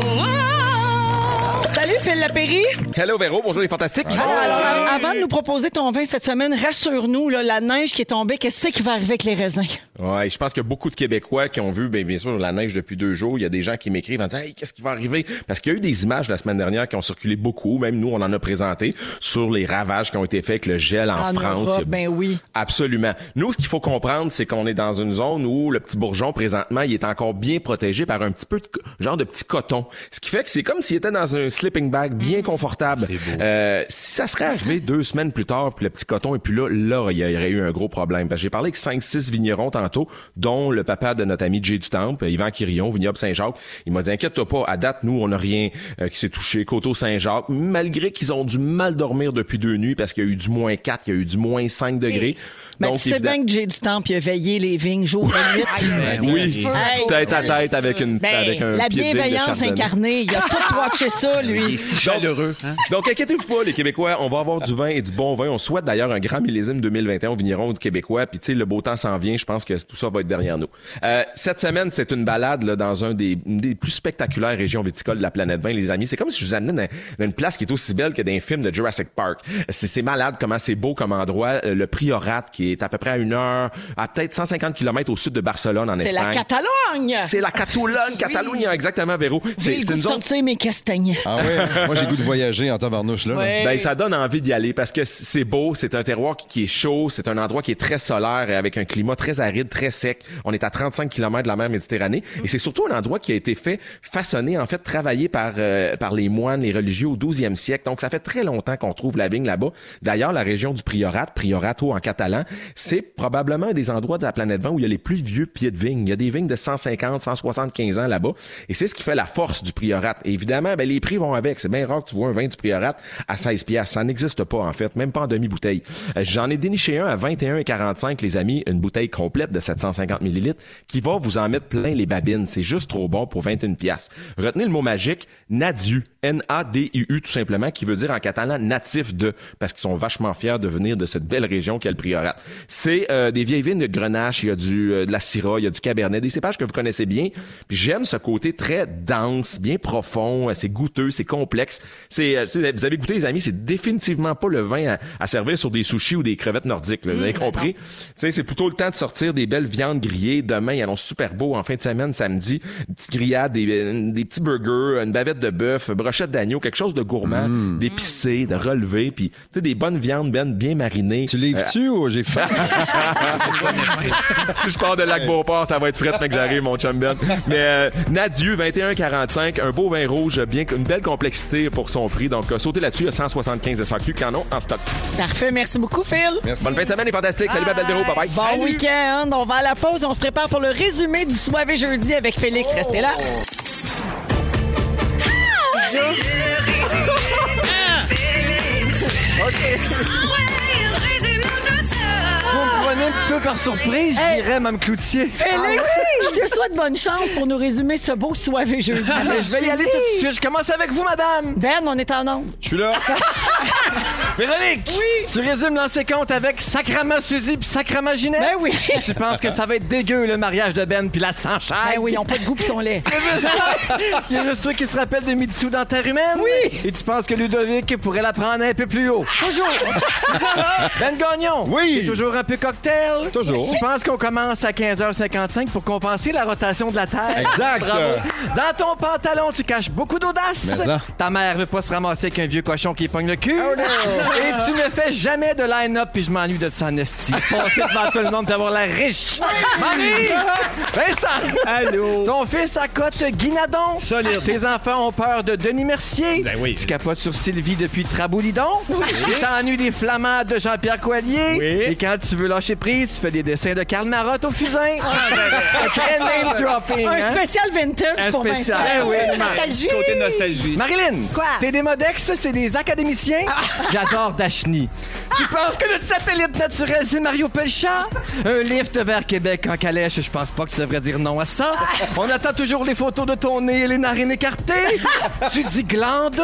[SPEAKER 3] Oh. Salut Phil Lapéry.
[SPEAKER 9] Hello Véro, bonjour les fantastiques.
[SPEAKER 3] Oh, Alors, av- avant de nous proposer ton vin cette semaine, rassure-nous, là, la neige qui est tombée, qu'est-ce qui va arriver avec les raisins?
[SPEAKER 9] Ouais, je pense que beaucoup de Québécois qui ont vu ben, bien, bien sûr la neige depuis deux jours, il y a des gens qui m'écrivent en disant hey, qu'est-ce qui va arriver parce qu'il y a eu des images la semaine dernière qui ont circulé beaucoup, même nous on en a présenté sur les ravages qui ont été faits avec le gel en,
[SPEAKER 3] En
[SPEAKER 9] France.
[SPEAKER 3] Europe,
[SPEAKER 9] Il y a-
[SPEAKER 3] ben oui.
[SPEAKER 9] Absolument. Nous ce qu'il faut comprendre c'est qu'on est dans une zone où le petit bourgeon présentement, il est encore bien protégé par un petit peu de co- genre de petit coton. Ce qui fait que c'est comme s'il était dans un sleeping bag
[SPEAKER 3] Mmh.
[SPEAKER 9] bien confortable. Euh, si ça serait arrivé deux semaines plus tard, puis le petit coton et puis là, là, il y aurait eu un gros problème. Parce que J'ai parlé avec 5-6 vignerons tantôt, dont le papa de notre ami Jay Dutemple, Yvan Quirion, vignoble Saint-Jacques. Il m'a dit, inquiète-toi pas, à date, nous, on n'a rien euh, qui s'est touché, coteau Saint-Jacques, malgré qu'ils ont dû mal dormir depuis deux nuits parce qu'il y a eu du moins 4, il y a eu du moins 5 degrés.
[SPEAKER 3] Mais
[SPEAKER 9] Donc,
[SPEAKER 3] Ben, tu sais
[SPEAKER 9] évidemment-
[SPEAKER 3] bien que j'ai du temps puis a veillé les vignes jour et nuit.
[SPEAKER 4] Ben
[SPEAKER 1] oui.
[SPEAKER 4] des feux.
[SPEAKER 3] Hey.
[SPEAKER 9] Tu tête à tête avec une
[SPEAKER 3] Ben,
[SPEAKER 9] avec un
[SPEAKER 3] la
[SPEAKER 9] pied de vigne de
[SPEAKER 3] bienveillance
[SPEAKER 9] Chardonnay.
[SPEAKER 3] incarnée, il a tout watché ça,
[SPEAKER 1] Il est
[SPEAKER 3] lui.
[SPEAKER 1] si chaleureux. hein.
[SPEAKER 9] Donc, inquiétez-vous pas, les Québécois, on va avoir du vin et du bon vin. On souhaite d'ailleurs un grand millésime 2021 au vigneron du Québécois. Puis, tu sais, le beau temps s'en vient. Je pense que tout ça va être derrière nous. Euh, cette semaine, c'est une balade là, dans un des, une des plus spectaculaires régions viticoles de la planète 20, les amis. C'est comme si je vous amenais dans, dans une place qui est aussi belle que dans un film de Jurassic Park. C'est c'est malade comment c'est beau comme endroit. Euh, Le Priorat, qui est à peu près à une heure, à peut-être 150 km au sud de Barcelone, en
[SPEAKER 3] C'est la
[SPEAKER 9] Espagne.
[SPEAKER 3] Catalogne!
[SPEAKER 9] c'est la Catalogne, Catalogne, exactement, Véro.
[SPEAKER 3] J'ai le goût de
[SPEAKER 9] zone-
[SPEAKER 3] sortir mes castagnets.
[SPEAKER 2] Ah ouais. Moi, j'ai goût de voyager en tabarnouche, là. là.
[SPEAKER 3] Ouais.
[SPEAKER 9] Ben, ça donne envie d'y aller parce que c- c'est beau, c'est un terroir qui, qui est chaud, c'est un endroit qui est très solaire et avec un climat très aride, très sec. On est à 35 km de la mer Méditerranée et c'est surtout un endroit qui a été fait, façonné, en fait, travaillé par, euh, par les moines, les religieux au 12e siècle. Donc, ça fait très longtemps qu'on trouve la vigne là-bas. D'ailleurs, la région du Priorat, Priorato en catalan, c'est probablement un des endroits de la planète Vent où il y a les plus vieux pieds de vigne. Il y a des vignes de 150, 175 ans là-bas et c'est ce qui fait la force du Priorat. Et évidemment, ben, les prix vont avec. C'est bien rare que tu vois un vin du Priorat à 16 pièces. Ça n'existe pas, en fait, même pas en demi-bouteille. Euh, J'en ai déniché un à 21,45, les amis, une bouteille complète de 750 millilitres qui va vous en mettre plein les babines. C'est juste trop bon pour 21 pièces. Retenez le mot magique, nadiu, N-A-D-I-U, tout simplement, qui veut dire en catalan natif de, parce qu'ils sont vachement fiers de venir de cette belle région qu'est le Priorat. C'est euh, des vieilles vignes de grenache, il y a du, euh, de la syrah, il y a du cabernet, des cépages que vous connaissez bien. Puis j'aime ce côté très dense, bien profond, euh, c'est goûteux, c'est complexe. C'est, euh, c'est- vous avez goûté, les amis, c'est définitivement pas le vin à, à servir sur des sushis ou des crevettes nordiques. là, vous avez compris? Tu sais, c'est plutôt le temps de sortir des belles viandes grillées. Demain, ils annonce super beau en fin de semaine, samedi. Une petite grillade, des, euh, des petits burgers, une bavette de bœuf, brochette d'agneau, quelque chose de gourmand, d'épicé, de relevé, puis tu sais, des bonnes viandes ben, bien marinées.
[SPEAKER 2] Tu livres-tu ou j'ai faim?
[SPEAKER 9] si je pars de Lac Beauport, ça va être fret, mec, j'arrive, mon chum Ben. Mais euh, Nadieu, 21,45, un beau vin rouge, bien une belle complexité pour son prix. Donc, euh, sautez là-dessus, il y a 175 SAQ, canon en stock.
[SPEAKER 3] Parfait, merci beaucoup, Phil.
[SPEAKER 9] Bonne fin de semaine, les fantastiques. Salut, ma belle Véro, bye bye.
[SPEAKER 3] Bon week-end. On va à la pause. On se prépare pour le résumé du soirée jeudi avec Félix. Restez là.
[SPEAKER 5] C'est le résumé de Félix. Ah ouais, il résume tout ça.
[SPEAKER 10] Vous me prenez un petit peu par surprise, j'irais même Cloutier.
[SPEAKER 3] Félix, je te souhaite bonne chance pour nous résumer ce beau soirée jeudi.
[SPEAKER 10] Je vais y aller tout de suite. Je commence avec vous, madame.
[SPEAKER 3] Ben, on est en onde.
[SPEAKER 2] Je suis là.
[SPEAKER 10] Véronique. Oui. Tu résumes l'ancien compte avec Sacrament Suzy puis Sacrament Ginette.
[SPEAKER 3] Ben oui.
[SPEAKER 10] Je pense que ça va être dégueu, le mariage de Ben puis la Sanchard.
[SPEAKER 3] Ben oui, ils ont pas de goût pis ils sont laids.
[SPEAKER 10] Il y a juste toi qui se rappelle de Mitsou dans ta humaine. Oui. Et tu penses que Ludovic pourrait la prendre un peu plus haut. Toujours. ben Gagnon.
[SPEAKER 2] Oui.
[SPEAKER 10] T'es toujours un peu cocktail. Joël.
[SPEAKER 2] Toujours.
[SPEAKER 10] Je pense qu'on commence à 15h55 pour compenser la rotation de la Terre.
[SPEAKER 2] Exact.
[SPEAKER 10] Bravo. Dans ton pantalon, tu caches beaucoup d'audace.
[SPEAKER 2] Mais ça. Oh
[SPEAKER 10] Ta mère veut pas se ramasser avec un vieux cochon qui pogne le cul. Et tu ne fais jamais de line-up, puis je m'ennuie de son esti. Passer devant tout le monde, d'avoir la riche. Marie! Vincent! Allô? Ton fils à côte Guinadon.
[SPEAKER 11] Solide.
[SPEAKER 10] Tes enfants ont peur de Denis Mercier.
[SPEAKER 11] Ben oui.
[SPEAKER 10] Tu capotes sur Sylvie depuis Traboulidon. Tu t'ennuies des flamands de Jean-Pierre Coallier. Et quand tu veux lâcher prise, tu fais des dessins de Karl Marotte au fusain. Très name dropping.
[SPEAKER 3] Un
[SPEAKER 10] hein?
[SPEAKER 3] spécial vintage
[SPEAKER 10] Un
[SPEAKER 3] pour Eh
[SPEAKER 10] spécial.
[SPEAKER 3] Vincent.
[SPEAKER 10] Ben oui.
[SPEAKER 1] Nostalgie. Côté nostalgie.
[SPEAKER 10] Marilyn,
[SPEAKER 4] Quoi?
[SPEAKER 10] T'es des modex, c'est des académiciens.
[SPEAKER 3] Ah.
[SPEAKER 10] J'adore Dachny. Tu penses que notre satellite naturel, c'est Mario Pelchat? Un lift vers Québec en calèche, je pense pas que tu devrais dire non à
[SPEAKER 3] Ah.
[SPEAKER 10] ça. On attend toujours les photos de ton nez et les narines écartées. tu dis glande.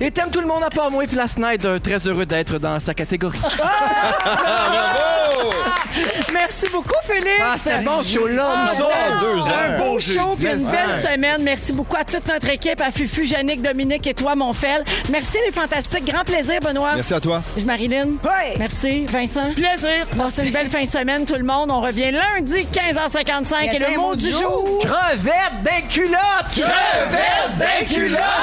[SPEAKER 10] Et t'aimes tout le monde à part moi et puis la Snyder, très heureux d'être dans sa catégorie.
[SPEAKER 3] Ah, Merci beaucoup, Félix.
[SPEAKER 10] Ah, c'est un bon show-là.
[SPEAKER 3] Ah,
[SPEAKER 10] Nous
[SPEAKER 3] ben,
[SPEAKER 10] sommes
[SPEAKER 3] Un
[SPEAKER 10] deux heures.
[SPEAKER 3] beau
[SPEAKER 10] Bon
[SPEAKER 3] show,
[SPEAKER 10] jeudi.
[SPEAKER 3] puis une belle
[SPEAKER 10] Ouais.
[SPEAKER 3] semaine. Merci beaucoup à toute notre équipe, à Fufu, Yannick, Dominique et toi, Monfel. Merci, les fantastiques. Grand plaisir, Benoît.
[SPEAKER 2] Merci à toi.
[SPEAKER 3] Je Marilyn. Merci, Vincent. Plaisir. c'est une belle fin de semaine, tout le monde. On revient lundi, 15h55.
[SPEAKER 4] Y
[SPEAKER 3] Et
[SPEAKER 4] a-t-il
[SPEAKER 3] le
[SPEAKER 4] un
[SPEAKER 3] mot
[SPEAKER 4] mot
[SPEAKER 3] du
[SPEAKER 4] du
[SPEAKER 3] jour.
[SPEAKER 10] Crevette d'inculotte!
[SPEAKER 7] Crevette
[SPEAKER 10] d'inculotte!